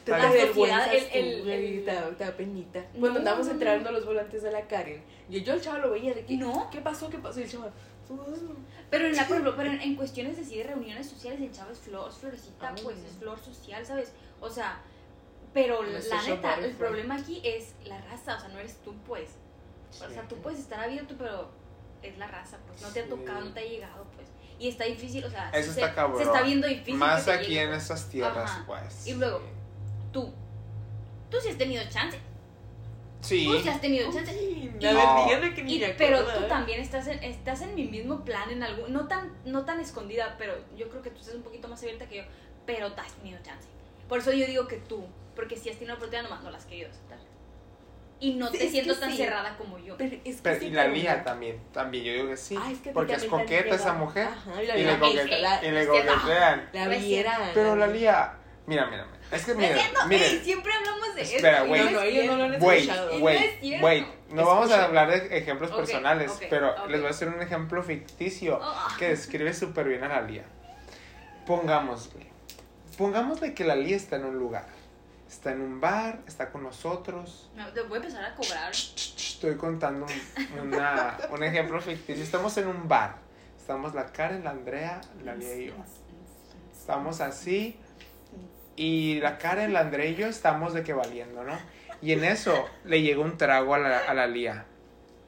Speaker 2: Te
Speaker 1: La
Speaker 2: da vergüenza,
Speaker 3: sociedad, el- el-
Speaker 2: tú, güey,
Speaker 3: el-
Speaker 2: te da- te da penita.
Speaker 3: No,
Speaker 2: Cuando andamos
Speaker 3: no, no.
Speaker 2: entrando a los volantes de la Karen, yo, yo al chavo lo veía de que.
Speaker 3: No.
Speaker 2: ¿Qué pasó? ¿Qué pasó? Y el chavo. "Tú,
Speaker 3: Pero en la por ejemplo, pero en, en cuestiones de, sí de reuniones sociales, el chavo es flor, es florecita,
Speaker 2: Ay,
Speaker 3: pues
Speaker 2: no.
Speaker 3: es flor social, ¿sabes? O sea, pero
Speaker 2: No es
Speaker 3: la
Speaker 2: social
Speaker 3: neta, el
Speaker 2: butterfly.
Speaker 3: problema aquí es la raza, o sea, no eres tú, pues. O sea, tú puedes estar abierto, pero es la raza, pues. No te ha
Speaker 1: Sí.
Speaker 3: tocado, no te ha llegado, pues. Y está difícil, o sea,
Speaker 1: Eso
Speaker 3: se,
Speaker 1: está cabrón.
Speaker 3: se está viendo difícil.
Speaker 1: Más
Speaker 3: que te
Speaker 1: aquí
Speaker 3: llegue.
Speaker 1: en estas tierras,
Speaker 3: Ajá.
Speaker 1: pues.
Speaker 3: Y luego, tú. Tú sí has tenido chance.
Speaker 1: Sí.
Speaker 3: Tú sí has tenido chance.
Speaker 2: Uy,
Speaker 3: Y-
Speaker 2: A
Speaker 1: No.
Speaker 2: ver, díganme que ni
Speaker 3: Y-
Speaker 2: me
Speaker 3: pero
Speaker 2: acuerdo,
Speaker 3: tú
Speaker 2: ¿eh?
Speaker 3: también estás en, estás en mi mismo plan, en algún, no tan, no tan escondida, pero yo creo que tú estás un poquito más abierta que yo, pero te has tenido chance. Por eso yo digo que tú, porque si has tenido oportunidad, nomás no la has querido aceptar. Y no
Speaker 2: Sí,
Speaker 3: te
Speaker 2: es
Speaker 3: siento
Speaker 2: que
Speaker 3: tan
Speaker 2: sí.
Speaker 3: cerrada como yo.
Speaker 2: Pero es que
Speaker 1: Pero-
Speaker 3: este
Speaker 2: sí,
Speaker 1: y la
Speaker 2: pero-
Speaker 1: lía también. También yo digo que sí.
Speaker 2: Ah, es que
Speaker 1: porque es
Speaker 2: también la
Speaker 1: coqueta
Speaker 2: lía
Speaker 1: esa
Speaker 2: va-
Speaker 1: mujer.
Speaker 3: Ah,
Speaker 2: Ajá, y
Speaker 1: y le,
Speaker 2: la
Speaker 1: coquete-
Speaker 2: coqueta. La,
Speaker 1: y le
Speaker 3: es que no.
Speaker 1: coquetean.
Speaker 2: la
Speaker 3: Lo es cierto.
Speaker 2: vieran.
Speaker 1: Pero la lía. Mira, mira, mira. Es que
Speaker 3: No es
Speaker 1: miren.
Speaker 3: cierto, ey,
Speaker 1: Miren.
Speaker 3: siempre hablamos de
Speaker 1: Espera,
Speaker 3: esto. y
Speaker 1: güey.
Speaker 2: No,
Speaker 3: es
Speaker 2: no, ellos
Speaker 3: cierto.
Speaker 2: no lo han
Speaker 1: Güey,
Speaker 2: escuchado.
Speaker 3: No es
Speaker 1: güey,
Speaker 3: cierto.
Speaker 1: güey. No vamos
Speaker 2: Escucha.
Speaker 1: a hablar de ejemplos
Speaker 3: Ok,
Speaker 1: personales,
Speaker 3: ok,
Speaker 1: pero
Speaker 3: ok.
Speaker 1: les voy a hacer un ejemplo ficticio
Speaker 3: Oh,
Speaker 1: que describe súper bien a la Lía. Pongámosle. Pongámosle que la Lía está en un lugar. Está en un bar, está con nosotros.
Speaker 3: no, te voy a empezar a cobrar.
Speaker 1: Estoy contando un, una- un ejemplo ficticio. Estamos en un bar. Estamos la Karen, la Andrea, la Lía y yo. Estamos así. Y la Karen, la Andrea y yo estamos de que valiendo, ¿no? Y en eso le llega un trago a la, a la Lía.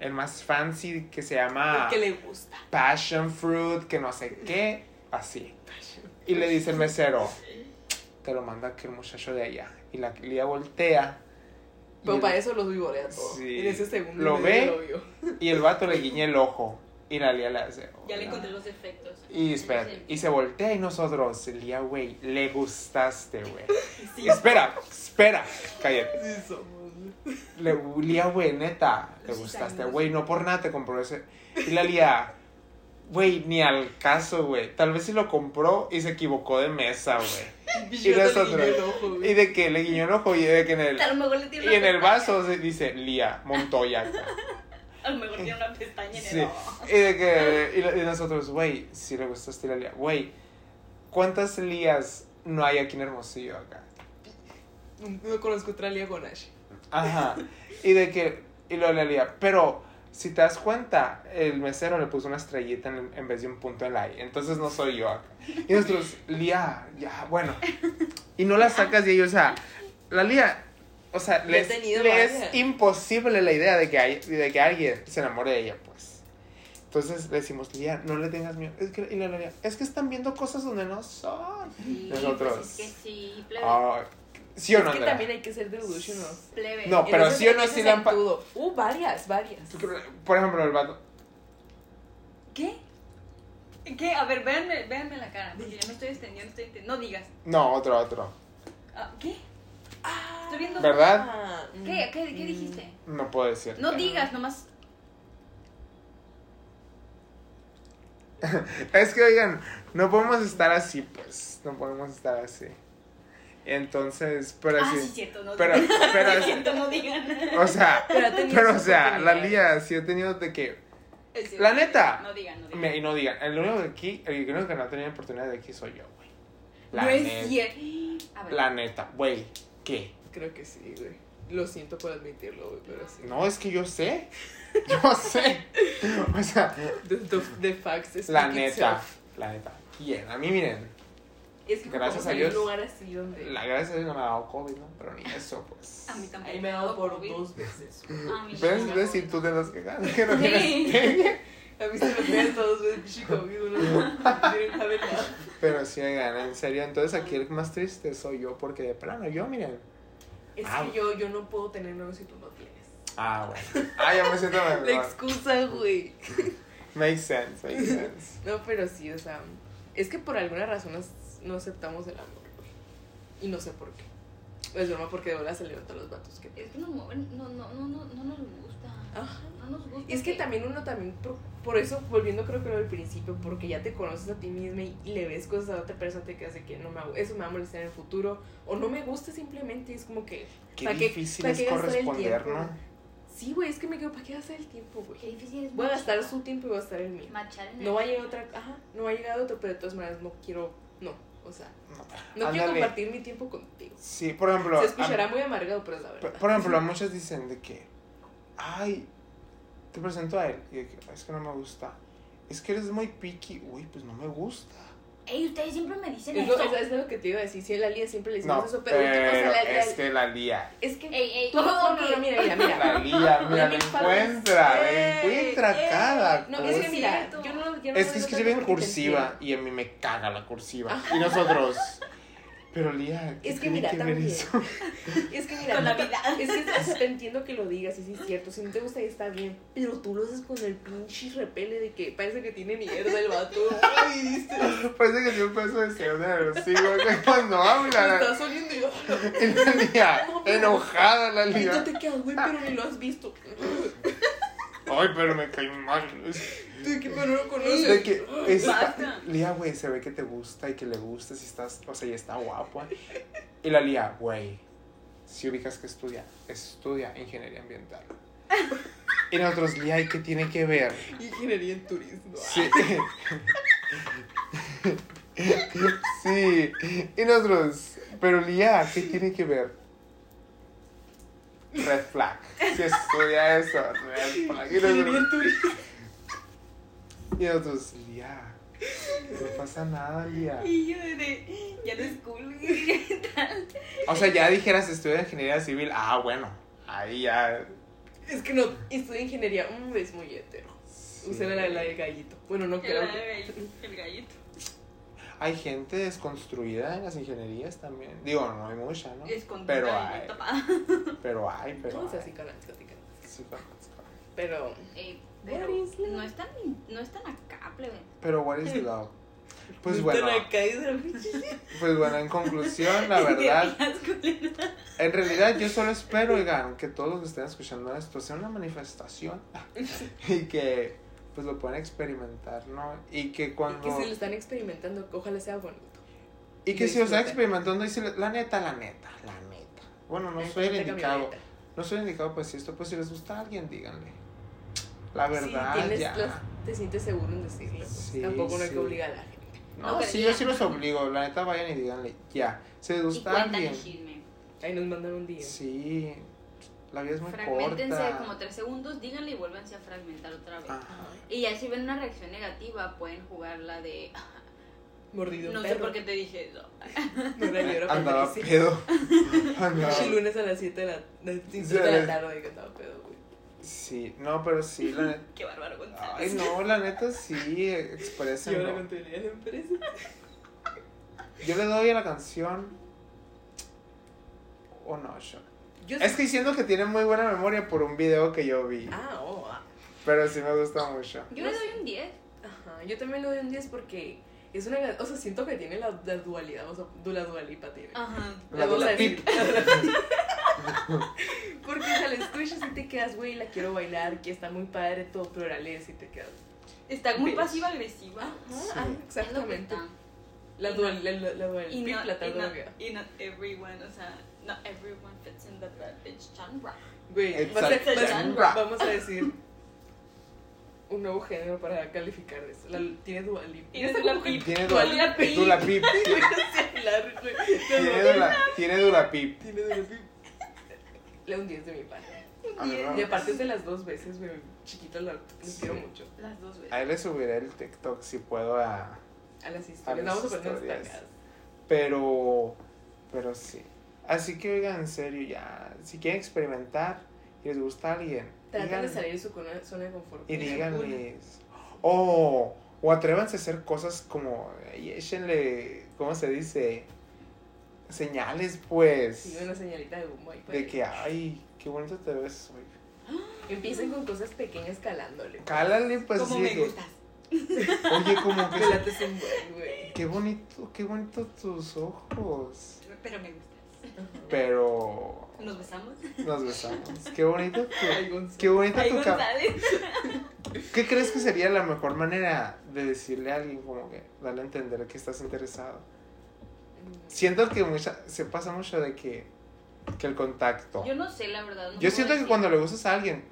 Speaker 1: El más fancy que se llama
Speaker 2: Que le gusta.
Speaker 1: passion fruit, que no sé qué, así. Y le dice el mesero, te lo manda aquel muchacho de allá. Y la Lía voltea. y
Speaker 2: Pero
Speaker 1: el-
Speaker 2: para eso los vivorea todo.
Speaker 1: Sí.
Speaker 2: En ese segundo.
Speaker 1: Lo
Speaker 2: y
Speaker 1: ve.
Speaker 2: medio Lo vio.
Speaker 1: Y el vato le guiña el ojo. Y la Lía le hace.
Speaker 6: Ya le
Speaker 1: "Hola".
Speaker 6: encontré los
Speaker 3: Perfecto.
Speaker 1: Y espérate. Y se voltea y nosotros, Lía, güey, le gustaste, güey.
Speaker 6: Sí.
Speaker 1: Espera, espera, cállate.
Speaker 2: Sí, somos.
Speaker 1: Le, Lía, güey, neta, le gustaste, güey, no por nada te compró ese. Y la Lía, güey, ni al caso, güey. Tal vez si lo compró y se equivocó de mesa, güey.
Speaker 2: yo te le
Speaker 1: nosotros.
Speaker 2: guiñé el ojo, güey.
Speaker 1: Y de que le guiñó el ojo y de que en el,
Speaker 3: A lo mejor le tiene
Speaker 1: y
Speaker 3: una
Speaker 1: en el
Speaker 3: pestaña.
Speaker 1: vaso se dice Lía Montoya. güey.
Speaker 3: A lo mejor tiene una pestaña en el
Speaker 1: Sí.
Speaker 3: ojo.
Speaker 1: Y de que, y, la- y nosotros, güey, si le gustaste la Lía, güey, ¿cuántas Lías no hay aquí en Hermosillo acá?
Speaker 2: No conozco otra Lía con Ash.
Speaker 1: Ajá. Y de que. Y lo le leía. Pero, si te das cuenta, el mesero le puso una estrellita en, en vez de un punto en la I. Entonces no soy yo acá. Y nosotros, Lía, ya, bueno. Y no la sacas de ellos. O sea, la Lía. O sea,
Speaker 2: Ya he
Speaker 1: les,
Speaker 2: tenido
Speaker 1: le es
Speaker 2: varias.
Speaker 1: imposible la idea de que, hay- de que alguien se enamore de ella, pues. Entonces le decimos, Lía, no le tengas miedo. Es que, y la Lía, es que están viendo cosas donde no son.
Speaker 3: Sí,
Speaker 1: Nosotros.
Speaker 3: pues es que sí, plebe.
Speaker 1: Ay, ¿Sí o no,
Speaker 2: es que
Speaker 1: Andrea?
Speaker 2: también hay que ser delusionals.
Speaker 3: plebe.
Speaker 1: No, pero
Speaker 2: Entonces,
Speaker 1: sí o no,
Speaker 2: en ese
Speaker 1: sí la han pa-
Speaker 2: sentido, Uh, varias, varias.
Speaker 1: Por ejemplo, el vato.
Speaker 6: ¿Qué? ¿Qué? A ver, véanme, véanme la cara, porque ya me estoy extendiendo, estoy extendiendo. No digas.
Speaker 1: No, otro, otro.
Speaker 6: Ah, ¿Qué? Estoy viendo.
Speaker 1: ¿Verdad?
Speaker 2: Ah, mm,
Speaker 3: ¿Qué, qué, qué
Speaker 2: mm.
Speaker 3: dijiste?
Speaker 1: No puedo decir.
Speaker 3: No digas, nomás.
Speaker 1: Es que, oigan, no podemos estar así, pues. No podemos estar así. Entonces, pero
Speaker 4: ah, sí, es
Speaker 1: así.
Speaker 4: cierto, no
Speaker 1: Pero,
Speaker 4: digan.
Speaker 1: pero,
Speaker 4: Sí, cierto, no digan.
Speaker 1: o sea,
Speaker 2: Pero ha tenido
Speaker 1: pero, o
Speaker 2: sus
Speaker 1: sea, la
Speaker 2: oportunidades.
Speaker 1: liga sí he tenido de que.
Speaker 6: Es cierto.
Speaker 1: La neta.
Speaker 4: No digan, no digan.
Speaker 1: me- y no digan, el único de aquí, el único que no ha tenido oportunidad de aquí soy yo, güey. La
Speaker 4: no
Speaker 1: neta.
Speaker 4: es cierto. A ver,
Speaker 1: La neta, güey. ¿Qué?
Speaker 2: Creo que sí, güey. Lo siento por admitirlo, güey, pero sí.
Speaker 1: No, es que yo sé. Yo sé. O sea,
Speaker 2: The, the- the facts speak
Speaker 1: la neta.
Speaker 2: itself.
Speaker 1: La neta. ¿Quién? A mí, miren.
Speaker 2: Es que
Speaker 1: Gracias
Speaker 2: gracias
Speaker 1: a
Speaker 2: a
Speaker 1: Dios.
Speaker 2: un lugar así donde.
Speaker 1: La gracia no me ha dado COVID, ¿no? Pero ni eso, pues.
Speaker 4: a mí tampoco.
Speaker 2: Ahí me ha dado por
Speaker 4: COVID.
Speaker 2: dos veces. güey.
Speaker 4: A mí
Speaker 1: ¿Ves?
Speaker 4: tampoco.
Speaker 1: ¿Ves? Si tú de los que ganas, que no
Speaker 4: Sí.
Speaker 1: tienes-
Speaker 2: A mí se me pegan todos, güey, pinche COVID, uno no tiene nada de nada.
Speaker 1: Pero sí me gana, en serio. Entonces aquí el más triste soy yo, porque de plano, yo, miren.
Speaker 2: Es
Speaker 1: Ah.
Speaker 2: que yo, yo no puedo tener novio si tú no tienes.
Speaker 1: Ah, bueno. Ah, ya me siento
Speaker 2: La
Speaker 1: mejor.
Speaker 2: excusa, güey.
Speaker 1: Makes sense, makes sense.
Speaker 2: No, pero sí, o sea, es que por alguna razón nos- no aceptamos el amor, güey. Y no sé por qué. Es broma porque de verdad se levantan los vatos que
Speaker 4: Es que nos mueven- no, no, no, no, no nos gusta.
Speaker 2: Ajá.
Speaker 4: No nos gusta.
Speaker 2: Y es que también uno también, por, por eso, volviendo creo que lo del principio, porque ya te conoces a ti misma y le ves cosas a otra persona, te quedas de que no me hago, eso me va a molestar en el futuro, o no me gusta simplemente, es como que,
Speaker 1: Qué
Speaker 2: ¿Para qué-
Speaker 1: difícil
Speaker 2: para
Speaker 1: es
Speaker 2: qué gastar el
Speaker 1: corresponder,
Speaker 2: tiempo?
Speaker 1: ¿no?
Speaker 2: sí, güey, es que me quedo, ¿para qué gastar el tiempo,
Speaker 4: Qué
Speaker 2: güey?
Speaker 4: difícil es
Speaker 2: Voy a
Speaker 4: machar-
Speaker 2: gastar su tiempo y voy a gastar el mío.
Speaker 4: Machar en
Speaker 2: No va a
Speaker 4: el-
Speaker 2: llegar otra, ajá, no va a llegar otro, pero de todas maneras no quiero, no, o sea, no quiero
Speaker 1: Ándale.
Speaker 2: compartir mi tiempo contigo.
Speaker 1: Sí, por ejemplo.
Speaker 2: Se
Speaker 1: a-
Speaker 2: escuchará muy amargado, pero es la
Speaker 1: Por,
Speaker 2: verdad.
Speaker 1: por ejemplo, muchos dicen de que, ay, te presento a él. Y de que, es que no me gusta. Es que eres muy picky. Uy, pues no me gusta.
Speaker 4: Ey, ustedes siempre me dicen
Speaker 2: Es
Speaker 4: eso.
Speaker 2: lo, es, es lo que te iba a decir, sí, a la Lía siempre le decimos
Speaker 1: No,
Speaker 2: eso, pero,
Speaker 1: pero
Speaker 2: o sea, la- la-
Speaker 1: es que la lía.
Speaker 2: es que...
Speaker 4: Ey, ey,
Speaker 2: Tú no, no, no, no, mira, mira, mira.
Speaker 1: La lía, mira,
Speaker 2: mi
Speaker 1: la
Speaker 2: padre.
Speaker 1: encuentra, la
Speaker 2: Ey,
Speaker 1: encuentra
Speaker 2: ey.
Speaker 1: cada
Speaker 2: eh, No,
Speaker 1: cosa.
Speaker 2: es que mira,
Speaker 4: Cierto.
Speaker 2: yo no yo no
Speaker 1: Es
Speaker 2: lo
Speaker 1: que
Speaker 2: digo
Speaker 1: escribe en
Speaker 2: tanto porque te
Speaker 1: cursiva y
Speaker 2: entiendo.
Speaker 1: a mí me caga la cursiva. Y nosotros. Pero Lía, ¿qué
Speaker 2: Es que
Speaker 1: tiene
Speaker 2: mira,
Speaker 1: que ver
Speaker 2: también.
Speaker 1: eso?
Speaker 2: Es que mira,
Speaker 4: Con la
Speaker 2: no,
Speaker 4: vida.
Speaker 2: Es que o sea, te entiendo que lo digas, y sí es cierto, si no te gusta ya está bien, pero tú lo haces con el pinche repele de que parece que tiene mierda el vato.
Speaker 1: Ay, dice, parece que tiene un peso de deseo de aversivo cuando
Speaker 2: Me
Speaker 1: habla.
Speaker 2: está oliendo y yo.
Speaker 1: Y la Lía, enojada la Lía.
Speaker 2: Ahorita te quedas, güey, pero ni lo has visto.
Speaker 1: Ay, pero me cae mal.
Speaker 2: Tú de que pero no lo conoces.
Speaker 1: De que es-
Speaker 6: Basta.
Speaker 1: Lía, güey, se ve que te gusta y que le gusta si estás, o sea, y está guapa. Y la Lía, güey, si ubicas que estudia, estudia ingeniería ambiental. Y nosotros, Lía, ¿y qué tiene que ver?
Speaker 2: Ingeniería en turismo.
Speaker 1: Sí. Sí. Y nosotros, pero Lía, ¿qué tiene que ver? Red flag. Si estudia eso, red flag. Y
Speaker 2: Ingeniería
Speaker 1: nosotros,
Speaker 2: en turismo.
Speaker 1: y nosotros, Lía, no pasa nada, Lía.
Speaker 4: Y yo de. Ya no es cool. güey.
Speaker 1: O sea, ya dijeras estudia ingeniería civil. Ah, bueno. Ahí ya.
Speaker 2: Es que no, estudia ingeniería, mm, es muy hetero.
Speaker 1: sí.
Speaker 2: Usted la, la del gallito. Bueno, no
Speaker 6: El
Speaker 2: creo. que-
Speaker 6: gallito. El gallito.
Speaker 1: Hay gente desconstruida en las ingenierías también. Digo, no hay mucha, ¿no?
Speaker 6: Es con
Speaker 1: Pero
Speaker 6: duda y
Speaker 1: hay.
Speaker 6: tapada.
Speaker 1: Pero hay, pero.
Speaker 2: Todos así
Speaker 1: hay.
Speaker 2: con las caticas.
Speaker 1: Sí, conozco.
Speaker 2: Pero.
Speaker 4: Ey, pero
Speaker 2: What is love?
Speaker 4: no es tan, no es tan acá, plebe.
Speaker 1: Pero what is love? Pues
Speaker 2: Te
Speaker 1: bueno,
Speaker 2: la caes de la pinche-
Speaker 1: pues bueno, en conclusión, la verdad,
Speaker 4: Las culeras.
Speaker 1: en realidad yo solo espero, oigan, que todos los que estén escuchando esto sea una manifestación y que pues lo puedan experimentar, ¿no? Y que
Speaker 2: Y que
Speaker 1: cuando...
Speaker 2: si lo están experimentando, ojalá sea bonito.
Speaker 1: Y que si os está
Speaker 2: disfruten.
Speaker 1: experimentando, dice la neta, la neta, la neta. Bueno, no soy el
Speaker 2: Esta
Speaker 1: indicado,
Speaker 2: camioneta.
Speaker 1: no soy el indicado, pues si esto, pues si les gusta a alguien, díganle. La
Speaker 2: Si
Speaker 1: verdad,
Speaker 2: tienes
Speaker 1: ya.
Speaker 2: las- te sientes seguro en decirlo. pues,
Speaker 1: Sí,
Speaker 2: Tampoco no hay
Speaker 1: sí.
Speaker 2: que obligar a la gente.
Speaker 1: No,
Speaker 4: Ok,
Speaker 1: sí,
Speaker 4: ya.
Speaker 1: yo sí los obligo, la neta, vayan y díganle, ya. Si
Speaker 2: pues
Speaker 1: les
Speaker 4: Y
Speaker 1: gusta a
Speaker 4: cuentan el
Speaker 1: alguien,
Speaker 4: chisme.
Speaker 2: Ahí nos mandan un día.
Speaker 1: Sí, la vida es muy
Speaker 4: Fragmentense
Speaker 1: corta.
Speaker 4: como tres segundos, díganle y vuélvanse a fragmentar otra vez.
Speaker 2: Ah.
Speaker 1: Ajá.
Speaker 4: Y ya si ven una reacción negativa, pueden jugar la de.
Speaker 2: Mordido un
Speaker 4: No sé
Speaker 2: perro.
Speaker 4: por qué te dije eso.
Speaker 2: No la lloro cuando
Speaker 1: Andaba
Speaker 2: dice,
Speaker 1: pedo. Andaba-
Speaker 2: "Pinche lunes a las 7 de la, de, cinco
Speaker 1: Sí,
Speaker 2: de
Speaker 1: la-
Speaker 2: la tarde que andaba pedo, güey.
Speaker 1: Sí, no, pero sí, la neta.
Speaker 4: Qué bárbaro, Gonzalo.
Speaker 1: Ay, no, la neta sí,
Speaker 2: Y ahora
Speaker 1: exprésenlo.
Speaker 2: con tu idea de empresa.
Speaker 1: Yo le doy a la canción. Oh no, yo.
Speaker 2: Yo
Speaker 1: Es que siento que tiene muy buena memoria por un video que yo vi.
Speaker 2: Ah, oh, ah.
Speaker 1: Pero sí me gusta mucho.
Speaker 4: Yo le doy un 10.
Speaker 2: Ajá, yo también le doy un 10 porque es una... O sea, siento que tiene la, la dualidad, o sea, du- la dualipa tiene.
Speaker 4: Ajá.
Speaker 1: La
Speaker 2: Vamos a
Speaker 1: Dula
Speaker 2: decir- Porque o sea, la escuchas y te quedas, güey, la quiero bailar, que está muy padre, todo plural es, y te quedas.
Speaker 4: Está muy
Speaker 2: Bitch.
Speaker 4: pasiva agresiva.
Speaker 2: Ah, ah,
Speaker 4: Es lo que
Speaker 2: exactamente.
Speaker 4: está.
Speaker 2: La
Speaker 6: Y
Speaker 2: dual,
Speaker 6: no-
Speaker 2: la, la, la dual,
Speaker 6: Y
Speaker 2: píplata
Speaker 6: not, y, not,
Speaker 2: novia.
Speaker 6: y not everyone, o sea, not everyone fits in the bad bitch genre.
Speaker 2: Güey,
Speaker 1: It's
Speaker 2: vas a-
Speaker 1: a
Speaker 2: vas-
Speaker 6: genre.
Speaker 2: vamos a decir un nuevo género para calificar eso. La, tiene dualip.
Speaker 6: Tienes la pip.
Speaker 1: Tiene
Speaker 2: Dua
Speaker 1: Dula
Speaker 2: Lipa.
Speaker 1: Durapip. Tiene Dula, tiene Durapip.
Speaker 2: Tiene dualip. Le un 10 de mi parte.
Speaker 1: A mí no.
Speaker 2: Y aparte es de las dos veces, güey. Chiquita la, les quiero mucho.
Speaker 4: Las dos veces.
Speaker 1: Ahí le subiré el TikTok si puedo a...
Speaker 2: A las historias.
Speaker 1: las
Speaker 2: vamos a poner unas
Speaker 1: historias.
Speaker 2: tacadas.
Speaker 1: Pero, pero sí. Así que oigan, en serio, ya. Si quieren experimentar y les gusta a alguien,
Speaker 2: Traten de
Speaker 1: díganle-
Speaker 2: salir de su zona- zona de confort.
Speaker 1: y díganles. Oh, o atrévanse a hacer cosas como. Y échenle. ¿Cómo se dice? Señales, pues.
Speaker 2: Sí, pues. una señalita de humo ahí. para
Speaker 1: de
Speaker 2: que-
Speaker 1: que, ay, qué bonito te ves hoy.
Speaker 2: Empiecen con cosas pequeñas calándole.
Speaker 1: Cálale, pues.
Speaker 6: Como
Speaker 1: así
Speaker 6: me
Speaker 1: de que,
Speaker 6: gustas.
Speaker 1: Oye, como que.
Speaker 2: Pelate es un buen, güey.
Speaker 1: Qué bonito, qué bonito tus ojos.
Speaker 6: Pero me gustas.
Speaker 1: Pero.
Speaker 6: Nos besamos.
Speaker 1: Nos besamos. Qué bonito tu.
Speaker 2: Ay, Gonzalo.
Speaker 1: Qué bonita
Speaker 6: Ay,
Speaker 1: tu cama.
Speaker 6: González.
Speaker 1: ¿Qué crees que sería la mejor manera de decirle a alguien como que darle a entender que estás interesado? Siento que mucha- se pasa mucho de que, que el contacto.
Speaker 3: Yo
Speaker 1: Yo,
Speaker 3: no sé, la verdad. No
Speaker 1: siento que cuando le gustas a alguien,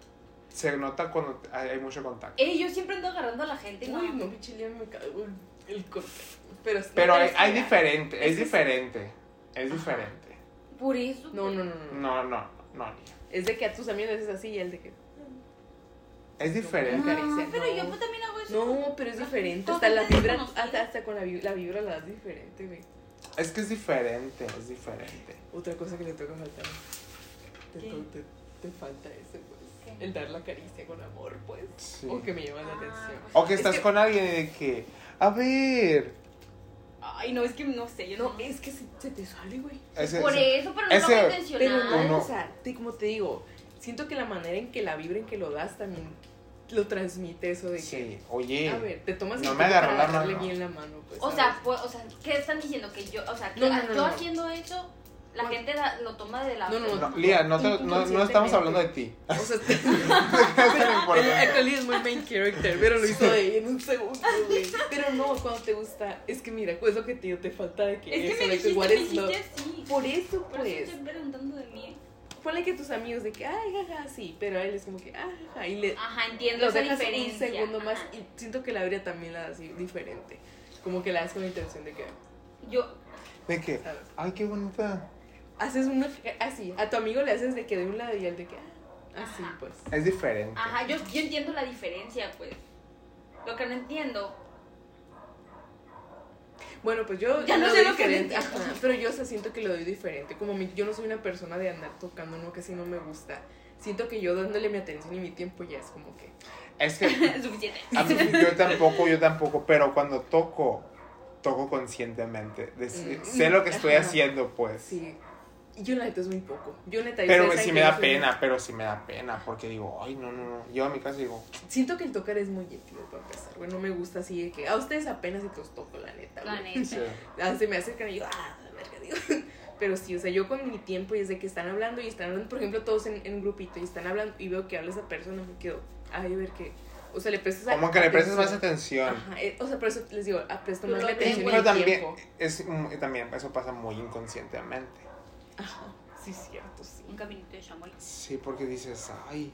Speaker 1: se nota cuando te- hay hay mucho contacto.
Speaker 3: Eh, yo siempre ando agarrando a la gente, ¿no?
Speaker 2: Uy, no, mi chile me cago en el corte. Pero,
Speaker 1: Pero
Speaker 2: no,
Speaker 1: hay, hay
Speaker 2: espera.
Speaker 1: diferente, es
Speaker 2: Es que-
Speaker 1: diferente, es diferente.
Speaker 3: Por eso.
Speaker 2: No, no, no, no, no.
Speaker 1: No, no, no. Lia.
Speaker 2: Es de que a tus amigos le haces así y él de que.
Speaker 1: Es diferente.
Speaker 2: Caricia,
Speaker 3: Ah, pero
Speaker 2: no.
Speaker 3: yo pues, también hago eso.
Speaker 2: No, pero es diferente.
Speaker 3: Todo
Speaker 2: Hasta la
Speaker 3: te
Speaker 2: vibra,
Speaker 3: desconocido.
Speaker 2: hasta, hasta con la vibra, la vibra la das diferente, güey.
Speaker 1: Es que es diferente, es diferente.
Speaker 2: Otra cosa que le toca faltar. Te,
Speaker 6: ¿Qué?
Speaker 2: to- te, te falta ese, pues.
Speaker 3: ¿Qué?
Speaker 2: El dar la caricia con amor, pues.
Speaker 1: Sí.
Speaker 2: O que me llama la
Speaker 6: Ah,
Speaker 2: atención.
Speaker 1: O que
Speaker 2: Es
Speaker 1: estás
Speaker 2: que-
Speaker 1: con alguien y de que, a ver.
Speaker 6: Ay, no, es que no sé, yo no.
Speaker 2: No, es que se, se te sale, güey.
Speaker 1: ese-
Speaker 3: Por
Speaker 1: ese-
Speaker 3: eso, pero no
Speaker 1: Ese-
Speaker 3: lo hago
Speaker 2: Pero
Speaker 3: intencional.
Speaker 2: no,
Speaker 1: Uno-
Speaker 2: o sea, te- como te digo, siento que la manera en que la vibra en que lo das también lo transmite eso de
Speaker 1: Sí,
Speaker 2: que,
Speaker 1: oye.
Speaker 2: a ver, te tomas
Speaker 1: No
Speaker 2: el
Speaker 1: me
Speaker 2: tiempo
Speaker 1: agarró
Speaker 2: para
Speaker 1: la
Speaker 2: darle
Speaker 1: mano.
Speaker 2: bien la mano, pues.
Speaker 3: O
Speaker 2: ¿sabes?
Speaker 3: sea, pues, o sea, ¿qué están diciendo? Que yo, o sea, que
Speaker 2: No, no,
Speaker 3: a-
Speaker 2: no,
Speaker 3: yo
Speaker 2: no.
Speaker 3: haciendo eso, la gente da- lo toma de la
Speaker 2: No, no,
Speaker 1: No, Lía, no, te- no, no estamos hablando de ti.
Speaker 2: o sea,
Speaker 1: No importa.
Speaker 2: Actually es muy main character, pero lo hizo de en un segundo, güey. Pero no, cuando te gusta, es que mira, pues lo que te digo, te falta de que
Speaker 6: Es
Speaker 2: eso,
Speaker 6: que me
Speaker 2: de
Speaker 6: dijiste,
Speaker 2: what
Speaker 6: me
Speaker 2: is love.
Speaker 6: dijiste así.
Speaker 2: Por eso,
Speaker 6: Por eso
Speaker 2: pues,
Speaker 6: estoy preguntando de mí.
Speaker 2: ponle que tus amigos de que, ay, jaja, sí, pero a él es como que, ah, jaja, y le,
Speaker 3: Ajá, entiendo
Speaker 2: Lo
Speaker 3: esa
Speaker 2: dejas
Speaker 3: diferencia.
Speaker 2: un segundo más
Speaker 3: Ajá.
Speaker 2: y siento que la abría también la das así diferente. Como que la das con la intención de que,
Speaker 3: Yo,
Speaker 1: De que,
Speaker 2: ¿sabes?
Speaker 1: ay, qué bonita.
Speaker 2: Haces una, así, a tu amigo le haces de que de un lado y al de que, ah, así
Speaker 3: Ajá.
Speaker 2: pues.
Speaker 1: Es diferente.
Speaker 3: ajá, yo, yo entiendo la diferencia, pues. Lo que no entiendo.
Speaker 2: Bueno, pues yo
Speaker 3: Ya no
Speaker 2: lo
Speaker 3: sé
Speaker 2: doy
Speaker 3: lo que le
Speaker 2: diferente, ajá, pero yo o sea, siento que lo doy diferente. Como mi- yo no soy una persona de andar tocando, no, que si no me gusta. Siento que yo dándole mi atención y mi tiempo ya es como que...
Speaker 1: Es que
Speaker 3: Suficiente.
Speaker 1: a mí- yo tampoco, yo tampoco, pero cuando toco, toco conscientemente. De-
Speaker 2: Mm.
Speaker 1: sé lo que estoy
Speaker 2: Ajá.
Speaker 1: haciendo, pues.
Speaker 2: Sí. Y yo la neta es muy poco. Yo neta...
Speaker 1: Pero
Speaker 2: ustedes
Speaker 1: sí
Speaker 2: saben
Speaker 1: me
Speaker 2: que
Speaker 1: da
Speaker 2: yo soy muy-
Speaker 1: pena, pero sí me da pena, porque digo, ay, no, no, no. Yo a mi casa digo,
Speaker 2: Siento que el tocar es muy íntimo para empezar, güey. No me gusta así de que a ustedes apenas se los toco, la neta.
Speaker 3: La
Speaker 2: güey.
Speaker 3: neta.
Speaker 2: Ah, se me acercan y yo, ah, la verga, digo. Pero sí, o sea, yo con mi tiempo y desde que están hablando y están hablando, por ejemplo, todos en, en un grupito y están hablando y veo que habla esa persona, me quedo, ay, a ver qué. O sea, le prestas a-
Speaker 1: como que le prestas más
Speaker 2: atención.
Speaker 1: atención.
Speaker 2: Ajá, eh, o sea, por eso les digo, ah, presto
Speaker 3: Yo
Speaker 2: más
Speaker 3: lo
Speaker 2: la atención y
Speaker 1: Pero
Speaker 2: el
Speaker 1: también,
Speaker 2: tiempo.
Speaker 1: es, mm, también eso pasa muy inconscientemente.
Speaker 2: Ajá, sí, cierto, sí.
Speaker 3: Un caminito de chamoy.
Speaker 1: Sí, porque dices, ay,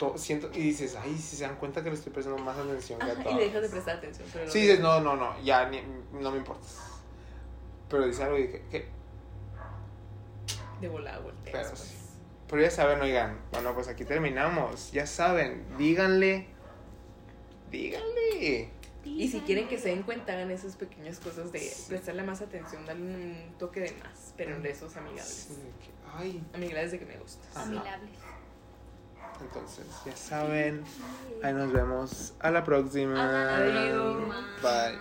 Speaker 1: to- siento, y dices, ay, si se dan cuenta que le estoy prestando más atención que a
Speaker 2: Ajá,
Speaker 1: todos.
Speaker 2: y le dejas de prestar atención. pero
Speaker 1: Sí,
Speaker 2: lo-
Speaker 1: dices, no, no, no, ya ni- no me importas. Pero dice algo y que, que-
Speaker 2: De volada volteas.
Speaker 1: Pero
Speaker 2: pues.
Speaker 1: sí. Pero ya saben, oigan, bueno, pues aquí terminamos. Ya saben, díganle. Díganle.
Speaker 2: Y si quieren que se den cuenta, hagan esas pequeñas cosas de prestarle más atención, darle un toque de más, pero de esos amigables.
Speaker 1: Sí, de que, Ay,
Speaker 2: Amigables de que me gustas.
Speaker 1: Ajá.
Speaker 3: Amilables.
Speaker 1: entonces, ya saben. Ahí nos vemos. A la próxima.
Speaker 3: Adiós.
Speaker 1: Bye.